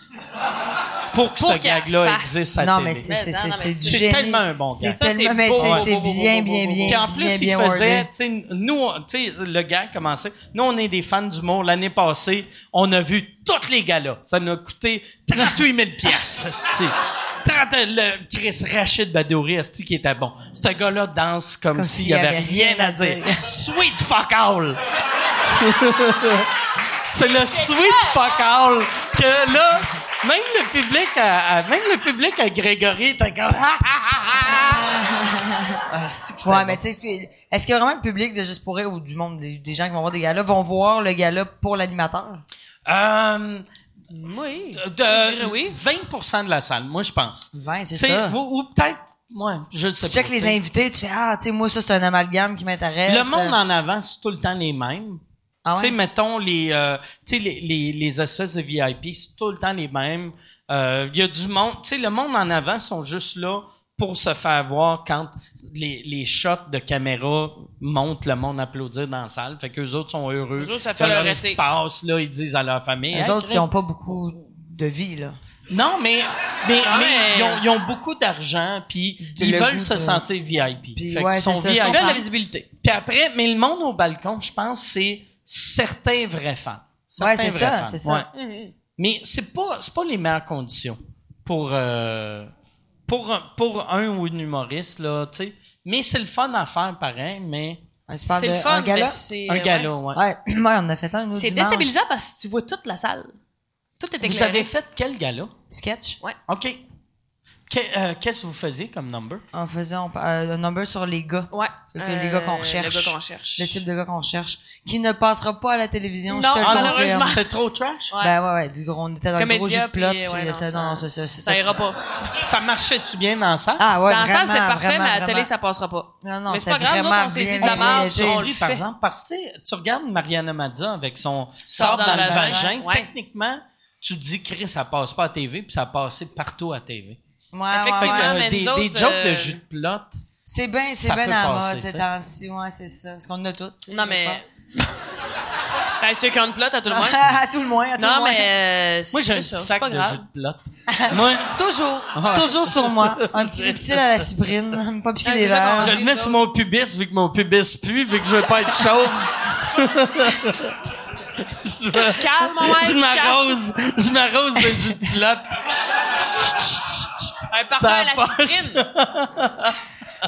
pour que Pour ce qu'il gag-là fasse. existe à la Non, télé. mais c'est, c'est, Mais c'est, non, c'est mais du c'est génie. tellement un bon C'est gag. Ça, tellement, c'est mais beau, c'est, beau, c'est beau, beau, bien, beau, bien, beau, bien. Puis en bien, plus, il bien faisait, wordé. tu sais, nous, on- tu sais, le gars commençait. Nous, on est des fans d'humour. L'année passée, on a vu tous les gars-là. Ça nous a coûté 38 000 piastres, esti. 30 le Chris Rachid Badouri, esti, qui était bon. Ce gars-là danse comme, Comme s'il y avait rien à dire. Sweet fuck all! C'est le sweet fuck all que là, même le public à, à- même le public à Grégory était comme, ah, ah, ah, ah. Ah, esti que c'était Ouais, bon. mais tu sais, est-ce que- est-ce qu'il y a vraiment le public de Juste pour rire ou du monde, des, des gens qui vont voir des galas, vont voir le gala pour l'animateur? Euh, Oui. de- Je dirais oui. 20 de la salle, moi, je pense. 20, Tu c'est sais, ça. Ou, ou peut-être, ouais, je ne sais Tu pas. check les tu sais. invités, tu fais, ah, tu sais, moi, ça, c'est un amalgame qui m'intéresse. Le monde en avant, c'est tout le temps les mêmes. Ah ouais? Tu sais, mettons, les, euh, tu sais, les, les, les espèces de VIP, c'est tout le temps les mêmes. Euh, Il y a du monde, tu sais, le monde en avant sont juste là pour se faire voir quand les, les shots de caméra montent le monde applaudir dans la salle. Fait qu'eux autres sont heureux. Eux autres, ça fait Dans leur ce qui été. se passe, là, ils disent à leur famille. Les Hey, autres, Chris, ils ont pas beaucoup de vie, là. Non, mais, mais, mais Ah, mais- ils, ont, ils ont beaucoup d'argent, puis De ils le veulent goût se de- sentir VIP. Puis, fait qu'ils ouais, sont c'est ça, je VIP. Ils veulent la comprends. visibilité. Puis après, mais le monde au balcon, je pense, c'est certains vrais fans. Certains Ouais, c'est vrais ça, fans. c'est ça. Ouais. Mais c'est pas, c'est pas les meilleures conditions pour, euh, pour, un- pour un ou une humoriste, là, tu sais. Mais c'est le fun à faire, pareil, mais Ouais, tu parles C'est le de- fun, un gala? mais c'est... un ouais. Ah, galop, ouais. Ouais, moi, on en a fait un, nous, C'est dimanche. déstabilisant parce que tu vois toute la salle. Tout est éclairé. Vous avez fait quel gala? Sketch. OK. Que- euh, Qu'est-ce que vous faisiez comme number? En faisant on- euh, un number sur les gars. Ouais. Fait que les gars qu'on Euh, recherche. Les gars qu'on recherche. Le type de gars qu'on recherche. Qui ne passera pas à la télévision. Non, je te le ah, confirme. malheureusement. C'est trop trash? Ouais. Ben ouais, ouais, du gros, on était dans le gros jus Comédia, de plot, puis, puis, euh, ouais, non, ça, non, c'est ça, c'est Ça ira pas. Ça marchait-tu bien dans ça? Ah ouais, Dans la salle, vraiment, c'est parfait, vraiment, mais à la vraiment. télé, ça passera pas. Non, non, mais c'est c'est pas grave, nous, on vraiment s'est dit de bien la merde, réalisé. on Oui, le par fait. exemple, parce que tu sais, tu regardes Mariana Mazza avec son sort dans, le vagin, ouais. techniquement, tu dis Chris, ça passe pas à TV, puis ça a passé partout à TV. Ouais, Fait que, Effectivement. ouais, ouais. mais des, nous des autres, jokes de euh, jus de plot. C'est bien, Ça c'est bien peut à passer, mode, tu sais. c'est temps-ci, ouais, c'est ça. Parce qu'on en a toutes. tu sais, Non, quelque mais. Ben, ceux qui ont une plot, à tout le part. monde. à tout le moins, à tout le Non, moins. mais. euh, Moi, j'ai c'est un petit ça, c'est sac pas de jus grave. de plot. Moi, Toujours, Ah toujours sur moi. Un petit lipsil à la cyprine, pas Ah, piquer Ouais, des c'est ça qu'on verres. dit. je le mets sur mon pubis, vu que mon pubis pue, vu que je veux pas être chauve. Tu calmes, ouais. je tu calmes. m'arrose, je m'arrose de jus de plot. Un parfum Ça à la approche. cyprine.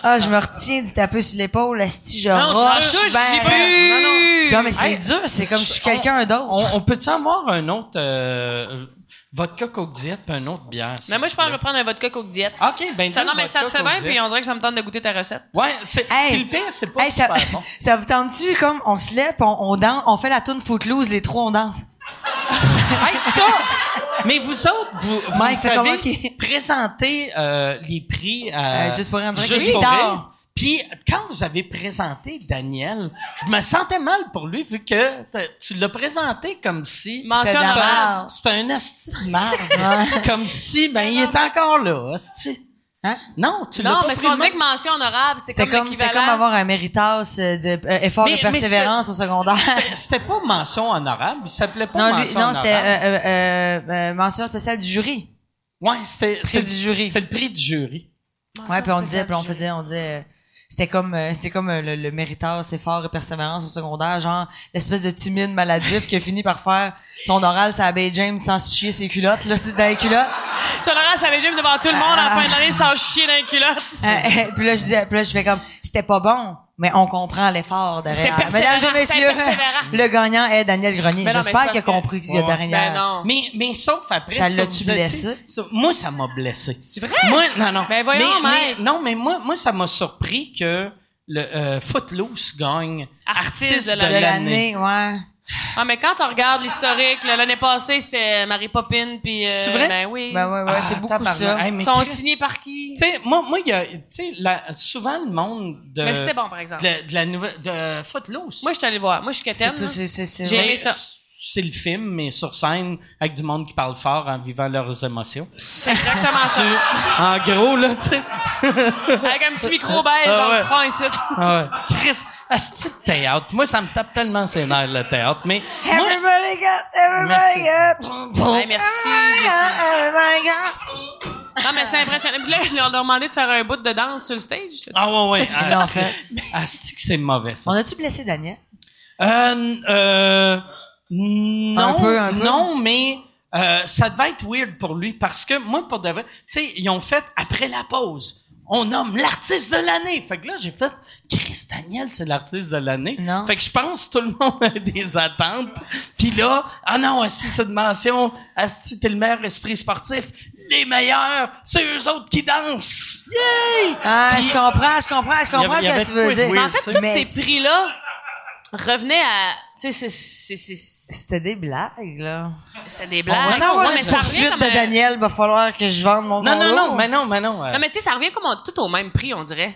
Ah, je me retiens d'y taper sur l'épaule, la je Non, tu roche, en touches, ben, j'y ben. Non, Non, mais c'est Hey, dur, c'est comme je suis on- quelqu'un On, d'autre. on peut-tu avoir un autre euh, vodka coke diète puis un autre bière? s'il Mais moi, je vous pense que je plaît? vais prendre un vodka coke diète. Ah, OK, ben Ça, deux non, mais ça te vodka fait bien, Coke Diet. puis on dirait que ça me tente de goûter ta recette. Ouais, c'est... Hey. puis le pire, c'est pas Hey, ça, super bon. ça vous tente-tu, comme, on se lève, puis on, on danse, on fait la tune Footloose, les trois, on danse. Hey, ça! Mais vous autres, vous, vous Mike, c'est savez comment qu'il- présenter euh, les prix à... Euh, juste pour rendre- Juste Oui, pour tard. rire. Puis quand vous avez présenté Daniel, je me sentais mal pour lui vu que t- tu l'as présenté comme si... Mention C'était- honorable. C'était un asti de Ouais. merde. comme si, ben, il est encore là, asti. Hein? Non, tu l'as Non, pas parce pris qu'on de main. dit que mention honorable, c'était C'était comme comme, c'était l'équivalent. comme avoir un méritas euh, de, euh, effort Mais- de mais persévérance au secondaire. C'était- C'était pas mention honorable, il s'appelait pas Non, lui- mention non, honorable. c'était, euh, euh, euh, euh, mention spéciale du jury. Ouais, c'était c'est du le- jury. C'est le prix du jury. Ouais, puis on disait, puis on faisait, on disait, euh, c'était comme, euh, c'est comme euh, le, le mériteur, c'est fort et persévérance au secondaire, genre l'espèce de timide maladif qui a fini par faire son oral sur la Bay James sans se chier ses culottes, là, tu sais, dans les culottes. Sur Laurent Savage devant tout le monde à la Ah. fin de l'année sans chier dans les culottes. Euh, euh, puis là, je disais, puis là, je fais comme, c'était pas bon, mais on comprend l'effort derrière. C'est persévérant, Mesdames et messieurs, c'est persévérant. le gagnant est Daniel Grenier. Mais non, mais c'est J'espère qu'il a parce que- compris qu'il y a Ouais. derrière. Ben non. Mais, mais sauf après. Ça ce que l'a-tu vous avez blessé? dit, ça- moi, ça m'a blessé. C'est vrai? Moi, non, non. Ben voyons, mais, Mike. mais- Non, mais moi, moi, ça m'a surpris que le euh, Footloose gagne Artiste artiste, de de De l'année. l'année, ouais. Ah, mais quand on regarde l'historique, là, l'année passée, c'était Mary Poppins, puis... euh, C'est vrai? Ben oui. Ben ouais, ouais, Ah, c'est beaucoup tabarnak. ça. Hey, mais Ils sont Chris, signés par qui? Tu sais, moi, moi, il y a, tu sais, la- souvent le monde de. Mais Ben, c'était bon, par exemple. De, euh, la- de la nouvelle, de Footloose. Moi, je suis allée voir. Moi, je suis quétaine. C'est tout, c'est, c'est, c'est- J'ai Mais aimé ça. C'est le film, mais sur scène, avec du monde qui parle fort en vivant leurs émotions. C'est exactement ça. Ah. en gros, là, tu sais. Avec un petit micro beige Ah dans ouais. le front ici. Ah ouais. Chris, asti de théâtre. Moi, ça me tape tellement ses nerfs, le théâtre. Mais moi, Everybody got, everybody got. Hey, merci, Everybody got, everybody got. Non, mais c'était impressionnant. Puis là, ils leur ont demandé de faire un bout de danse sur le stage. Ah ouais, ouais. Je l'ai en fait. Asti que c'est mauvais, On ça. a-tu blessé Daniel? Euh, euh, non, Un peu, un peu. non, mais euh, ça devait être weird pour lui parce que moi, pour de vrai, tu sais, ils ont fait, après la pause, on nomme l'artiste de l'année. Fait que là, j'ai fait, Chris Daniel, c'est l'artiste de l'année. Non. Fait que je pense que tout le monde a des attentes. Puis là, ah non, Asti, c'est une mention. Asti, t'es le meilleur esprit sportif. Les meilleurs, c'est eux autres qui dansent. Yay! Ah, Puis- je comprends, je comprends, je comprends Il y avait- il y avait ce que quoi tu veux de dire. Mais weird, en fait, tu tous sais. ces prix-là revenaient à... Tu sais, c'est- c'est- c'est- c'est- C'était des blagues, là. c'était des Ah, On va blagues. savoir Non, la mais ça revient poursuite comme de un- Daniel, va falloir que je vende mon euh, Non, non, condo. non, mais non, mais non. euh, Non, mais tu sais, ça revient comme en- tout au même prix, on dirait.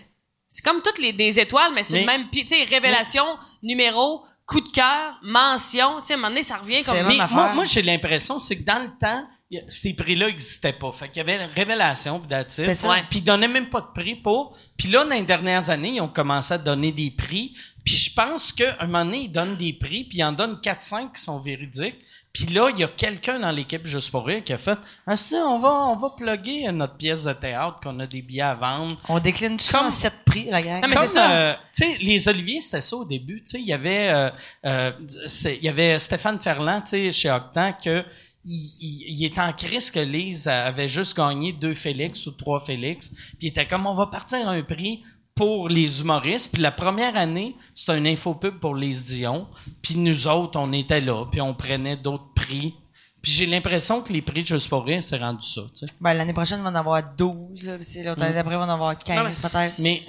C'est comme toutes les des étoiles, mais c'est le Mais- même prix. Tu sais, révélation, numéro, coup de cœur, mention. Tu sais, à un moment donné, ça revient C'est comme... la Mais même affaire. moi, moi j'ai l'impression, c'est que dans le temps, y a- ces prix-là n'existaient pas. Fait qu'il y avait une révélation, puis that's it. C'était ça. Ouais. Puis ils donnaient même pas de prix pour. Puis là, dans les dernières années, ils ont commencé à donner des prix. Puis je pense qu'à un moment donné, ils donnent des prix, puis ils en donnent 4-5 qui sont véridiques. Puis là, il y a quelqu'un dans l'équipe Juste pour rire qui a fait « Ah, si, on va, on va plugger notre pièce de théâtre, qu'on a des billets à vendre. » On décline tout ça Comme- en sept prix, la gang. Non, mais comme c'est ça. euh, tu sais les Oliviers c'était ça au début tu sais il y avait euh, euh, c'est- il y avait Stéphane Ferland tu sais chez Octan que il, il, il était en crise que Lise avait juste gagné deux Félix ou trois Félix puis il était comme on va partir à un prix pour les humoristes puis la première année c'était un infopub pour les Dion puis nous autres on était là puis on prenait d'autres prix puis j'ai l'impression que les prix juste pour rien c'est rendu ça tu sais Ben, l'année prochaine, on va en avoir 12, là. puis c'est l'autre année d'après, on va en avoir 15, peut-être. Mm. Ben, Mais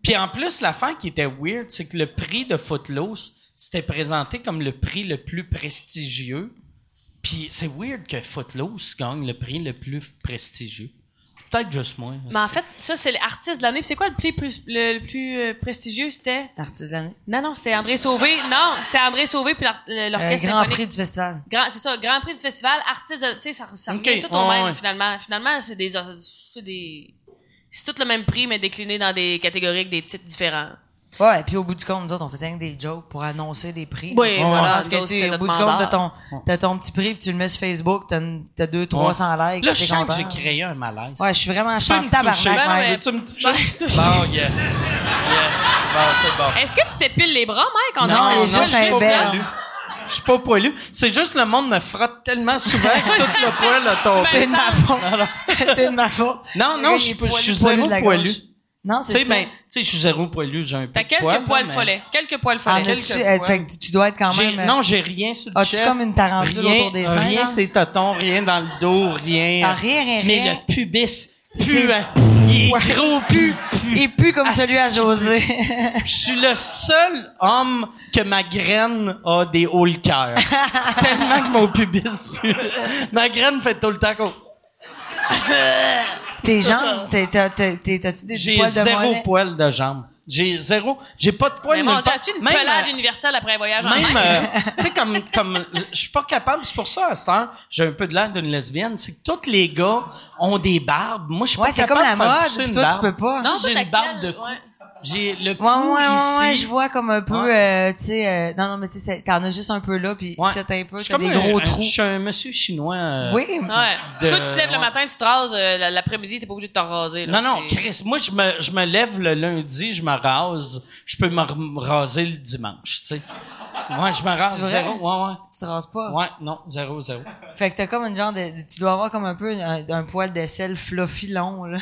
puis en plus l'affaire qui était weird, c'est que le prix de Footloose c'était présenté comme le prix le plus prestigieux. Puis c'est weird que Footloose gagne le prix le plus prestigieux. Peut-être juste moi. Mais en fait, ça, c'est l'artiste de l'année. Puis c'est quoi le prix plus, le, le plus euh, prestigieux? C'était... Artiste d'année. Non, non, c'était André Sauvé. Non, c'était André Sauvé puis l'or- le- Euh, l'orchestre grand symphonique. prix du festival. Grand- c'est ça, Grand Prix du festival, artiste de, tu sais, ça, ça revient Ok, tout au ouais, même, ouais. finalement. Finalement, c'est des, c'est des, c'est tout le même prix, mais décliné dans des catégories avec des titres différents. Ouais, et puis au bout du compte, nous autres, on faisait rien que des jokes pour annoncer les prix. Oui, Tu voilà, vois, nous parce que autres, tu c'était sais, au bout du notre compte, t'as mandat. ton, t'as ton petit prix, puis tu le mets sur Facebook, t'as, une- t'as deux, trois cents likes. Là, t'es je sens que content. j'ai créé un malaise. Ouais, je suis vraiment, je Tu suis peux en me tabarnak, toucher? Ben non, ouais. mais- Veux-tu me toucher? Ben, touche- Bon, yes. Yes. Bon, c'est bon. Est-ce que tu t'épiles les bras, mec? On Non, dirait il que est tu juste touches un bel. là. Je suis pas poilu. C'est juste le monde me frotte tellement souvent que tout le poil a tombé. C'est de ma faute. Alors- c'est de ma faute. Non, non, je suis- Poilu, je suis poilu zéro de la poilu. gorge. Non, Tu c'est sais, ça. ben, tu sais, je suis zéro poilu, j'ai un peu T'as de quelques poils, poils mais- follets. Quelques poils En follets. as-tu- Quelques euh, poils. fait que tu dois être quand J'ai- même. euh, Non, j'ai rien sur le As-tu chest. comme une tarentule rien, autour des seins, Rien, genre? c'est tonton, rien dans le dos, rien. Ah, rien, rien, Mais rien. le pubis, C'est- puant. Il est gros, pu, pu. Et plus comme celui à José. Je suis le seul homme que ma graine a des hauts le cœur. Tellement que mon pubis pue. Ma graine fait tout le temps qu'on... Tes jambes, t'es- t'as- t'as- t'es- t'as-tu des J'ai poils de zéro mollet? poil de jambe. J'ai zéro... J'ai pas de poil Mais bon, nulle part. t'as-tu une Même, pelade euh, universelle après un voyage en Même, mer? euh, tu sais, comme, comme, je suis pas capable, c'est pour ça, à cette heure, j'ai un peu de l'air d'une lesbienne, c'est que tous les gars ont des barbes. Moi, je suis Ouais, pas c'est capable comme la de faire mode, pousser puis une toi, tu barbe. peux pas. Non, toi, j'ai t'as une barbe quelle? de cou. Ouais. J'ai le cou Ouais, ouais, ouais, ouais, ici. je vois comme un peu, euh, tu sais, euh, non, non, mais tu sais, c'est- t'en as juste un peu là, puis Ouais. tu sais, t'as un peu, Je suis t'as comme des un- gros un- trous. Je suis un monsieur chinois. euh, Oui. Ouais. de- Toi, tu te lèves ouais. le matin, tu te rases. euh, l- L'après-midi, t'es pas obligé de te raser. là. Non, non, C'est- Chris, moi, je me, je me lève le lundi, je me rase. Je peux me r- raser le dimanche, tu sais. Ouais, je me rase vrai? zéro. Ouais, ouais. Tu te rases pas. Ouais, non, zéro, zéro. Fait que t'as comme une genre de, tu dois avoir comme un peu un, un poil d'aisselle fluffy long, là.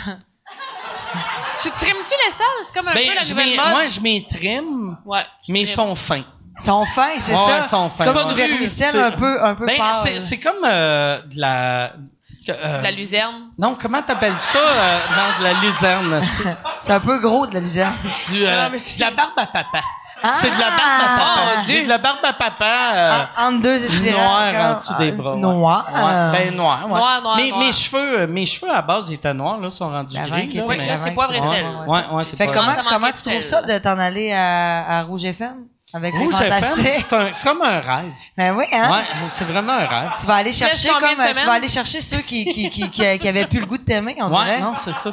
Tu te trimes-tu les selles? C'est comme un peu la Ben, je nouvelle m'y- mode. moi, je m'y trim, Ouais, tu mais ils trimes. sont fins. Ils sont fins, c'est Ouais, ça? ils sont C'est fins, comme une ouais. vermicelle C'est- un peu, un peu Ben, pâle. c'est, c'est comme euh, de la... que, euh, De La luzerne. non, comment t'appelles ça? euh, non, de la luzerne. C'est un peu gros de la luzerne. C'est du, euh, Non, mais c'est- de la barbe à papa. c'est de la barbe à Ah! papa. Oh, J'ai Dieu. Ah, de la barbe à papa... euh, En- entre deux étirants. noir en comme- dessous des bras. ouais. Noir. Ouais, ben noir, ouais. euh. Noir, noir, Mais noir. Ben mes cheveux, euh, mes cheveux à base étaient noirs là, sont rendus L'avant gris. qui là, était- Ouais, mais- là, c'est l'avant poivre qui- et sel. Ouais, ouais, c'est ben, Fait que pas comment, grave. comment Ça tu manquait de trouves ça sel. de t'en aller à, à Rouge FM? Avec Rouge les FM, fantastiques. c'est un- c'est comme un rêve. Ben oui, hein? Ouais, c'est vraiment un rêve. Tu vas aller Tu laisses chercher combien comme, euh, de tu semaines? vas aller chercher ceux qui, qui, qui, euh, qui, qui avaient plus le goût de t'aimer, on dirait. Ouais, non, c'est ça.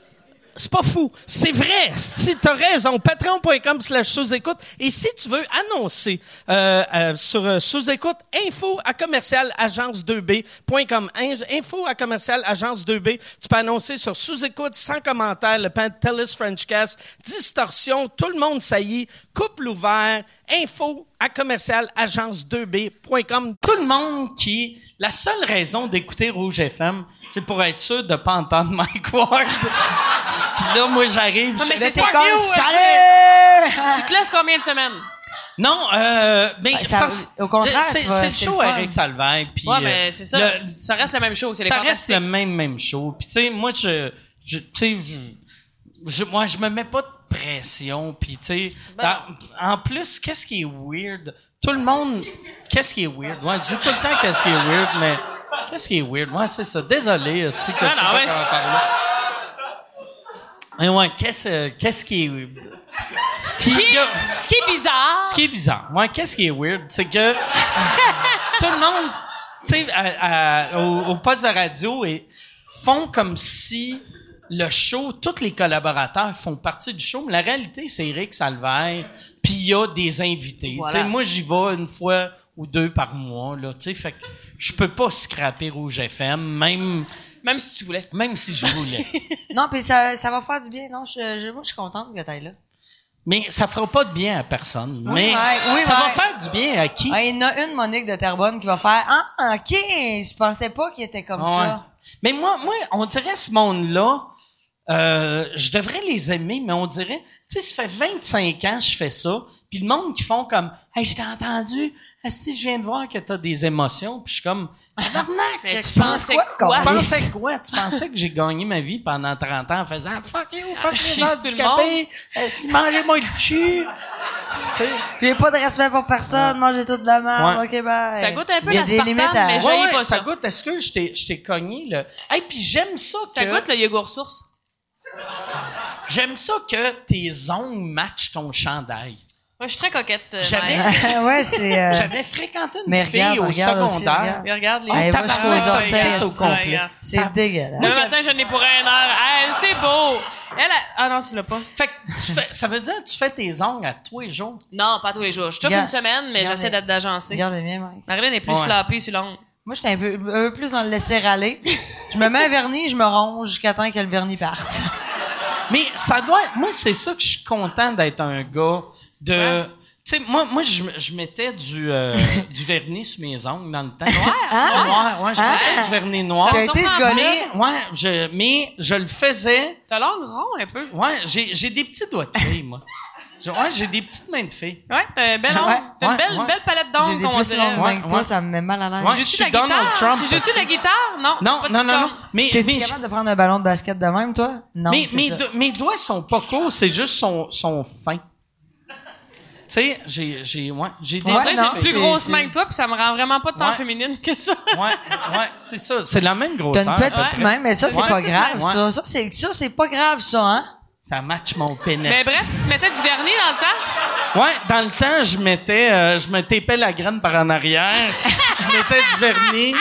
C'est pas fou. C'est vrai. Si t'as raison, patreon.com slash sous-écoute. Et si tu veux annoncer euh, euh, sur euh, sous-écoute, info à commercial agence2b.com. In- Info à commercial agence2b. Tu peux annoncer sur sous-écoute, sans commentaire, le Pantelis Frenchcast, Distorsion, Tout le monde saillit, Couple ouvert, info à commercial agence2b.com. Tout le monde qui... La seule raison d'écouter Rouge FM, c'est pour être sûr de pas entendre Mike Ward. Puis là, moi, j'arrive. Ah, mais je- c'est C'est Fuck comme you, salut! Tu Ah. te laisses combien de semaines? Non, euh, mais Ben, ça- parce- au contraire, c'est tu vas- c'est le c'est show le fun. Eric Salvaire. Puis Ouais, euh, mais c'est ça. le- Ça reste le même show. C'est les ça reste fantastiques. le même même show. Puis tu sais, moi, je, je tu sais, je- je, moi, je me mets pas de pression. Puis tu sais, Ben en- en plus, qu'est-ce qui est weird Tout le monde, qu'est-ce qui est weird Ouais, je dis tout le temps qu'est-ce qui est weird, mais qu'est-ce qui est weird Ouais, c'est ça. Désolé, c'est que Ah, tu non, vas mais- pas en parler. Mais ouais, qu'est-ce euh, qu'est-ce qui est Ce qui est- ce qui est bizarre. ce qui est bizarre, moi, qu'est-ce qui est weird, c'est que tout le monde, tu sais, à- à- au, au poste de radio, et font comme si le show, tous les collaborateurs font partie du show, mais la réalité, c'est Eric Salvaire, puis il y a des invités. Voilà. Tu sais, moi, j'y vais une fois ou deux par mois, là, tu sais, fait que je peux pas scraper Rouge FM, même, Même si tu voulais. même si je voulais. Non, puis ça, ça va faire du bien. Non, je, je- moi, je suis contente que t'ailles là. mais ça fera pas de bien à personne. Oui, mais ouais, oui, ça ouais. va faire du bien à qui? Ah, il y en a une, Monique de Terrebonne, qui va faire Ah, OK, je pensais pas qu'il était comme Ouais. ça. Mais moi, moi, on dirait ce monde-là, euh, je devrais les aimer, mais on dirait, tu sais, ça fait 25 ans que je fais ça, puis le monde qui font comme, hey, je t'ai entendu, si je viens de voir que t'as des émotions, puis je suis comme, Mais tabarnak, tu tu penses pensais quoi, tu Carlis? pensais quoi? Tu pensais que j'ai gagné ma vie pendant 30 ans en faisant fuck you, fuck les Chie sur le handicapés, euh, si mangez-moi le cul. Tu sais, J'ai pas de respect pour personne, manger toute de la merde, Ouais. OK, bye. Ça goûte un peu Il y a des l'aspartame, limites à- mais je- ouais, jaillit ouais, pas ça ça. goûte, est-ce que je t'ai, je t'ai cogné, là? Hey, puis j'aime ça Ça que... goûte le yogourt source. J'aime ça que tes ongles matchent ton chandail. Moi, je suis très coquette. euh, J'avais- Mike. ouais, c'est. euh, J'avais fréquenté une mais fille regarde, au regarde aussi, secondaire. regarde. Mais regarde les. Ah, Hey, moi, je suis tabarnak, aux orteils, t'as été au esti. complet. regarde. C'est dégueulasse. Le matin, je n'ai pour un heure. Hey, c'est beau. Elle a- Ah non, tu l'as pas. Fait que tu fais- ça veut dire que tu fais tes ongles à tous les jours. Non, pas tous les jours. Je chauffe Regarde. une semaine, mais Regarde, j'essaie mais- d'être d'agencer. Regarde bien, Mike. Marilyn est plus Ouais. slapée sur l'ongle. Moi, j'étais un peu, un peu plus dans le laisser aller. Je me mets un vernis, je me ronge jusqu'à temps que le vernis parte. Mais ça doit. Moi, c'est ça que je suis content d'être un gars de. Tu sais, moi, moi je, je mettais du, euh, du vernis sur mes ongles dans le temps. Hein? Ouais, ouais, je mettais du vernis noir. T'as été ce gars-là? Mais, ouais, je, mais je le faisais. T'as l'ongle rond un peu. Ouais, j'ai, j'ai des petits doigts de fille, moi. Je- Ouais, j'ai des petites mains de fille. Ouais, t'as un bel Ouais, ongle. T'as une ouais, belle, ouais. belle palette J'ai d'ongles, des comme on plus longues dirait. mains que Ouais, toi, ouais. ça me met mal à l'aise. Ouais. Joues-tu Je de la suis Donald guitare? Trump, Tu joues-tu de la guitare? Non. Non, pas de non, non, guitare. non. Mais, T'es-tu mais, capable de prendre un ballon de basket de même, toi? Non, mais- c'est mes, ça. do- mes doigts sont pas courts, c'est juste son, son fin. Tu sais, j'ai, j'ai, ouais, j'ai des Ouais, On dirait que non, j'ai c'est- plus grosse c'est- main que toi, puis ça me rend vraiment pas tant Ouais. féminine que ça. Ouais, ouais, c'est ça. C'est la même T'as grosseur. une petite Ouais. main, mais ça, c'est Ouais. pas grave, Ouais. ça. Ça, c'est, ça, c'est pas grave, ça, hein? Ça match mon pénis. Ben, Mais bref, tu te mettais du vernis dans le temps. Ouais, dans le temps, je mettais, euh, je me tapais la graine par en arrière, je mettais du vernis,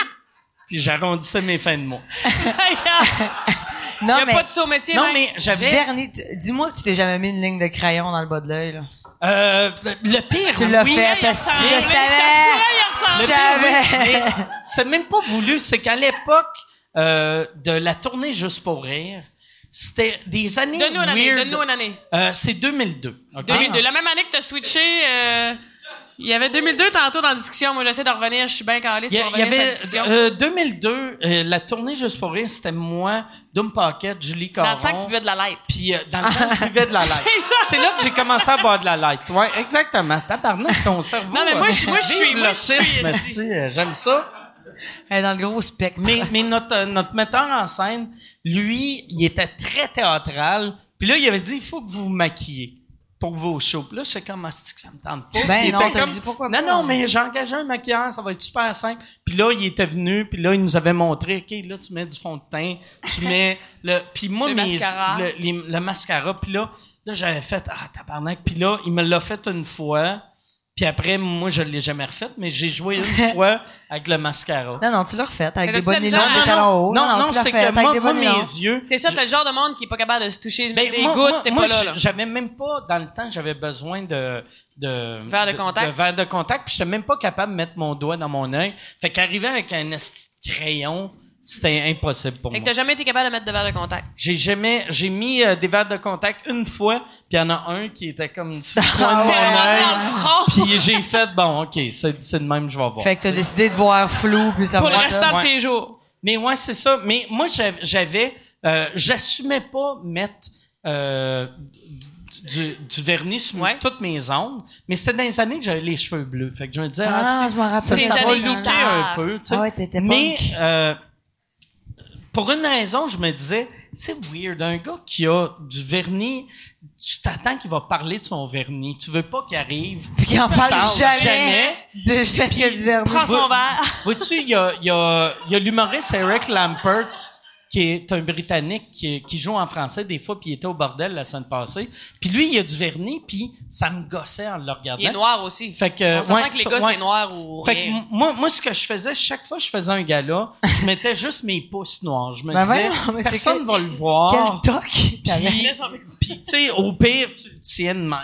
puis j'arrondissais mes fins de mois. Regarde. Non, Il n'y a mais, pas de saumétier. Non, Mike. mais du j'avais, vernis, tu- dis-moi que tu t'es jamais mis une ligne de crayon dans le bas de l'œil, là. euh, le pire. Tu l'as oui, fait, il parce que ressemble. je Mais savais! ça pourrait, il Je ressemble. savais! C'est même pas voulu, c'est qu'à l'époque, euh, de la tournée Juste pour rire, c'était des années Donne-nous une année. weird. Donne-nous une année. Euh, c'est 2002. ok? 2002. La même année que t'as switché, euh, il y avait 2002 tantôt dans la discussion. Moi, j'essaie de revenir. Je suis bien calée Il y, pour il y revenir sur la avait discussion. euh, 2002, euh, la tournée Juste pour rire, c'était moi, Doom Pocket, Julie dans euh, Caron. le temps que tu buvais de la light. Puis euh, dans le temps, je buvais de la light. C'est ça. C'est là que j'ai commencé à boire de la light. Ouais, exactement. Tabarnak, ton cerveau. Non, mais moi, euh, je- moi, je suis- vive moi, je suis- l'autisme, esti, euh, J'aime ça. Elle est dans le gros spectre. Mais, mais notre, euh, notre metteur en scène, lui, il était très théâtral. Puis là, il avait dit, il faut que vous vous maquilliez pour vos shows. Puis là, je sais comme, Asti, que ça me tente pas. Ben Puis il non, était t'as dit, pourquoi Non, pas? non, mais j'ai engagé un maquilleur, ça va être super simple. Puis là, il était venu, puis là, il nous avait montré, OK, là, tu mets du fond de teint, tu mets le... Puis moi, Le mes- mascara. le, les- le mascara. Puis là, là j'avais fait, ah, tabarnak. Puis là, il me l'a fait une fois. Puis après, moi, je l'ai jamais refait, mais j'ai joué une fois avec le mascara. Non, non, tu l'as refait avec Mais des t'as-tu bonnets de la longs, misère? des talons hauts. Non, non, tu l'as c'est refait que avec moi, des moi, bonnets mes longs. yeux. C'est ça, t'as le genre de monde qui est pas capable de se toucher Ben, des moi, gouttes, moi, t'es moi, pas là, j- là. J'avais même pas, dans le temps, j'avais besoin de, de, Verre de contact. verre de contact, puis j'étais même pas capable de mettre mon doigt dans mon œil. Fait qu'arriver avec un esti de crayon, c'était impossible pour Fait que moi. t'as jamais été capable de mettre de verre de contact. J'ai jamais, j'ai mis euh, des verres de contact une fois, puis il y en a un qui était comme sur le coin de C'est rentré dans mon le œil. front. Puis j'ai fait, bon, OK, c'est, c'est de même, je vais voir. Fait que t'as décidé de voir flou, puis ça Pour le va restant ouais. de tes jours. Mais ouais, c'est ça. Mais moi, j'av- j'avais, euh, j'assumais pas mettre euh, du, du vernis sur Ouais. toutes mes ongles, mais c'était dans les années que j'avais les cheveux bleus. Fait que je me disais, Ah, c'est- je m'en rappelle. ça, Des ça va années looker tard. un peu. tu sais. Ah ouais, t'étais mais punk. euh, pour une raison, je me disais, c'est weird, un gars qui a du vernis, tu t'attends qu'il va parler de son vernis. Tu veux pas qu'il arrive. Puis qu'il en parle parle jamais. jamais. De fait qu'il y a du vernis. Prends son verre. Vois-tu, il y a, il y a, il y a l'humoriste Eric Lampert, qui est un Britannique qui, qui joue en français des fois, puis il était au bordel la semaine passée. Puis lui, il a du vernis, puis ça me gossait en le regardant. Il est noir aussi. Fait que, on s'entend ouais, que les ça- gars, ouais. c'est noir ou Fait que rien. m- moi, moi, ce que je faisais, chaque fois que je faisais un gala, je mettais juste mes pouces noirs. Je me Ben disais, voyons, mais c'est personne que- va le voir. Quel toc! Il T'avais- laisse en micro. Puis, tu sais, au pire, tu le tiens de même.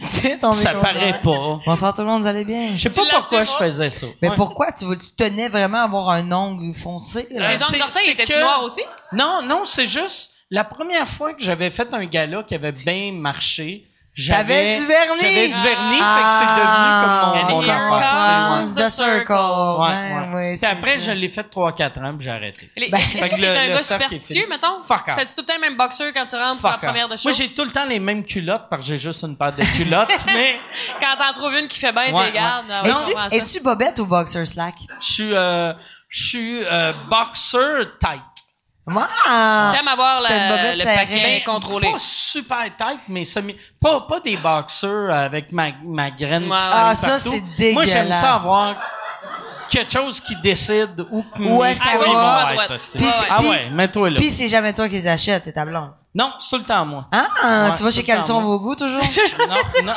Tu sais, ton Ça micro- paraît pas. Bonsoir tout le monde, vous allez bien? Je sais pas l'assumes pourquoi pas? je faisais ça. Mais Ouais. pourquoi tu, veux, tu tenais vraiment à avoir un ongle foncé? là? Les c'est- ongles d'orteil c'est étaient-tu que- noirs aussi? Non, non, c'est juste la première fois que j'avais fait un gala qui avait bien marché. T'avais J'avais du vernis! J'avais du vernis, Ah. fait que c'est devenu comme mon, mon And here affaire. tu comes sais, The circle. ouais. Ouais, Ouais, ouais. ouais, Puis c'est après, je ça. l'ai fait 3-4 ans, puis j'ai arrêté. Les- Ben, Est-ce fait que que t'es le- un le gars cercle est superstitieux, fini. mettons? Fuck off. T'as-tu tout le temps le même boxeur quand tu rentres pour la Fuck off. première de show? Moi, j'ai tout le temps les mêmes culottes, parce que j'ai juste une paire de culottes, mais Quand t'en trouves une qui fait bien, Ouais, t'es garde. ouais. Ah ouais, on Es-tu prend ça. es-tu bobette ou boxer slack? je suis, euh, je suis euh, boxer tight. Moi! T'aimes avoir la- T'as une bobette le serrée. paquet Ben, contrôlé. Pas super tight, mais semi. Pas, pas des boxeurs avec ma, ma graine Ouais. qui sort Ah, ça, partout. c'est Moi, j'aime dégueulasse. ça avoir quelque chose qui décide où, que Où mes est-ce qu'elle couilles va? vont À droite. être, c'est- Puis- Ah puis- ouais, mets-toi là. Pis c'est jamais toi qui les achètes, c'est ta blonde. non, c'est tout le temps moi. Ah, Ouais, tu vas chez tout le temps, Caleçon moi. Vos Goûts toujours? Non, non.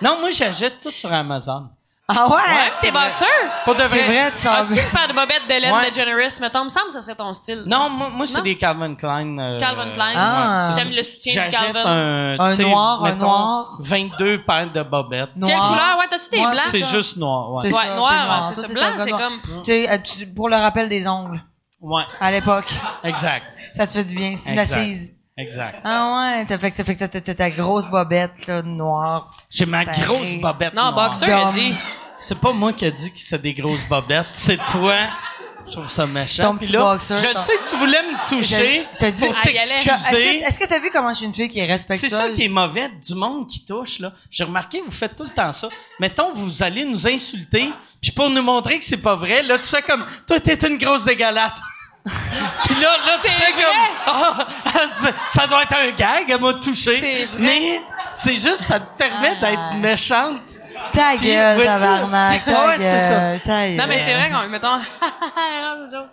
Non, moi, j'achète tout sur Amazon. Ah Ouais, ouais? t'es boxeur. Pour de C'est vrai. vrai, tu sens As-tu une paire de bobettes d'Hélène Ouais. DeGeneres? Mettons, me semble que ça serait ton style. ça. Non, moi, moi c'est Non? des Calvin Klein. euh, Calvin Klein. Ah. J'aime le soutien du J'achète Calvin. un, Un tu sais, noir, un mettons, noir. 22 paires de bobettes. Noir. Quelle couleur? Ouais, t'as-tu des Ouais, blancs? C'est ça? juste noir, ouais. C'est Ouais, ça, un peu noir, ouais, c'est Toi, ça. t'es Blanc, un gars c'est noir. comme- Tu sais, euh, tu- pour le rappel des ongles, Ouais, à l'époque, exact. ça te fait du bien. C'est une Exact. assise. Exact. Ah ouais, t'as fait, t'as fait que t'as- t'as t'as ta grosse bobette, là, noire. J'ai ma serrée. grosse bobette. Non, noire. boxeur, il a Dom. dit. C'est pas moi qui a dit que c'est des grosses bobettes, c'est toi. Je trouve ça méchant. Ton Puis petit là, boxeur, Je ton- sais que tu voulais me toucher Je- t'as dit- pour Ah, y allait. Est-ce t'excuser. que- Est-ce que t'as vu comment je suis une fille qui est C'est respectueuse? ça qui est mauvais du monde qui touche là. J'ai remarqué vous faites tout le temps ça. Mettons vous allez nous insulter, puis pour nous montrer que c'est pas vrai, là tu fais comme toi t'es une grosse dégueulasse. puis là là tu fais vrai. comme Ah, ça- ça doit être un gag à m'a C'est touché. vrai. Mais c'est juste ça te permet Ah. d'être méchante. Ta Puis, gueule, vois-tu? tabarnak, ta Ouais, c'est ça. gueule, ta gueule. Non, mais c'est vrai quand même. Mettons. erreur de joke.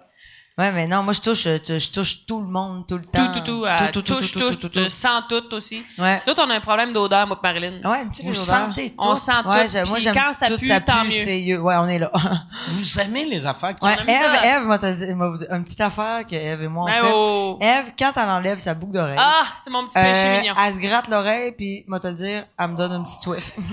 Ouais, mais non, moi, je touche, euh, je touche tout le monde, tout le temps. Tout, tout, tout. à Touche, touche, touche, sans tout aussi. Ouais. L'autre, on a un problème d'odeur, moi, et Marilyn. Ah. Ouais, une petite Vous odeur. sentez tout. On sent Ouais, tout, j'ai- moi, puis j'aime quand ça tout, pue, ça tant pue, mieux. c'est yeux. Ouais, on est là. Vous aimez les affaires qui Ouais, aime Eve, ça. Eve m'a dit, m'a dit une petite affaire que Eve et moi on Ben fait. oh. Eve, quand elle enlève sa boucle d'oreille, Ah, c'est mon petit euh, péché mignon. elle se gratte l'oreille puis m'a te le dire, elle me donne un petit swift. elle,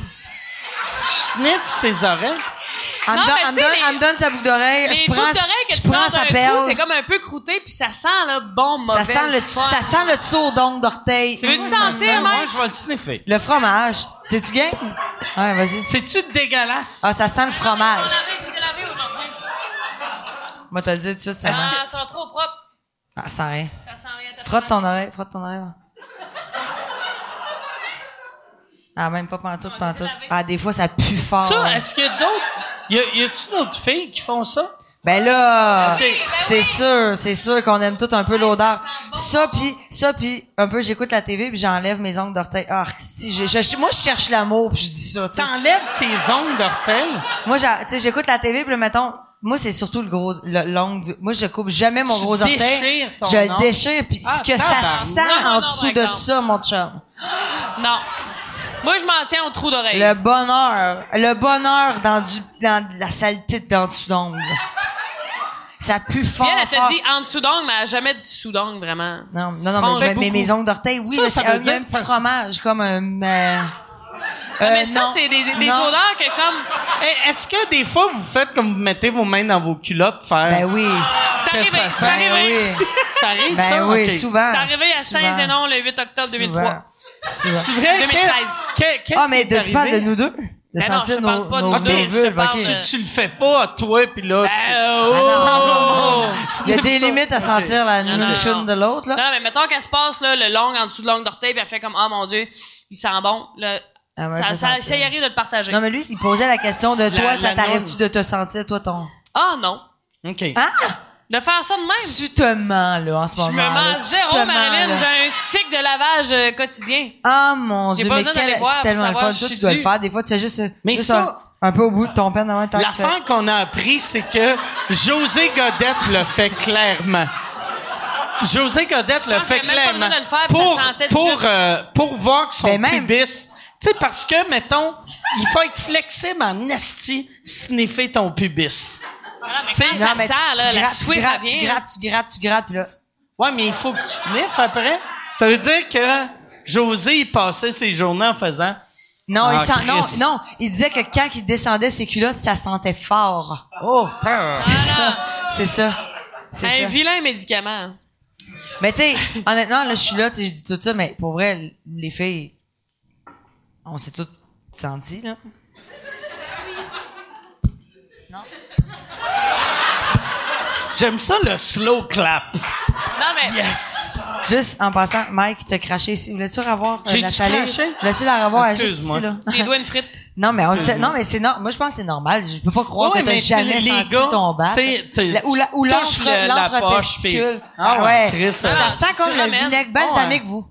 sniffent ses oreilles. me Non, donne- mais elle me tu sais, donne, les- elle me donne sa boucle d'oreille, Les je boucles prends, d'oreilles que je tu prends prends d'un sa coup, c'est perle. comme un peu croûté, puis ça sent le bon, mauvais. Ça sent le, fun. ça sent le tour d'ongle d'orteil. Tu veux-tu sentir, Moi Mike? je vais le sniffer. Le fromage. Tu sais, tu gagnes? Ouais, vas-y. C'est-tu dégueulasse? Ah, ça sent le fromage. Je les ai lavés aujourd'hui. Moi, te le dire tout de suite, ça Ah, sent. elles sont trop propres. Ah, ça sent rien. Ça sent rien. t'as Frotte pas- ton oreille, frotte ton oreille. Ah, même pas pantoute, pantoute. Ah, des fois, ça pue fort. Ça, est-ce qu'il y a d'autres? Y a- Y a-tu d'autres filles qui font ça? Ben là, Ben oui, ben c'est sûr, c'est sûr qu'on aime tout un peu l'odeur. ça sent bon. Ça puis ça puis un peu j'écoute la TV puis j'enlève mes ongles d'orteil. Ah, si j'ai je- moi je cherche l'amour puis je dis ça, tu sais. T'enlèves tes ongles d'orteil. Moi j'a- tu sais j'écoute la TV puis là, mettons moi c'est surtout le gros le l'ongle du- moi je coupe jamais mon Tu gros orteil. déchires ton je le ongle. déchire puis Ah, ce que ça tabarnak. sent Non, non, en dessous de d'accord. ça mon chum. Non. Moi, je m'en tiens au trou d'oreille. Le bonheur, le bonheur dans du dans de la saleté d'en dessous d'ongle. Ça pue fort. Puis elle, elle fort. t'a dit en dessous d'ongle, mais elle a jamais de sous d'ongle, vraiment. Non, non, non, mais, Frange mais, mais mes ongles d'orteil, oui, Ça, là, ça c'est veut un, dire un petit parce- fromage, comme un... euh, Ah, mais euh, ça, non, c'est des, des, des non. odeurs que comme... Eh, Est-ce que des fois vous faites comme vous mettez vos mains dans vos culottes faire Ben oui, C'est que arrivé, ça c'est sent? ben arrivé. oui, Ça arrive ben ça oui, Ok. souvent. C'est arrivé à souvent, Saint-Zénon le 8 octobre 2003. souvent, souvent. C'est Ben, vrai. 2013. que- que- Qu'est-ce Ah, mais qui de, t'est tu parles de arrivé? nous deux? De Ben non, je sentir te nos, parle pas de nos, nos nous deux, je te vulves, parle ok. de- Tu le fais pas à toi puis là. Ben, tu- euh, oh! Ah, Il y a des limites à Ok. sentir la Non, non, non. nourriture de l'autre, là. Non, mais mettons qu'elle se passe là, le long en dessous de l'ongle d'orteil, puis elle fait comme Ah mon Dieu, il sent bon. Là, Ah ouais, ça, je ça, sens ça y arrive de le partager. Non, mais lui, il posait la question de toi, ça la t'arrive-tu de te sentir, toi, ton... Hein? Ah non. Ok. De faire ça de même. Tu te mens, là, en ce Je moment. me mens zéro, Marilyn. J'ai un cycle de lavage euh, quotidien. Ah mon J'ai dieu, pas mais besoin quel, d'aller voir c'est pour tellement le savoir fun. si Toi, je tu suis dois due. le faire. Des fois, tu fais juste, euh, Mais juste ça- un, un peu au bout de ton père avant le temps que tu fais. L'affaire qu'on a appris, c'est que José Godette le fait clairement. José Godette le pense fait qu'il avait même pas clairement. besoin de le faire, puis ça pour, sentait tout de pour, suite. euh, pour voir que son Mais Ben même- pubis. Tu sais, parce que, mettons, il faut être flexible en esti, sniffer ton pubis. Voilà, mais Tu sais, quand Ah, ça mais sert, tu, là, tu la grattes, tu Swift, grattes, elle tu vient. grattes, tu grattes, tu grattes, puis là. Ouais, mais il faut que tu sniffes après. Ça veut dire que José, il passait ses journées en faisant. Non, Ah, il sent, non, Christ. non, il disait que quand il descendait ses culottes, ça sentait fort. Oh, putain. Ah, C'est ça. C'est Un ça. vilain médicament. Mais tu sais, honnêtement, là, je suis là, tu sais, je dis tout ça, mais pour vrai, les filles, on s'est toutes senties, là. J'aime ça le slow clap. Non, mais. Yes. Juste en passant, Mike, t'as craché ici. Voulais-tu revoir euh, la J'ai-tu salive? craché? Voulais-tu la revoir euh, juste Excuse-moi. ici, là? Tu les dois une frite. Non, mais on le sait, non, mais c'est normal. Moi, je pense que c'est normal. Je peux pas croire Ouais, que t'as mais jamais les senti gars, ton bac. tu sais, tu- La- ou la, ou tu touches l'entre, le- la l'entre poche, puis- testicule. Ah Ah ouais, ouais. Chris, ça, alors, sent tu comme le ramènes. vinaigre balsamique, vous.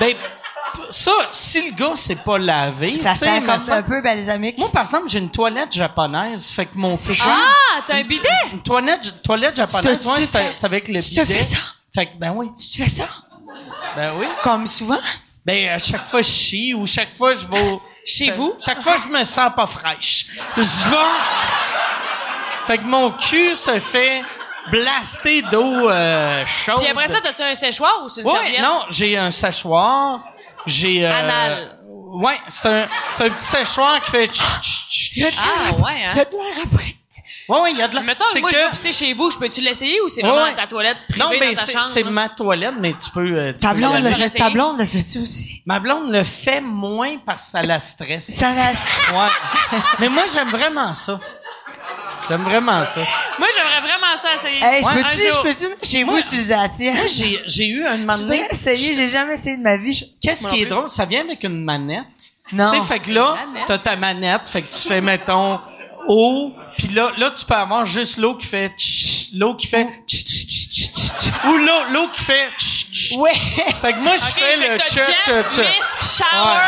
Ben, p- ça, si le gars s'est pas lavé, Ça tu sais, sent me comme un semble- peu balsamique. Moi, par exemple, j'ai une toilette japonaise, fait que mon chien... Ah, t'as un bidet? Une toilette, toilette japonaise, Tu te- ouais, tu te c'est fais- c'est avec le tu te bidet. fais ça? Fait que, ben oui, Tu fais ça? ben oui. Comme souvent? ben à chaque fois je chie ou chaque fois je vais au- Chez cha- vous? Chaque fois je me sens pas fraîche. Je vais. Fait que mon cul se fait blaster d'eau euh, chaude. Puis après ça, t'as-tu un séchoir ou c'est une Ouais, serviette? non, j'ai un séchoir. J'ai. euh, Anal. Ouais, c'est un, c'est un petit séchoir qui fait. tch, tch, tch, tch. Ah, ouais, hein? Ouais, ouais, il y a de la. Mettons que c'est moi, que- je veux pisser chez vous, je peux-tu l'essayer ou c'est Ouais, vraiment ouais. ta toilette privée Non, mais dans ta c'est, chambre? c'est là? ma toilette, mais tu peux. euh, tu Ta peux blonde, l'amener. l'as le, fait- fait, ta ta blonde blonde le fait-tu aussi? Ma blonde le fait moins parce que ça la stresse. Ça va... Ouais. mais moi, j'aime vraiment ça. J'aime vraiment ça. Moi, j'aimerais vraiment ça essayer. Hey, je Ouais, peux-tu, un je jour. peux-tu, chez vous, utiliser la tienne? Moi, j'ai, j'ai eu un Je voudrais manette. essayer, j'ai jamais essayé de ma vie. Qu'est-ce Moi qui non est plus. drôle? Ça vient avec une manette. Non. Tu Ah. sais, fait que là, Manette. t'as ta manette, fait que tu fais, mettons, eau, puis là, là, tu peux avoir juste l'eau qui fait tch, l'eau qui fait tch, tch, tch, tch, tch, tch, ou l'eau, l'eau qui fait tch, tch. Ouais! Fait que moi, je Ok, fais fait le que t'as tch, jet, tch, tch. mist, shower.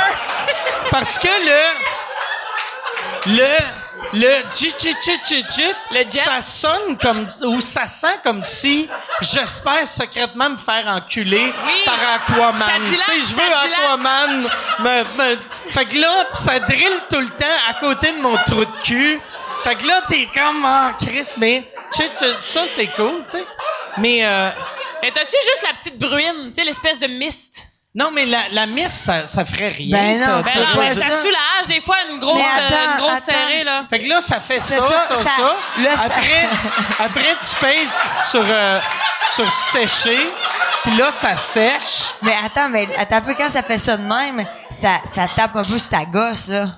Parce que le. Le. Le. tchit, tchit, tchit, tchit, tchit, Le jet. Ça sonne comme. Ou ça sent comme si j'espère secrètement me faire enculer Oui. par Aquaman. Ça dilate, Tu sais, je ça veux dilate. Aquaman. Me, me- Fait que là, pis ça drille tout le temps à côté de mon trou de cul. Fait que là, t'es comme en Chris, mais. tchit, tchit, ça, c'est cool, tu sais. Mais. euh, Et t'as-tu juste la petite bruine, tu sais, l'espèce de mist? non, mais la, la miss, ça, ça ferait rien. Ben non, T'as- ben Ben t'as Ça non, pas doit mais être juste- ça ça. soulage des fois une grosse, Mais euh, attends, une grosse attends. serrée, là. Fait que là, ça fait ça, ça, ça, ça. ça. Là, ça- Après, après, tu pèses sur, euh, sur sécher, puis là, ça sèche. Mais attends, mais attends un peu, quand ça fait ça de même, ça, ça tape un peu sur ta gosse, là.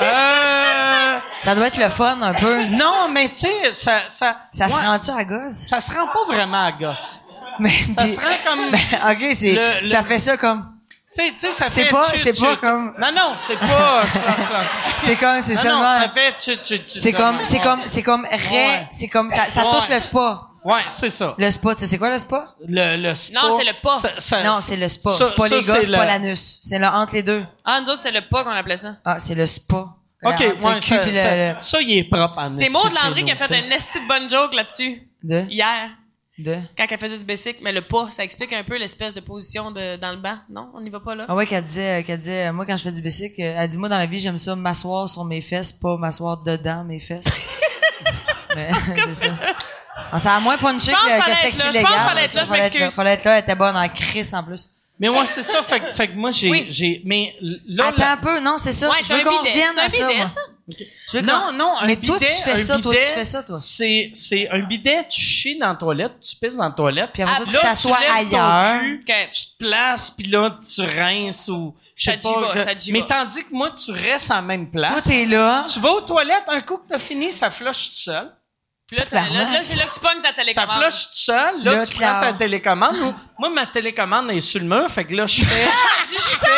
Euh, Ça doit être le fun, un peu. non, mais tu sais, ça, ça, Ça ouais, se rend-tu à la gosse? ça se rend pas vraiment à gosse. Mais, Ça puis- se rend comme, Ben, tu ok, c'est, Le- le- ça fait ça comme, sais, tu sais, ça C'est fait pas- tchut, c'est pas tchut. comme- Non, non, c'est pas, ça- ça- c'est comme, c'est non, seulement, non, ça fait tchut, tchut, tchut c'est de comme, même. c'est comme, c'est comme, Ouais. ré, c'est comme, ça, ça Ouais. touche le spa. Ouais, c'est ça. Le spa, tu sais, c'est quoi le spa? Le, le spa. Non, c'est le pas. ça- ça- Non, c'est le spa. ça- C'est pas ça, les gars, c'est le- pas l'anus. C'est le entre les deux. Ah, nous autres, c'est le pas qu'on appelait ça. Ah, c'est le spa. Le OK, entre le ouais, cul ça, puis le- ça, ça, il est propre en C'est esti Maud chez Landry nous, qui a tu fait sais. un esti de bonne joke là-dessus. De? Hier. hein. de- Quand elle faisait du basic, mais le pas, ça explique un peu l'espèce de position de, dans le banc. Non, on n'y va pas là. Ah ouais, qu'elle disait, qu'elle disait, moi, quand je fais du bicycle, euh, elle dit, moi, dans la vie, j'aime ça m'asseoir sur mes fesses, pas m'asseoir dedans mes fesses. Mais, c'est ça. Ah, ça a moins punché Je pense que, fallait que être sexy là, je légal. pense fallait être là, je Fallait m'excuse. Fallait être là, elle était bonne en crise, en plus. Mais ouais, c'est ça. Fait, que- fait que moi, j'ai, Oui. j'ai, mais là, Attends un peu, non, c'est ça. Ouais, je c'est un veux qu'on bidet. revienne C'est un à ça. bidet, moi. ça? Je veux Non, qu'on- non, un Mais bidet, toi, tu fais un ça, toi, tu bidet, fais ça, toi. C'est, c'est un bidet, tu chies dans la toilette, tu pisses dans la toilette. Puis après ça, Ah, tu là, t'assois lèves ton ailleurs. cul, Ok. tu te places, puis là, tu rinces ou... je sais Ça pas, jiva, que- ça jiva. Mais tandis que moi, tu restes en même place. Toi, t'es là. Tu vas aux toilettes, un coup que t'as fini, ça flush tout seul. Puis là, t'as- là, Tabarnak. là, c'est là que tu pognes ta Ça télécommande. flush tout seul. Là, Là, tu Claude. prends ta télécommande. Ou- Moi, ma télécommande est sur le mur. Fait que là, je fais, je fais,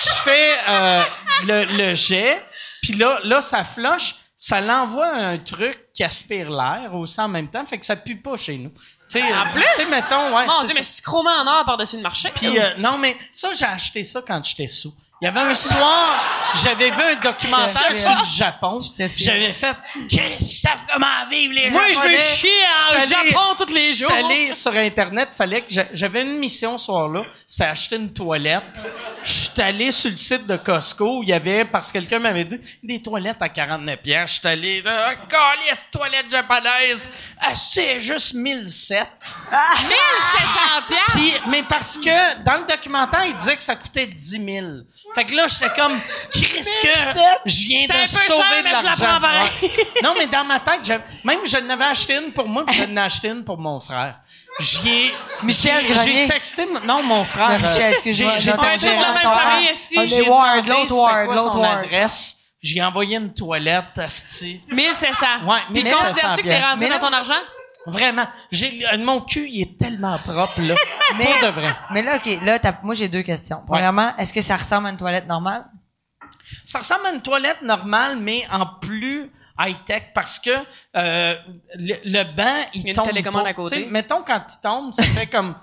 je fais euh, le, le jet. Puis là, là, ça flush. Ça l'envoie à un truc qui aspire l'air aussi en même temps. Fait que ça pue pas chez nous. Tu sais, En euh, plus? tu sais, mettons, ouais. Mon c'est Dieu, ça. mais c'est chromé en or par-dessus le marché. Puis, euh, non, mais ça, j'ai acheté ça quand j'étais sous. Il y avait un soir, j'avais vu un documentaire Je te sur le Japon. te file. J'avais fait, qu'est-ce qu'ils savent comment vivre les Moi, je Japonais? veux chier en J'étais allé- Japon tous les jours. J'étais allé sur Internet, fallait que j'a- j'avais une mission ce soir-là, c'était acheter une toilette. J'étais allé sur le site de Costco, où il y avait, parce que quelqu'un m'avait dit, des toilettes à 49 pièces. J'étais allé, ah, calisse, toilette japonaise. Ah, c'est juste 1007. 1700 piastres. Puis, mais parce que dans le documentaire, il disait que ça coûtait 10 000. Fait que là, j'étais comme, qu'est-ce que je viens C'est un peu de sauver cher, de mais je la l'argent. prends pareil. Ouais. Non, mais dans ma tête, j'avais- même je n'avais acheté une pour moi, puis je n'ai acheté une pour mon frère. J'y ai, Michel j'ai- Grenier. J'ai texté, mon- non, mon frère. Non, Michel, euh, excuse-moi, j'ai- J'ai non, t'as texté raison, mon la même frère. famille ici. On est J'ai Ward, demandé l'autre c'était Ward, quoi l'autre son Ward. adresse. J'ai envoyé une toilette, asti. 1700. Ouais, Puis 1700 considères-tu que t'es piastres. rentré Mais dans là- ton argent? Vraiment. J'ai, euh, mon cul, il est tellement propre, là. Mais, de vrai. Mais là, OK, là, t'as- moi, j'ai deux questions. Premièrement, est-ce que ça ressemble à une toilette normale? Ça ressemble à une toilette normale, mais en plus high-tech parce que euh, le, le banc, il, y a une tombe. télécommande pas. à côté. Tu sais, mettons, quand il tombe, ça fait comme.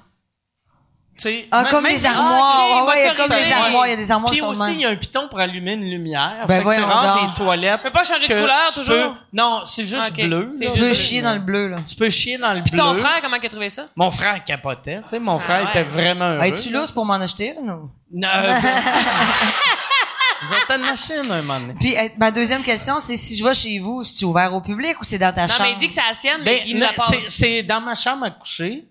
Tu sais, Ah, même- comme même des si- armoires. Ah, ok, ouais, ouais, il y a comme motorisé. des armoires. Il y a des armoires Puis sûrement. aussi, il y a un piton pour allumer une lumière. Ben fait que c'est voyons rare donc. des toilettes. peut pas changer de que couleur, tu toujours? peux- Non, c'est juste Ok. bleu. C'est là. Tu peux juste- chier dans le bleu, là. Tu peux chier dans le Puis bleu. ton frère, comment il a trouvé ça? Mon frère capotait. Tu sais, mon frère ouais. était vraiment heureux. Ah, Es-tu lousse pour m'en acheter une ou? Non. euh, Je vais t'en acheter une un moment donné. Puis, euh, ma deuxième question, c'est si je vais chez vous, si tu ouvert au public ou c'est dans ta Non, chambre? mais il dit que c'est la sienne, mais Ben, il la non, c'est- passe. c'est dans ma chambre à coucher.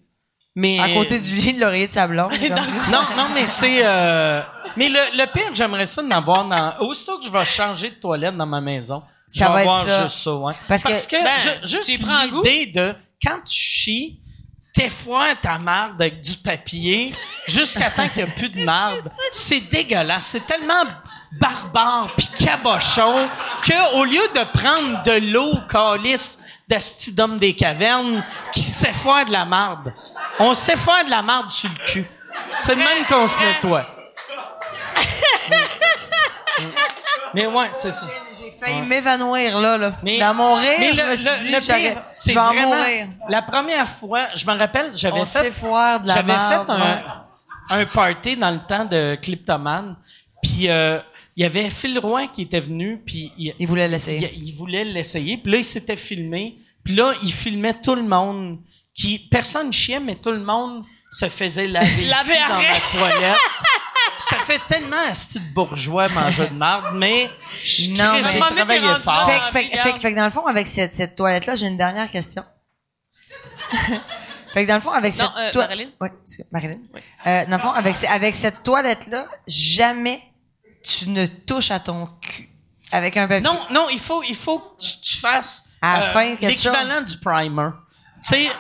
Mais À côté du lit de l'oreiller de sa blonde. comme- Non, non, mais c'est. euh, Mais le, le pire, j'aimerais ça d'en avoir dans. Aussitôt que je vais changer de toilette dans ma maison, je Ça vais va être avoir ça. juste ça, ouais. Parce que- Ben, ju- tu y juste prends l'idée de quand tu chies, t'effroies ta marde avec du papier jusqu'à temps qu'il n'y a plus de marde. C'est dégueulasse. C'est tellement barbare puis cabochon que au lieu de prendre de l'eau calice d'astidum des cavernes qui s'effroie de la marde, on s'effroie de la marde sur le cul. C'est le même qu'on se nettoie. Mais ouais, c'est ça. J'ai failli m'évanouir, là, là. Mais- dans mon rire, mais je le- me suis le- dit, le j'aurais- pire, je c'est vais en vraiment- mourir. La première fois, je me rappelle, j'avais On fait, s'effoire de la j'avais marde, fait un, un party dans le temps de Cliptoman, puis euh, il y avait Phil Roy qui était venu, puis il, Il voulait l'essayer. il- il voulait l'essayer, puis là il s'était filmé, puis là il filmait tout le monde, qui personne chiait, mais tout le monde se faisait laver, le Laver cul dans après. la toilette. Puis Ça fait tellement un style bourgeois manger de marde, mais je Non, crée, j'ai mais- Maman, t'es travaillé rendu fort. là. Fait, Ah, que- fait, que- regarde. fait, que- fait que dans le fond, avec cette, cette toilette-là, j'ai une dernière question. fait que dans le fond, avec Non, cette euh, toi- Marilyn? Ouais, excuse- Marilyn. Euh, dans le fond, avec, ce- avec cette toilette-là, jamais tu ne touches à ton cul avec un papier. Non, non, il faut, il faut que tu, tu fasses À la fin, quelque l'équivalent du primer. Tu sais,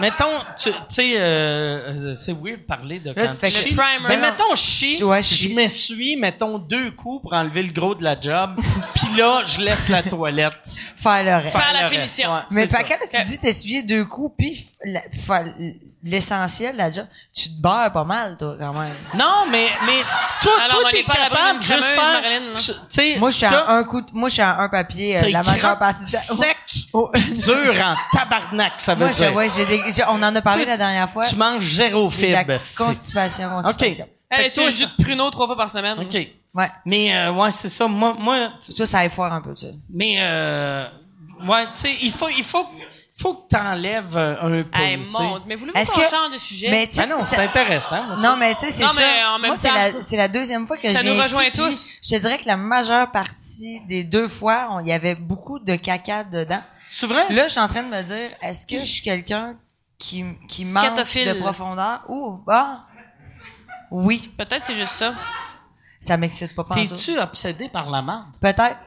mettons, tu tu sais, euh, euh, c'est weird de parler de Là, quand tu fais tu que- chies. primer. Mais mettons, je chie, Ouais, je je chie. m'essuie, mettons, deux coups pour enlever le gros de la job, puis là, je laisse la toilette. Faire le reste. Faire la le reste, finition. ouais, Mais c'est pas quand ça. Euh, tu dis t'essuyer deux coups, puis f- la- faire l'essentiel, là, déjà, tu te beurres pas mal, toi, quand même. Non, mais, mais, toi, Alors, on toi, n'est t'es pas à la capable de bonne juste crémeuse, faire, Marilyn, là. je- tu sais, Moi, je suis Euh, ça, à un coup, de- moi, je suis à un papier, euh, t'es la majeure crotte partie du temps. sec, Oh, oh. dur en tabarnak, ça veut Moi, je- dire. ouais, j'ai des- j'ai- on en a parlé Toi, la dernière fois. Tu manges zéro J'ai de la fibre. esti. constipation, constipation. Elle Fait est que sur toi, le jus de pruneau trois fois par semaine. OK. Ouais. Mais euh, ouais, c'est ça. Moi, moi tu- Toi, ça foire un peu, tu sais. mais euh, ouais, tu sais, il faut, il faut, faut que t'enlèves euh, un peu. Hey, tu sais. monte. Mais voulez-vous Est-ce qu'on que- change de sujet? Mais tu sais, Ah non, c'est ça- intéressant. non, mais tu sais, c'est Non, ça. mais en même Moi, c'est temps- la, c'est la deuxième fois que je Ça nous viens rejoint ici, puis tous. Je te dirais que la majeure partie des deux fois, on- il y avait beaucoup de caca dedans. C'est vrai. Là, je suis en train de me dire, est-ce que je suis quelqu'un qui, qui manque Scatophile. de profondeur? Ou, bah, oui, Peut-être c'est juste ça. ça m'excite pas pantoute. T'es-tu obsédé par la merde? Peut-être.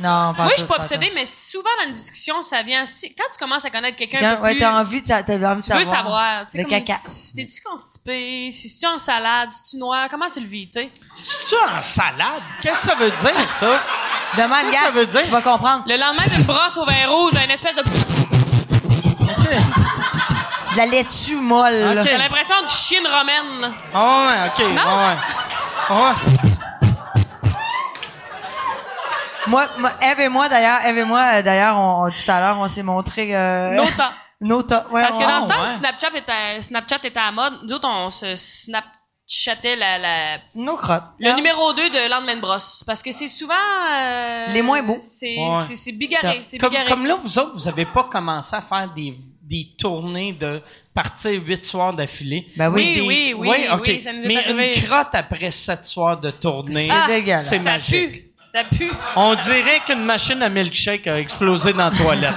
Non, Moi, je suis pas obsédée, mais souvent dans une discussion, ça vient... si- Quand tu commences à connaître quelqu'un un Quand, peu ouais, plus- t'as envie, de sa- t'as envie de tu savoir. veux savoir, tu sais, Le comme, caca. si t'es-tu constipé, si tu en salade, si tu noir, comment tu le vis, tu sais? Es-tu en salade? Qu'est-ce que ça veut dire, ça? Demain, Qu'est-ce que ça veut dire? tu vas comprendre. Le lendemain d'une brosse au vin rouge, une espèce de... De la laitue molle, là. Ok. J'ai l'impression de chier une romaine. là. Ah ouais, ok. Non. ah ouais. Ah ouais. Moi, moi, Eve et moi d'ailleurs, Eve et moi euh, d'ailleurs, on, on- tout à l'heure, on s'est montré euh, Nos temps. nos temps. Ah, Ouais, Parce que on- dans le temps ouais. que Snapchat était, Snapchat était à la mode, nous autres, on se Snapchatait la, la- nos crottes. le Hein? numéro 2 de Lendemain de brosse. Parce que c'est souvent... euh, Les moins beaux. C'est Ouais. c'est- c'est bigarré, c'est Comme, bigarré. comme là, vous autres, vous avez pas commencé à faire des, des tournées de partir huit soirs d'affilée. Ben oui. Mais des- Oui, oui, oui, ouais, ok. oui, ça nous est Mais arrivé. une crotte après sept soirs de tournée. C'est dégueulasse. Ah, C'est ça magique. pue, ça pue. On dirait qu'une machine à milkshake a explosé dans la toilette.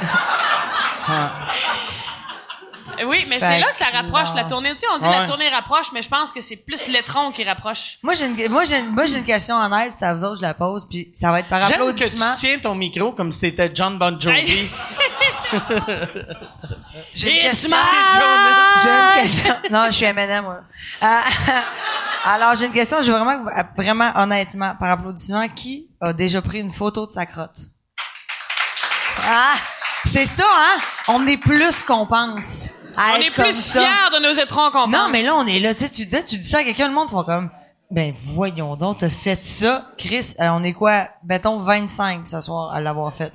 Euh, Oui, mais Fait c'est là que ça que rapproche non. la tournée. Tu sais, on dit la Ouais. tournée rapproche, mais je pense que c'est plus l'étron qui rapproche. Moi j'ai une, moi j'ai une, moi j'ai une question en aide, ça vous autres je la pose puis ça va être par J'aime que applaudissement. tu tiens ton micro comme si t'étais John Bon Jovi. Hey. J'ai une It's question. mine! J'ai une question. Non, je suis M&M, moi. Euh, alors j'ai une question, je veux vraiment, que vous- euh, vraiment honnêtement, par applaudissement, qui a déjà pris une photo de sa crotte Ah, c'est ça hein. On est plus qu'on pense. à On être est comme plus ça. fiers de nos étrons qu'on Non, pense. mais là, on est là. Tu sais, tu, dis- tu dis ça à quelqu'un, le monde font comme, ben, voyons donc, t'as fait ça. Chris, euh, on est quoi? Mettons 25 ce soir à l'avoir fait.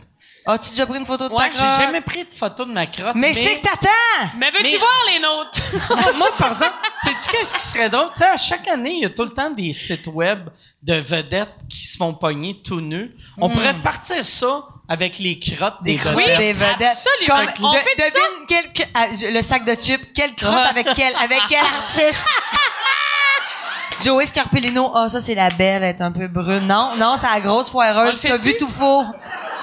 As-tu déjà pris une photo de Ouais, ta crotte? j'ai jamais pris de photo de ma crotte. Mais, c'est que t'attends! Mais veux-tu Mais- voir les nôtres? moi, moi, par exemple, sais-tu qu'est-ce qui serait drôle? Tu sais, à chaque année, il y a tout le temps des sites web de vedettes qui se font pogner tout nus. On pourrait partir ça avec les crottes des, crottes, vedettes. Mm. des vedettes. absolument. Comme, On de- fait ça? devine quel, que- ah, je- le sac de chips, quelle crotte avec quel, avec quel artiste? Joey Scarpellino, ah, ça, c'est la belle, elle est un peu brune. Non, non, c'est la grosse On le foireuse. fait T'as vu tu? tout faux.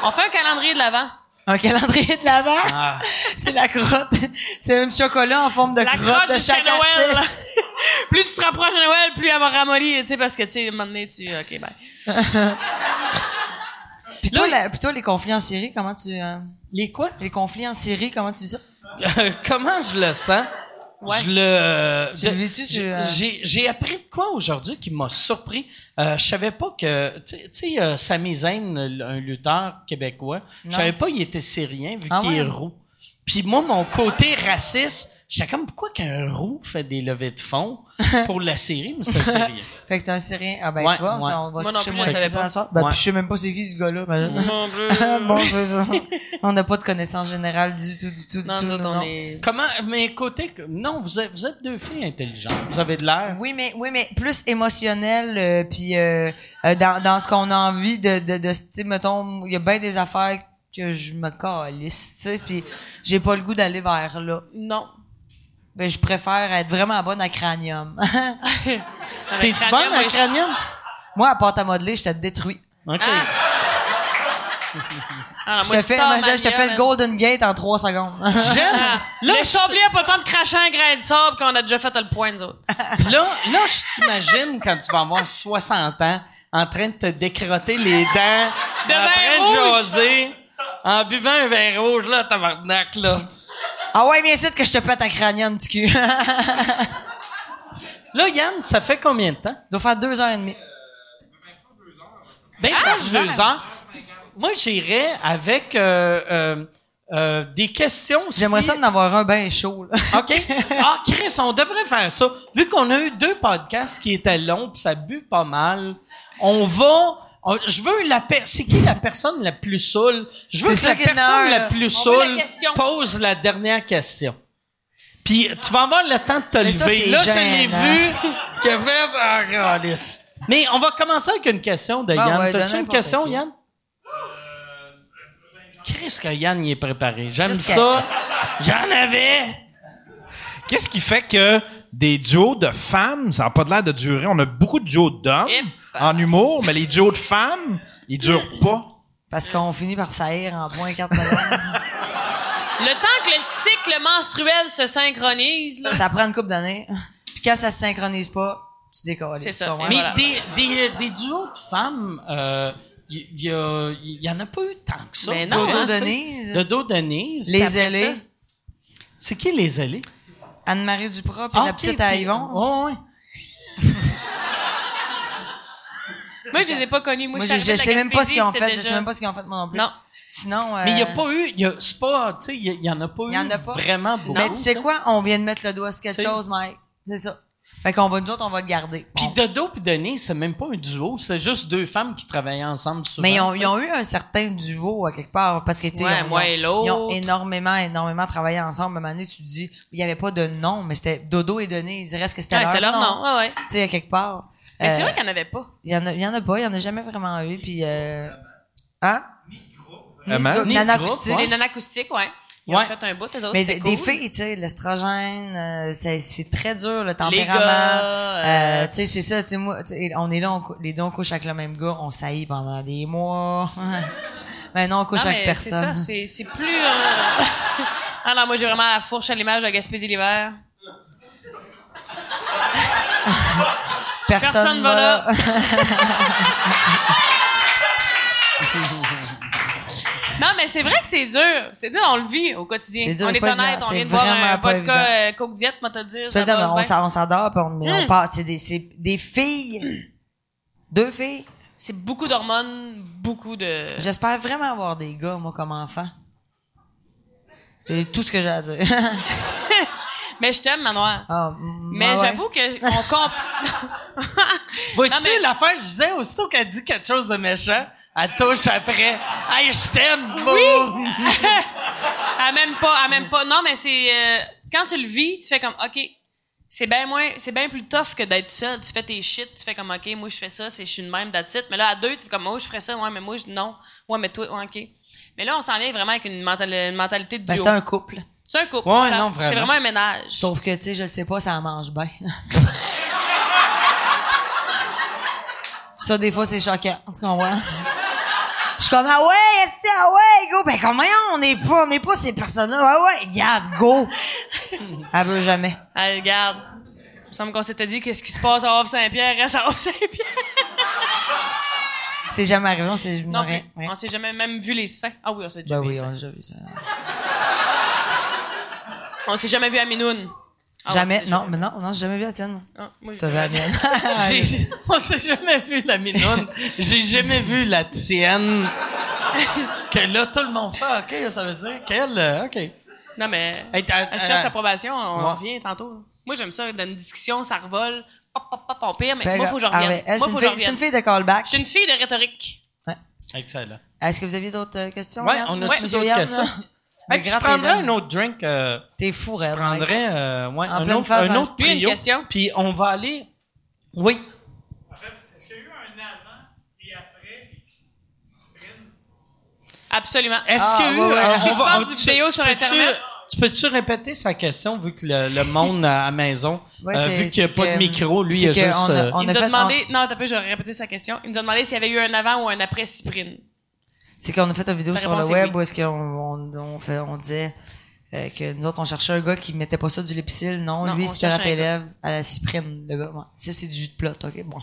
On fait un calendrier de l'avant. Un calendrier de l'avant. Ah. C'est la crotte. C'est un chocolat en forme de La crotte, crotte de jusqu'à chaque Noël. artiste. plus tu te rapproches de Noël, plus elle m'a ramolli, tu sais, parce que, tu sais, à un moment donné, tu... OK, bye. Puis toi, la- puis toi, les conflits en Syrie, comment tu... euh, Les quoi? les conflits en Syrie, comment tu vis ça? Euh, comment je le sens? Ouais. Je le. Tu le vis-tu, tu, j'ai- euh, J'ai j'ai appris de quoi aujourd'hui qui m'a surpris. Euh, je savais pas que tu sais- tu sais euh, Sami Zayn, l- un lutteur québécois, je Non. savais pas il était syrien vu Ah qu'il est ouais? roux. Puis moi mon côté raciste, j'étais comme pourquoi qu'un roux fait des levées de fonds pour la Syrie, mais c'est un syrien. Fait que t'es un Syrien. Ah ben, Ouais, tu vois, ouais. ça, on va Moi se non coucher plus, moins je savais tard pas. Mm. ce soir. Ben, Ouais. puis je sais même pas c'est qui, ce gars-là. ben. Non, plus. bon, c'est ça. On n'a pas de connaissance générale du tout, du tout, du Non, tout. nous autres, non, on non. est... Comment mais côté non, vous êtes, vous êtes deux filles intelligentes. Vous avez de l'air. Oui, mais oui, mais plus émotionnel, euh, puis euh, euh, dans, dans ce qu'on a envie de de, de tu sais, mettons, il y a bien des affaires que je me calisse, tu sais, puis j'ai pas le goût d'aller vers là. Non. Ben, je préfère être vraiment bonne à cranium. Avec T'es-tu bonne Rania, moi, à je- cranium? Moi, à pâte à modeler, je te détruis. OK. Ah. Ah, Je moi, te fais, star je te mania, fais man. le Golden Gate en trois secondes. J'aime. Ah, Là, Là, le je- Chambly a pas le temps de cracher un grain de sable qu'on a déjà fait le point, nous autres. Là, là, je t'imagine quand tu vas avoir 60 ans, en train de te décrotter les dents, De en vin train rouge. de jaser, en buvant un vin rouge, là, tabarnak, là. ah ouais, mais c'est que je te pète à cranium, petit cul. Là, Yann, ça fait combien de temps? Il doit faire deux heures et demie. Ah, Ben, pas deux ans. Moi, j'irais avec euh, euh, euh, des questions aussi. J'aimerais ça d'en avoir un bien chaud. là. OK. Ah, Chris, on devrait faire ça. Vu qu'on a eu deux podcasts qui étaient longs, puis ça bu pas mal, on va... on- je veux la per- c'est qui la personne la plus saoule? Je veux C'est que la ça qu'il y en a personne un, la là. plus On veut la saoule question. pose la dernière question. Puis tu vas avoir le temps de te Mais ça, lever. c'est Là, je l'ai gênant. vu. Kevin, ah, câlisse. Mais on va commencer avec une question de Bon, Yann. ouais, de T'as-tu une n'importe question, qui. Yann? Chris, que Yann y est préparé. J'aime Chris que- ça. J'en avais. Qu'est-ce qui fait que des duos de femmes, ça n'a pas de l'air de durer. On a beaucoup de duos d'hommes Hip. en humour, mais les duos de femmes, ils durent pas. Parce qu'on finit par saillir en point quatre secondes. Le temps que le cycle menstruel se synchronise, là, ça prend une couple d'années. Puis quand ça se synchronise pas, tu décolles. C'est Tu ça. comprends? Mais voilà. des, des, des duos de femmes, euh, il y, y a- y en a pas eu tant que ça. Mais non, Dodo hein, tu sais. Denise. Dodo Denise. Les après ça. ailés, C'est qui les Ah, ailés? Anne-Marie Duprat puis la petite à Yvon. Oui, moi, je les ai pas connus. Moi, Moi, je, je, suis je arrivée de la sais même pas ce qu'ils ont Gaspésie, fait. Je c'était sais déjà- même pas ce qu'ils ont fait, moi non plus. Non. Sinon, euh, Mais il n'y a pas eu, y a- c'est pas, tu sais, il y, a- y en a pas eu y en a pas. vraiment beaucoup. Mais ben, tu sais ça. quoi? On vient de mettre le doigt sur quelque hein? Tu sais. chose, Mike. C'est ça. Fait qu'on va, nous autres, on va le garder. Puis On- Dodo et Denise, c'est même pas un duo, c'est juste deux femmes qui travaillaient ensemble souvent. Mais ils ont, tu sais. ils ont eu un certain duo à quelque part parce que tu sais, Ouais, ils ont- moi ils et ont- ils ont l'autre. énormément, énormément travaillé ensemble. À un moment donné, tu te dis, il n'y avait pas de nom, mais c'était Dodo et Denise. Il reste que c'était Ouais, leur, c'était leur nom. Ouais, ouais. Tu sais, à quelque part. Mais c'est Euh, vrai qu'il n'y en avait pas. Il y en a, il y en a pas, il y en a jamais vraiment eu. Puis euh, hein? Vraiment? Ni- Ni nana groupe, acoustique. ouais. Les nanacoustiques, ouais. Ils Ouais. ont fait un bout, eux autres. Mais c'était des, des cool. filles, tu sais, l'estrogène, euh, c'est, c'est très dur le tempérament. gars, euh, Euh, tu sais, c'est ça. Tu sais, moi, tu sais, on est là, on cou- les deux on couche avec le même gars, on saillit pendant des mois. Maintenant, on couche Non, mais avec personne. C'est ça, c'est- c'est plus. euh, ah non, moi j'ai vraiment la fourche à l'image de Gaspésie l'hiver. personne, Personne va là. Non, mais c'est vrai que c'est dur. C'est dur, on le vit au quotidien. C'est dur, on c'est est, pas honnête, évident, on c'est vient de boire vraiment un pas vodka euh, Coke Diet, moi te dire. Tu Ça sais, non, mais va on bien. s'en- on s'endort, puis on, mais on Mm. passe. C'est des, c'est des filles. Deux filles. C'est beaucoup d'hormones, beaucoup de. J'espère vraiment avoir des gars, moi, comme enfant. C'est tout ce que j'ai à dire. Mais je t'aime, Manoir. Ah, Mais ah ouais. j'avoue que on comp... Vois-tu Non, mais- l'affaire, je disais, aussitôt qu'elle dit quelque chose de méchant, Elle touche après. Hey, je t'aime, boum! À Ah, même pas, à même pas. Non, mais c'est euh, quand tu le vis, tu fais comme OK. C'est bien moins, c'est bien plus tough que d'être seul. Tu fais tes shit, tu fais comme OK, moi je fais ça, c'est je suis une même d'attitude. Mais là à deux, tu fais comme oh, je ferais ça, ouais, mais moi je non. Ouais, mais toi, ouais, OK. Mais là on s'en vient vraiment avec une, mental- une mentalité de Ben, duo. c'était un couple. c'est un couple. Ouais, Ça- non, C'est vraiment. vraiment un ménage. Sauf que, tu sais, je le sais pas, ça en mange bien. ça, des fois, c'est choquant. Tu comprends? Je suis comme, ah ouais, est-ce que, ah ouais, go. Ben, comment on n'est pas, on n'est pas ces personnes-là. Ah ouais, regarde, go. Elle veut jamais. Allez, regarde. Il me semble qu'on s'était dit qu'est-ce qui se passe à Havre Saint-Pierre reste à Havre Saint-Pierre. C'est jamais arrivé, on s'est, Non, ouais, mais ouais. on s'est jamais même vu les seins. Ah oui, on s'est déjà Ben vu les oui, on seins. a déjà vu ça. On, s'est jamais vu à Minoune. Ah, on s'est jamais, déjà non, vu. mais non, non, j'ai jamais vu la tienne. Ah, moi, T'as vu la mienne. J'ai- on s'est jamais vu la minoune. J'ai jamais vu la tienne. que là, tout le monde fait, OK, ça veut dire qu'elle, euh, OK. Non, mais. Hey, t'as- elle cherche euh, l'approbation, on ouais. revient tantôt. Moi, j'aime ça, dans une discussion, ça revole. Pop, pop, pop, on pire, mais Ben, moi, faut que je ah revienne. ouais, elle, moi, c'est faut une que je fille- c'est une revienne. fille de callback. Je suis une fille de rhétorique. Excellent. Est-ce que vous aviez d'autres euh, questions? Ouais, Yann? on a-tu Ouais, d'autres Yann, là? questions? Le Hey, puis je grand Ben, prendrais Eden. un autre drink. Euh, T'es fou, je Red. prendrais euh, ouais, En un, pleine autre, phase, un hein. autre Puis une trio. question. Puis on va aller... Oui. Est-ce qu'il y a eu un avant et après, et puis Sprint? Absolument. Est-ce Ah, que... ouais, ouais. euh, Si on tu va- parles on- du tu- vidéo Euh, tu sur peux-tu- Internet? Tu peux-tu répéter sa question, vu que le, le monde à la maison, Ouais, euh, c'est- vu qu'il n'y a c'est pas que- de micro, lui, c'est il y a que juste... on a- euh, on Il a nous a fait- demandé. Non, t'as pas, je vais répéter sa question. Il nous a demandé s'il y avait eu un avant ou un après Cyprine. C'est qu'on a fait une vidéo La sur le réponse est web oui. où est-ce qu'on on, on fait, on disait euh, que nous autres, on cherchait un gars qui mettait pas ça du lépicile. Non, Non, on lui, c'était cherchait un Raphaël gars. Lève à la cyprine, le gars. Ouais. Ça, c'est du jus de plot, OK? Bon.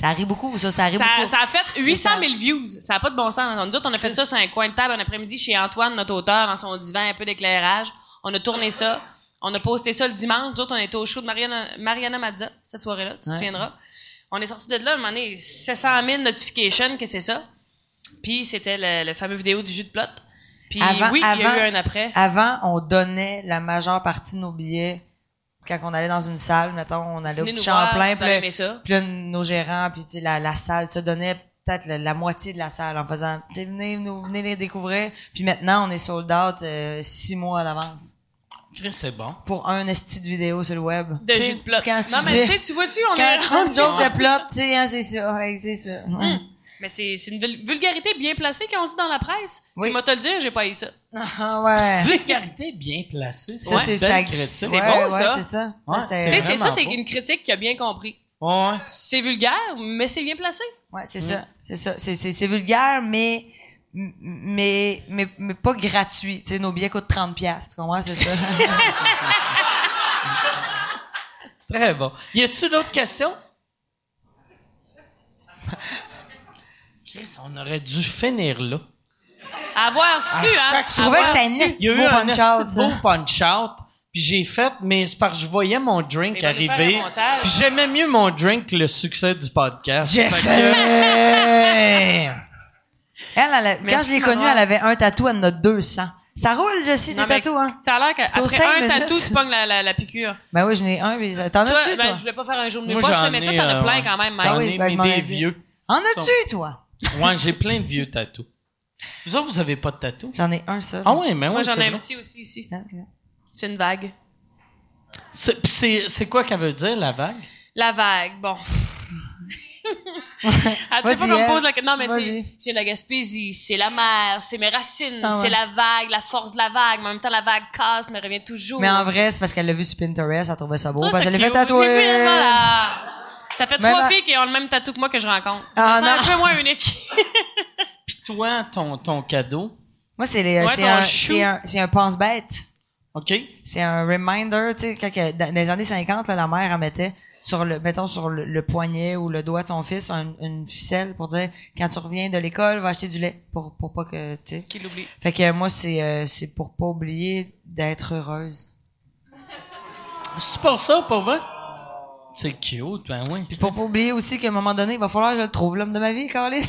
Ça arrive beaucoup, ça. Ça arrive Ça, beaucoup. ça a fait 800 000 views. Ça n'a pas de bon sens. Nous autres, on a fait ça sur un coin de table un après-midi chez Antoine, notre auteur, dans son divan, un peu d'éclairage. On a tourné ça. On a posté ça le dimanche. Nous autres, on était au show de Mariana, Mariana Mazza, cette soirée-là. Tu te Ouais. souviendras. On est sorti de là, un moment donné, 700 000 notifications, que c'est ça. Puis c'était le, le fameux vidéo du jus de plot. Puis Avant- oui, il y avant- a eu un après. Avant, on donnait la majeure partie de nos billets quand on allait dans une salle. Mettons, on allait au Venez petit nous voir, Champlain. vous Puis allez là, aimer ça. puis là, nos gérants, puis tu sais, la, la salle, ça donnait peut-être la, la moitié de la salle en faisant « T'sais, venez, nous, venez les découvrir. » Puis maintenant, on est sold out euh, six mois à l'avance. Chris, c'est bon. pour un esti de vidéo sur le web. De T'sais, jus de plot. Quand tu non, mais dis- tu sais, tu vois-tu, on quand est tu fais une joke de plot, tu sais, hein, c'est ça, ouais, c'est ça. Mm. Ouais. Mais c'est c'est une vul- vulgarité bien placée qu'on dit dans la presse. Oui. Oui. moi, te le dire, j'ai pas eu ça. Ah ouais. Vulgarité bien placée. Ça, c'est ça. ça. critique. C'est ouais, bon, ouais, ça. c'est ça. Ouais, Ouais, c'était- Tu C'est sais, c'est ça, vraiment c'est beau. une critique qui a bien compris. Ouais, ouais. C'est vulgaire, mais c'est bien placé. Ouais, c'est Mm. ça, c'est ça. C'est, c'est, c'est vulgaire, mais, m- mais, mais, mais pas gratuit. Tu sais, nos billets coûtent 30 pièces. Comment c'est ça? Très bon. Y a-tu d'autres questions? Chris, on aurait dû finir là. Avoir su, hein. Je trouvais que avoir c'était un su. esti Il y a de eu beau un punch-out, esti de beau ça. punch-out, puis j'ai fait, mais c'est parce que je voyais mon drink Mais on va nous arriver. faire un montage. Puis j'aimais mieux mon drink que le succès du podcast. Yes, Fait que- Elle, elle a- quand Merci, je l'ai connue, Manon. elle avait un tatou, elle en a 200. Ça roule, Jessie, Non, des mais tatous, hein? Ça a l'air C'est aux qu'après cinq un tatou, minutes. tu pognes la, la, la piqûre. Ben oui, je n'ai un, mais t'en Toi, as-tu, ben, toi? je voulais pas faire un jour de Moi, mieux. Pas, je j'en te mets ai, toi, t'en euh, as plein ouais. quand même, Ah Mike. oui, J'en ai, ben, je mais m'en des avais. vieux. En as-tu, toi? Ouais, j'ai plein de vieux tatous. Vous autres, vous avez pas de tatou? J'en ai un seul. Ah ouais, mais Moi, ouais, j'en c'est ai un vrai. petit aussi ici. Hein, hein. C'est une vague. C'est- pis C'est c'est quoi qu'elle veut dire, la vague? La vague, bon. Ah, tu sais pas Vas-y, qu'on me Ève. pose la question. Non, mais tu Vas-y. sais, j'ai la Gaspésie, c'est la mer, c'est mes racines, Ah ouais. c'est la vague, la force de la vague. Mais en même temps, la vague casse, mais revient toujours. Mais en vrai, oh, c'est parce qu'elle l'a vu sur Pinterest, elle trouvait ça beau, Ça, parce c'est qu'elle l'a fait cute. J'ai vu tatouer. une, là. Ça fait Même trois à- filles qui ont le même tatou que moi que je rencontre. Ah, c'est un non. peu moins unique. Puis toi, ton, ton cadeau, Moi, c'est les, Ouais, c'est ton un, chou. c'est un, c'est un pense-bête. OK? C'est un reminder, tu sais, quand que- dans dans les années 50, là, la mère, elle mettait sur le, mettons, sur le, le poignet ou le doigt de son fils, un- une ficelle pour dire, quand tu reviens de l'école, va acheter du lait pour, pour pas que, tu sais. Qui l'oublie. Fait que moi, c'est, euh, c'est pour pas oublier d'être heureuse. C'est pas ça, pour vrai? C'est cute, ben oui. Puis pour pas oublier aussi qu'à un moment donné, il va falloir que je le trouve l'homme de ma vie, Carlis.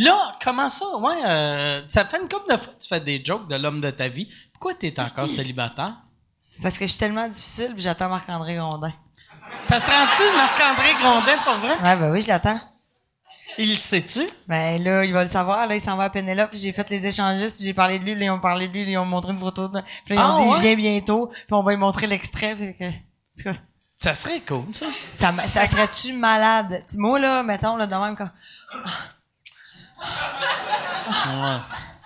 Là, comment ça? Ouais, euh, ça fait une couple de fois que tu fais des jokes de l'homme de ta vie. Pourquoi t'es encore célibataire? Parce que je suis tellement difficile, puis j'attends Marc-André Grondin. T'attends-tu Marc-André Grondin, pour vrai? Ouais, ben oui, je l'attends. Il le sait-tu? Ben là, il va le savoir. Là, il s'en va à Penelope. J'ai fait les échangistes. J'ai parlé de lui. Là, ils ont parlé de lui. Ils ont montré une photo. De... Puis là, ils ont Ah, dit, ouais? il vient bientôt. Puis on va lui montrer l'extrait. Fait que... en tout cas, Ça serait cool, ça. ça, m- ça serait-tu malade? Tu moi, là, mettons, là, de même, quand...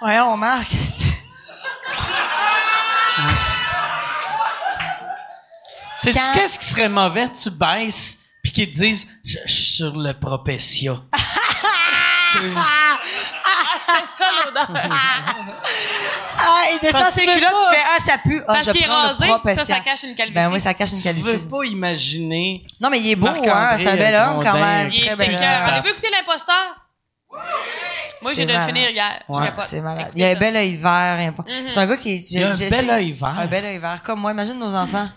Ouais, on marque. C'est Quand- qu'est-ce qui serait mauvais? Tu baisses, puis qu'ils te disent, je, je suis sur le propétia. Ah, c'était ça l'odeur. Ah, il descend Parce ses que culottes, pas- tu fais Ah, ça pue. Ah, Parce je qu'il est prends le rasé, propre ça, ça patient. cache une calvitie. Ben oui, ça cache une Tu calvitie. veux pas imaginer. Non, mais il est beau, Marc-André, hein. C'est un bel euh, homme, quand Grondin. même. Il Très est bel écoeur. homme. Avez-vous écouté l'imposteur? Moi, j'ai C'est dû le malade. finir hier. Je Ouais, capote. c'est malade. Écoutez Il a un ça. Mm-hmm. bel œil vert. il a pas- C'est un gars qui est. Il a un je- je- bel c'est- œil vert. Un bel œil vert. Comme moi, imagine nos enfants.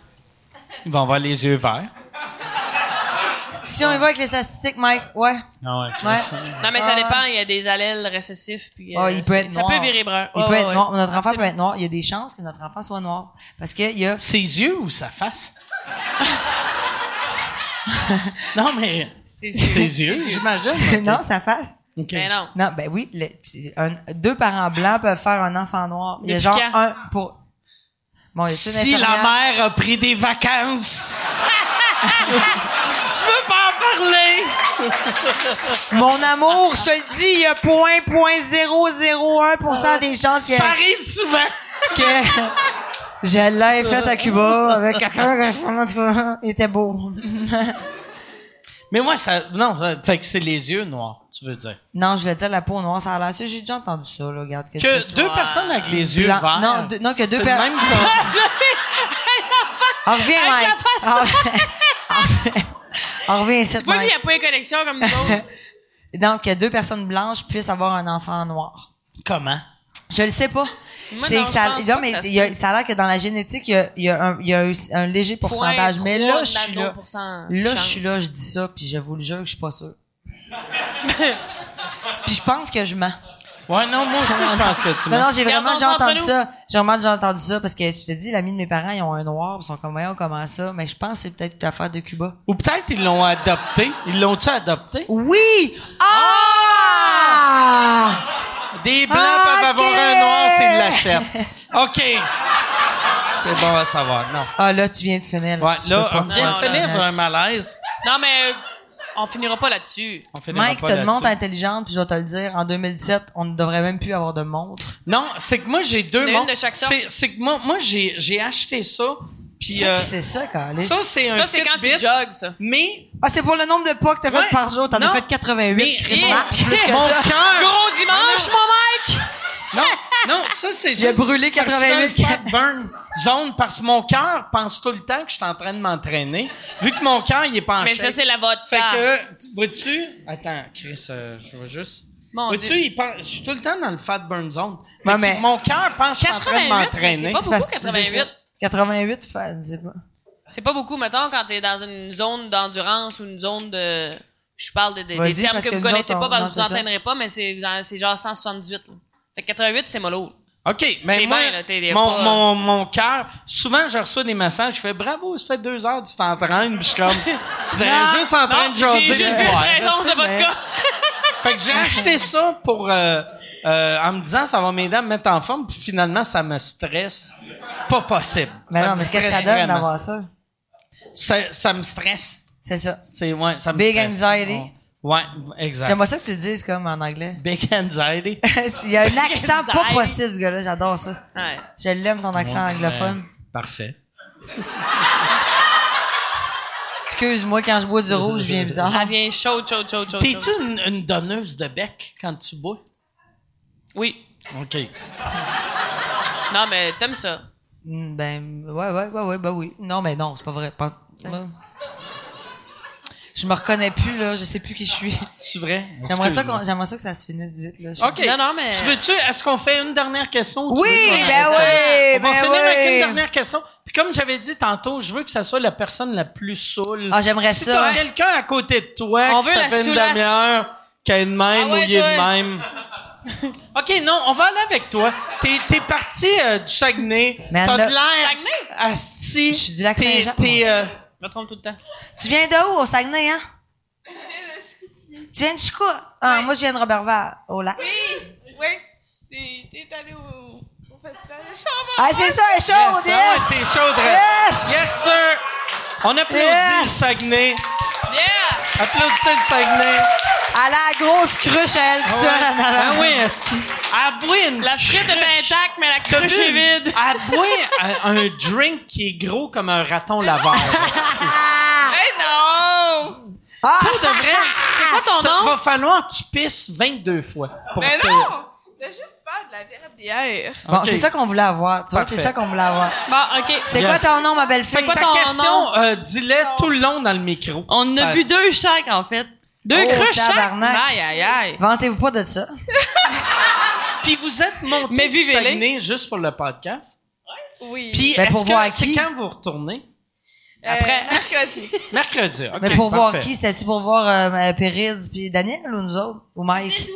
Ils vont avoir les yeux verts. Si on y va avec les statistiques, Mike, ouais. Ah ouais, ok. Ouais. Non, mais ça Ah. dépend. Il y a des allèles récessifs. Puis, Ah, euh, il peut ça- être ça noir. peut virer brun. Il Ouais, peut ouais, être ouais. noir. Notre enfant peut Absolument. être noir. Il y a des chances que notre enfant soit noir. Parce qu'il y a. Ses yeux ou sa face? non, mais Ses ses, yeux. yeux, Ses yeux. j'imagine. non, sa face. Ok. Mais non. Non, ben oui. le- tu- un- deux parents blancs peuvent faire un enfant noir. Il y a Depuis genre quand? un pour. Bon, il y a une Si la infirmière- mère a pris des vacances. Je veux pas en parler. Mon amour, je te le dis, il y a 0.001% des chances que, Ça arrive souvent. que je l'ai faite à Cuba avec quelqu'un qui en tout cas, il était beau. Mais moi, ça. Non, ça- fait que c'est les yeux noirs, tu veux dire. Non, je vais dire la peau noire, ça a l'air ça. J'ai déjà entendu ça, là. Regarde que, Que deux personnes avec les yeux Blanc. verts. Non, deux- non, que deux c'est le per- même con- On revient, Avec Mike. Ah, la face- On revient ici, C'est pas lui, il Mike. a pas les connexions comme nous autres. Donc, que deux personnes blanches puissent avoir un enfant noir. Comment? Je le sais pas. Moi, C'est non, que je ça, pense non, pas mais que ça se il y a- peut. ça a l'air que dans la génétique, il y a, il y a un, il y a un, un léger pourcentage. Mais là, je suis là. Là, je suis là, je dis ça, puis je vous le jure que je suis pas sûr. puis je pense que je mens. Ouais, non, moi aussi, je pense que tu Non, m'as. non, j'ai vraiment déjà Gardons ça entre entendu nous. ça. J'ai vraiment déjà entendu ça parce que je te dis, l'ami de mes parents, ils ont un noir, ils sont comme, voyons, comment ça? Mais je pense que c'est peut-être l'affaire de Cuba. Ou peut-être ils l'ont adopté. Ils l'ont-tu adopté? Oui! Ah! Des blancs Ah, peuvent avoir ok. un noir, c'est de la charte. OK. C'est bon à savoir, non. Ah, là, tu viens de finir. Là, Ouais, tu là, peux pas. on vient de Non, finir non, sur un non. malaise. Non, mais euh, on finira pas là-dessus. On finira Mike, pas t'as une là-dessus. montre intelligente, puis je vais te le dire, en 2007, on ne devrait même plus avoir de montre. Non, c'est que moi, j'ai deux Une montres. de chaque sorte. C'est, c'est que moi, moi j'ai, j'ai acheté ça, puis C'est euh, c'est ça, Calis. ça, c'est un Ça, c'est quand tu Fitbit, jogues, ça. Mais, Ah, c'est pour le nombre de pas que t'as Ouais. fait par jour. T'en Non. as fait 88, mais Chris et- March, plus que mon ça. cœur... Gros dimanche, mon Mike! Non, non, ça, c'est juste... a brûlé parce que 88 c'est un fat burn zone, parce que mon cœur pense tout le temps que je suis en train de m'entraîner, vu que mon cœur, il est pas en Mais shape. ça, c'est la Fait vodka. que, vois-tu... Attends, Chris, euh, je veux juste... Mon vois-tu, Dieu. il pense- je suis tout le temps dans le fat burn zone. Fait Non, que mais- Mon cœur pense que je suis en train de 88, mais m'entraîner. c'est pas beaucoup, Parce que c'est 88. ça. 88, fa- je sais pas. C'est pas beaucoup, mettons, quand t'es dans une zone d'endurance ou une zone de... Je parle de, de- Vas-y, des termes parce que, que vous nous connaissez autres, pas on- parce non, que c'est vous ça. entraînerez pas, mais c'est genre- c'est genre 178. Là. Fait que 88, c'est mollo. OK, mais T'es moi, bien, là, t'es mon, pas- euh. mon, mon cœur, souvent, je reçois des messages, je fais « Bravo, ça fait deux heures que tu t'entraînes », puis je suis comme « Tu es juste en train Non, de j'ai jaser. juste vu une Ouais. raison de c'est vrai. vodka. Fait que j'ai acheté ça pour... euh, euh, en me disant « Ça va m'aider à me mettre en forme », puis finalement, ça me stresse. Pas possible. Mais Ça non, me mais qu'est-ce que ça stresse donne vraiment. d'avoir ça? Ça, ça me stresse. C'est ça. C'est, ouais, ça me Big stresse. anxiety. Ouais, exact. J'aimerais ça que tu le dises comme en anglais. Big anxiety. Il y a un accent pas anxiety. possible, ce gars-là. J'adore ça. Ouais. Je l'aime, ton accent anglophone. Parfait. Excuse-moi, quand je bois du rouge, je viens bizarre. Ah, Elle vient chaude, chaude, chaude, chaude. T'es-tu chaude. une, une donneuse de bec quand tu bois? Oui. OK. Non, mais t'aimes ça. Hmm, Ben, ouais, ouais, ouais, ouais, ben oui. Non, mais non, c'est pas vrai. Pas- ouais. Je me reconnais plus, là. Je sais plus qui je suis. C'est vrai? J'aimerais ça, Excuse-moi. qu'on- j'aimerais ça que ça se finisse vite, là. Je- OK. Non, non, mais- Tu veux-tu, est-ce qu'on fait une dernière question? ou tu Oui, veux qu'on ben arrête ça? oui, On va ben finir avec une oui. dernière question. Puis comme j'avais dit tantôt, je veux que ça soit la personne la plus saoule. Ah, j'aimerais si ça. t'as quelqu'un à côté de toi On qui veut ça la fait une soulasse. demi-heure, qui a une même Ah ouais, ou il est de toi. même. OK, non, on va aller avec toi. T'es, t'es parti euh, du Saguenay. Mais T'as elle de a- l'air... Saguenay? Asti. Je suis du lac T'es- Saint-Jean, T'es... moi. euh, Je me trompe tout le temps. Tu viens de où, au Saguenay, hein? Tu viens de Chico? Ah, moi, je viens de Robertval. Oh là. Oui, oui. T'es allé au, au festival de Chambon. Ah, c'est ça, elle Yes, est chaude, ah ouais, yes! c'est chaud, Dredd. Yes! Yes, sir! On applaudit Yes! le Saguenay. Yeah! Applaudissez le Saguenay. Elle a la grosse cruche à elle, tout seul, en avant. Ah oui, Ah, esti. Elle boit une La frite est cruche. intacte, mais la T'as cruche bu est une- vide. Elle boit un, un drink qui est gros comme un raton laveur. Hey, non! Ah! Pour de vrai, C'est quoi ton ça nom? va falloir que tu pisses 22 fois. pour Mais te- non! T'as juste peur de la vraie bière. Bon, Ok. c'est ça qu'on voulait avoir. Tu vois, Parfait. c'est ça qu'on voulait avoir. Bon, OK. C'est Yes. quoi ton nom, ma belle-fille? C'est quoi Ta ton nom? question, euh, dis-le tout le long dans le micro. On en a Ça- bu deux chaque, en fait. Deux Oh, cruches chaque? tabarnak. Aïe, aïe, aïe. Vantez-vous pas de ça. Puis vous êtes monté Mais du vivez-les. Saguenay juste pour le podcast. Oui. Puis Ben, est-ce pour que voir c'est qui? quand vous retournez? Euh, après- mercredi. Mercredi. ok, Mais pour voir parfait. qui? C'était-tu pour voir euh, Péride puis Daniel ou nous autres? Ou Mike?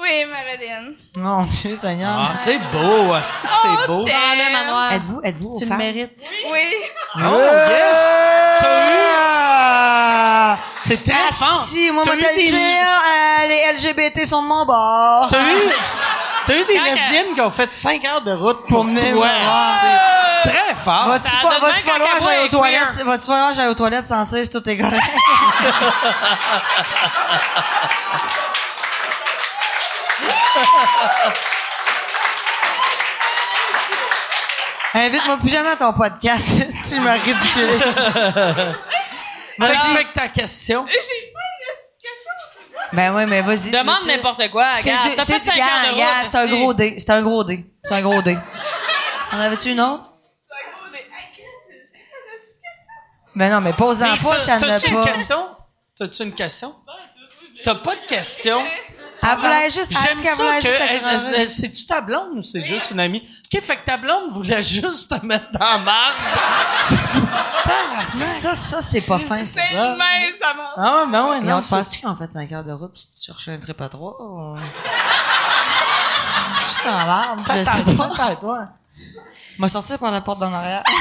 Oui, Marilyn. Mon Dieu, Seigneur. Ah, c'est beau, asti que c'est beau. Dans le Ah. manoir. Êtes-vous, êtes-vous aux Tu le femmes? mérites. Oui. Oh, yes! T'as eu... C'est très fort. Si, moi, T'as moi, eu t'as le des- dire, euh, les LGBT sont de mon bord. T'as eu... T'as eu des Quand que- lesbiennes qui ont fait 5 heures de route pour Pour venir toi. me voir. C'est très fort. Vas-tu Ça fa- donne bien vas-tu quand falloir que Cowboy j'aille aux est queer. toilettes? Vas-tu falloir que j'aille aux toilettes sentir si tout est correct? Invite-moi plus jamais à ton podcast si tu m'as ridiculé. Fait que- Vas-y. fait que ta question. Ben oui, mais vas-y. tu Demande veux-tu- n'importe quoi. C'est Ah, Regarde, du, t'as c'est fait du 5 heures de gang, route. gars, c'est un esti. gros dé. C'est un gros dé. C'est un gros dé. En avais-tu une autre? Ben non, mais pose-en Mais pas, t'as- ça ne T'as-tu une pas. question? T'as-tu une question? T'as pas de question? Elle voulait juste, elle J'aime dit ça qu'elle voulait que... juste la elle- elle- chronique. elle- C'est-tu ta blonde ou c'est juste une amie? OK, fait que ta blonde voulait juste te mettre dans la marde. Ça, ça, c'est pas fin, ça. Ben C'est ben le même, ça marche. Ah, non, ouais, Mais on non. te ça- pense-tu qu'on fait 5 heures de route si tu cherchais un trip à 3? Ou... Je suis dans l'arbre, je sais pas. Peut-être, ouais. M'a sortir par la porte d'en arrière.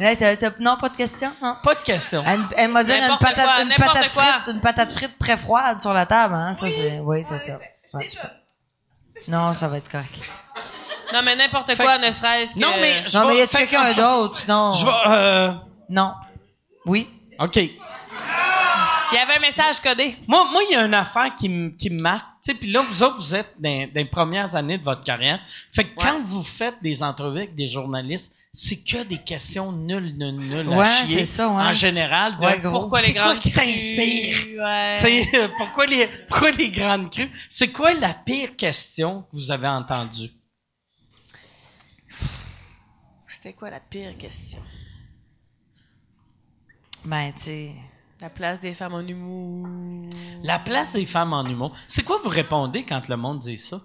Là, t'as, t'as- non, pas de question, non? Pas de question. Elle, elle m'a dit elle a une N'importe patate, quoi, une n'importe patate quoi. frite, une patate frite très froide sur la table, hein? Ça, c'est, oui, c'est ça. Ouais, je- Non, ça va être correct. Non, mais n'importe Fait- quoi, ne serait-ce que... Non, mais je Non, mais vais- y a-tu fait quelqu'un qu'en- d'autre? Sinon. Je vais... euh, Non. Oui. OK. Il y avait un message codé. Moi, moi, il y a une affaire qui me qui me marque. tu sais, Puis là, vous autres, vous êtes dans, dans les premières années de votre carrière. Fait que quand vous faites des entrevues avec des journalistes, c'est que des questions nulles, nulles, nulles à Ouais, chier. c'est ça, ouais. En général, de Ouais, gros. Pourquoi C'est les quoi grandes qui crues? t'inspire? Ouais. Tu sais, euh, pourquoi les, pourquoi les grandes crues? C'est quoi la pire question que vous avez entendue? C'était quoi la pire question? Ben, tu sais. La place des femmes en humour. La place des femmes en humour. C'est quoi vous répondez quand le monde dit ça?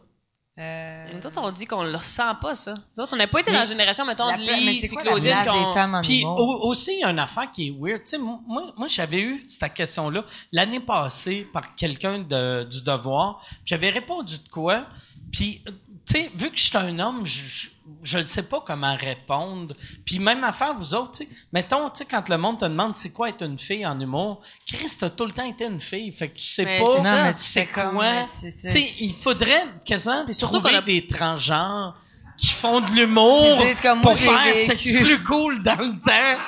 Nous autres, on dit qu'on le ressent pas, ça. Nous autres, on n'a pas été dans la génération, mettons, la de pla- mais Lise c'est puis quoi la Claudine. place qu'on- des femmes en Puis humour? au- aussi, il y a une affaire qui est weird. Tu sais, m- moi, moi j'avais eu cette question-là l'année passée par quelqu'un de- du Devoir. Puis J'avais répondu de quoi? Puis, euh, tu sais, vu que je suis un homme, je- je je ne sais pas comment répondre. Puis même affaire, vous autres, tu sais, mettons, tu sais, quand le monde te demande c'est quoi être une fille en humour, Chris, t'as tout le temps été une fille. Fait que tu sais Mais pas c'est ça. c'est Non, mais tu fais comme, quoi. mais Tu c'est- c'est- sais, il faudrait quasiment surtout trouver qu'on a- des transgenres qui font de l'humour Qui disent comme moi, pour j'ai faire vécu. c'était plus cool dans le temps.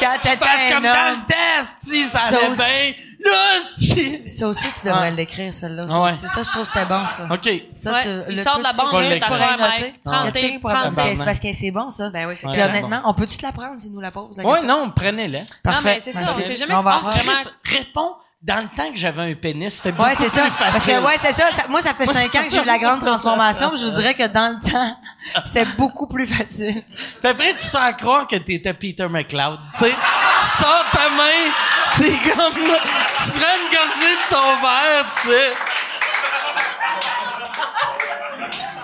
Quand t'étais Parce que un comme dans homme. le test, si ça Ça allait aussi- bien. Là, si. Ça aussi, tu devrais Ouais. l'écrire, celle-là. Ouais. C'est ça, je trouve que c'était bon, ça. OK. Ça, Ouais, tu, il le sort de la petit- banque, Faut juste Quelqu'un l'affaire, pourrait Mike. noter. Prends Y a-t-il tes- quelqu'un qui pourrait prends prendre- tes- C'est c'est parce que c'est bon, ça. Ben Ouais, oui, clair. c'est bon. honnêtement, on peut-tu la prendre s'il nous la pose, la Ouais, question? non, on prenait la Parfait. mais c'est ça, on merci. sait jamais- On va Ah, avoir- vraiment. Chris, réponds. Dans le temps que j'avais un pénis, c'était beaucoup Ouais, c'est ça. plus Parce facile. que, ouais, c'est ça, ça- Moi, ça fait cinq ans que j'ai eu la grande transformation. puis Je vous dirais que dans le temps, c'était beaucoup plus facile. Puis après, tu fais croire que t'étais Peter McLeod. Tu sais, tu sors ta main, t'es comme... Tu prends une gorgée de ton verre, tu sais.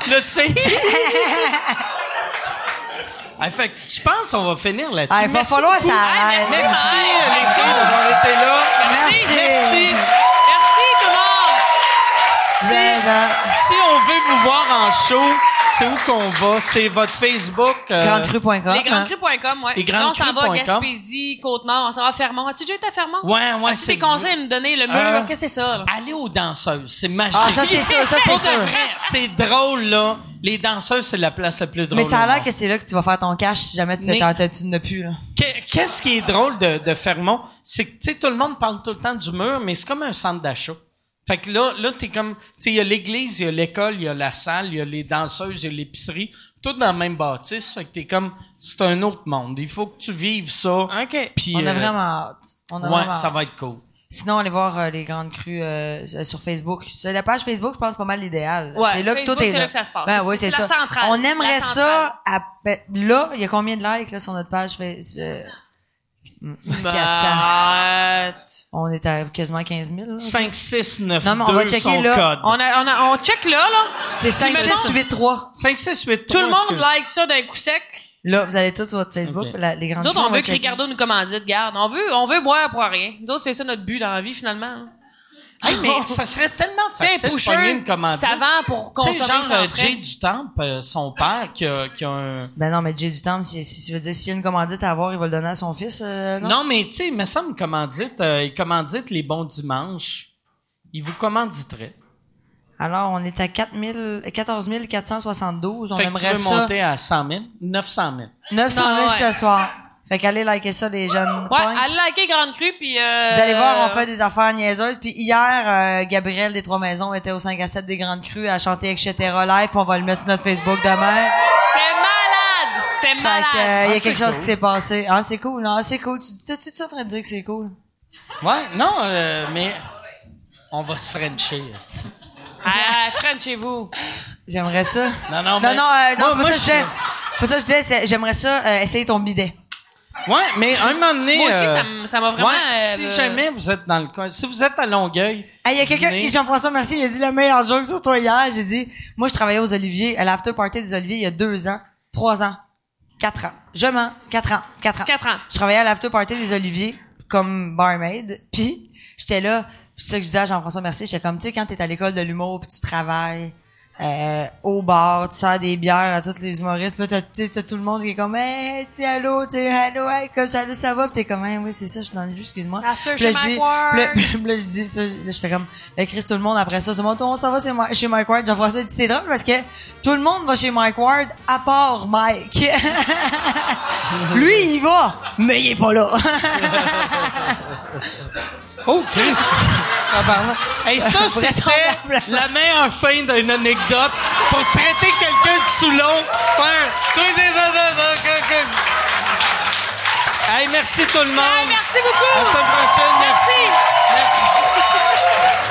Là, tu fais... Ah, fait que je pense qu'on va finir là-dessus. Ah, il va Merci falloir que ça Hey, arrête. merci, Merci Mike. les filles d'avoir été là. Merci. Merci. Merci, tout le monde. Si, si on veut vous voir en show, c'est où qu'on va? C'est votre Facebook? euh, Grandecru.com. Lesgrandecrues.com, ouais. Les Là, on s'en va à grandecrues.com. Gaspésie, Côte-Nord, on s'en va à Fermont. As-tu déjà été à Fermont? Ouais, ouais, As-tu c'est des conseils à nous donner? Le mur, Euh, qu'est-ce que c'est ça? là? Allez aux danseuses, c'est magique. Ah, ça, c'est sûr, ça, c'est Pour de sûr. vrai, C'est drôle, là. Les danseuses, c'est la place la plus drôle. hein. Mais ça a au l'air monde. que c'est là que tu vas faire ton cash si jamais tu, Mais- t'en- tu n'as plus, là. Que- Qu'est-ce qui est drôle de, de Fermont, c'est que, tu sais, tout le monde parle tout le temps du mur, mais c'est comme un centre d'achat. Fait que là, là, t'es comme, tu sais, il y a l'église, il y a l'école, il y a la salle, il y a les danseuses, il y a l'épicerie, tout dans la même bâtisse. Fait que t'es comme, c'est un autre monde. Il faut que tu vives ça. OK. Puis, On euh, a vraiment hâte. On a vraiment ouais, ça hâte. va être cool. Sinon, allez voir euh, les grandes crues euh, euh, sur Facebook. Sur la page Facebook, je pense c'est pas mal l'idéal. Ouais, c'est là que Facebook, tout est c'est là que ça se passe. Ben C'est- oui, c'est c'est la ça. centrale. On aimerait La centrale. ça. à- ben, là, il y a combien de likes là, sur notre page Facebook? Euh, Ben, hmm, 400. Bah, On est à quasiment 15 000. là. 5, 6, 9, Non, mais on va checker, son là. code. on, a, on, a, on check là, là. C'est 5, Mais 6, mettons- 8, 3. 5, 6, 8, Tout le monde like ça d'un coup sec. Là, vous allez tous sur votre Facebook, Ok. la- les grandes D'autres, crues. on va veut que checker. Ricardo nous commandite. Garde, on veut, on veut boire pour rien. D'autres, c'est ça notre but dans la vie, finalement. Hey, mais ça serait tellement C'est facile un de pogner une pusher commande. savant pour Tu consommer sais, genre, sans euh, Jay frais. Dutemps, euh, son père, qui a, qui a un... Ben non, mais Jay du temps, si, si, si veut dire s'il y a une commandite à avoir, il va le donner à son fils. euh, non? Non, mais tu sais, il me semble commandite, euh, il commandite les bons dimanches. Il vous commanditerait. Alors, on est à 4 000, 14 472. On fait que tu aimerait veux ça. monter à 100 000, 900 000. 900 000 Ah ouais. ce soir. Fait qu'allez liker ça, les jeunes. Ouais, punks. allez liker Grande Crue, puis... euh, Vous allez voir, on fait des affaires niaiseuses. Puis hier, euh, Gabriel des Trois Maisons était au 5 à 7 des Grandes Crues à chanter Etc. Live. Puis on va le mettre sur notre Facebook demain. C'était malade! Fait C'était que, euh, malade! il y Ah, a c'est quelque chose cool. qui s'est passé. Ah, c'est cool. Non, c'est cool. Tu dis, tu es en train de dire que c'est cool? Ouais, non, euh, mais on va se frencher. esti. euh, Ah, Fred, chez vous. J'aimerais ça. Non, non, non, mais- non, euh, non, Moi- pas, moi, je ça, que je disais. Pas ça, que je disais, c'est- j'aimerais ça, euh, essayer ton bidet. Ouais, mais un moment donné... Moi aussi, euh, ça m- ça m'a vraiment, ouais, euh, si jamais vous êtes dans le coin, si vous êtes à Longueuil... Ah, il y a quelqu'un, venez. qui- Jean-François Mercier, il a dit le meilleur joke sur toi hier. J'ai dit, moi, je travaillais aux Oliviers, à l'after party des Oliviers, il y a deux ans, trois ans, quatre ans. Je mens, quatre ans, quatre ans. Quatre ans. Je travaillais à l'after party des Oliviers comme barmaid, puis j'étais là, puis c'est ça que je disais à Jean-François Mercier, j'étais comme, tu sais, quand t'es à l'école de l'humour, puis tu travailles euh, au bar, tu sers des bières à tous les humoristes, puis là, t'as- tu sais, t'as tout le monde qui est comme, hey, tu sais, allô, tu sais, allô, hey, comme ça, allô, ça va, puis t'es comme, Hey, oui, c'est ça, je suis dans le jus, excuse-moi. After Puis là, chez je Mike dis- Ward. puis là- puis là, je dis ça, là, je fais comme, le Chris, tout le monde après ça, tout le monde, on s'en va chez Mike, chez Mike Ward. Jean-François dit, c'est drôle parce que tout le monde va chez Mike Ward à part Mike. Lui, il va, mais il est pas là. Oh, Chris! Et ça, c'était Vraisemblablement. la meilleure fin d'une anecdote pour traiter quelqu'un de Soulon, faire... Hey, merci tout le monde! Merci beaucoup! À la semaine prochaine, merci. merci.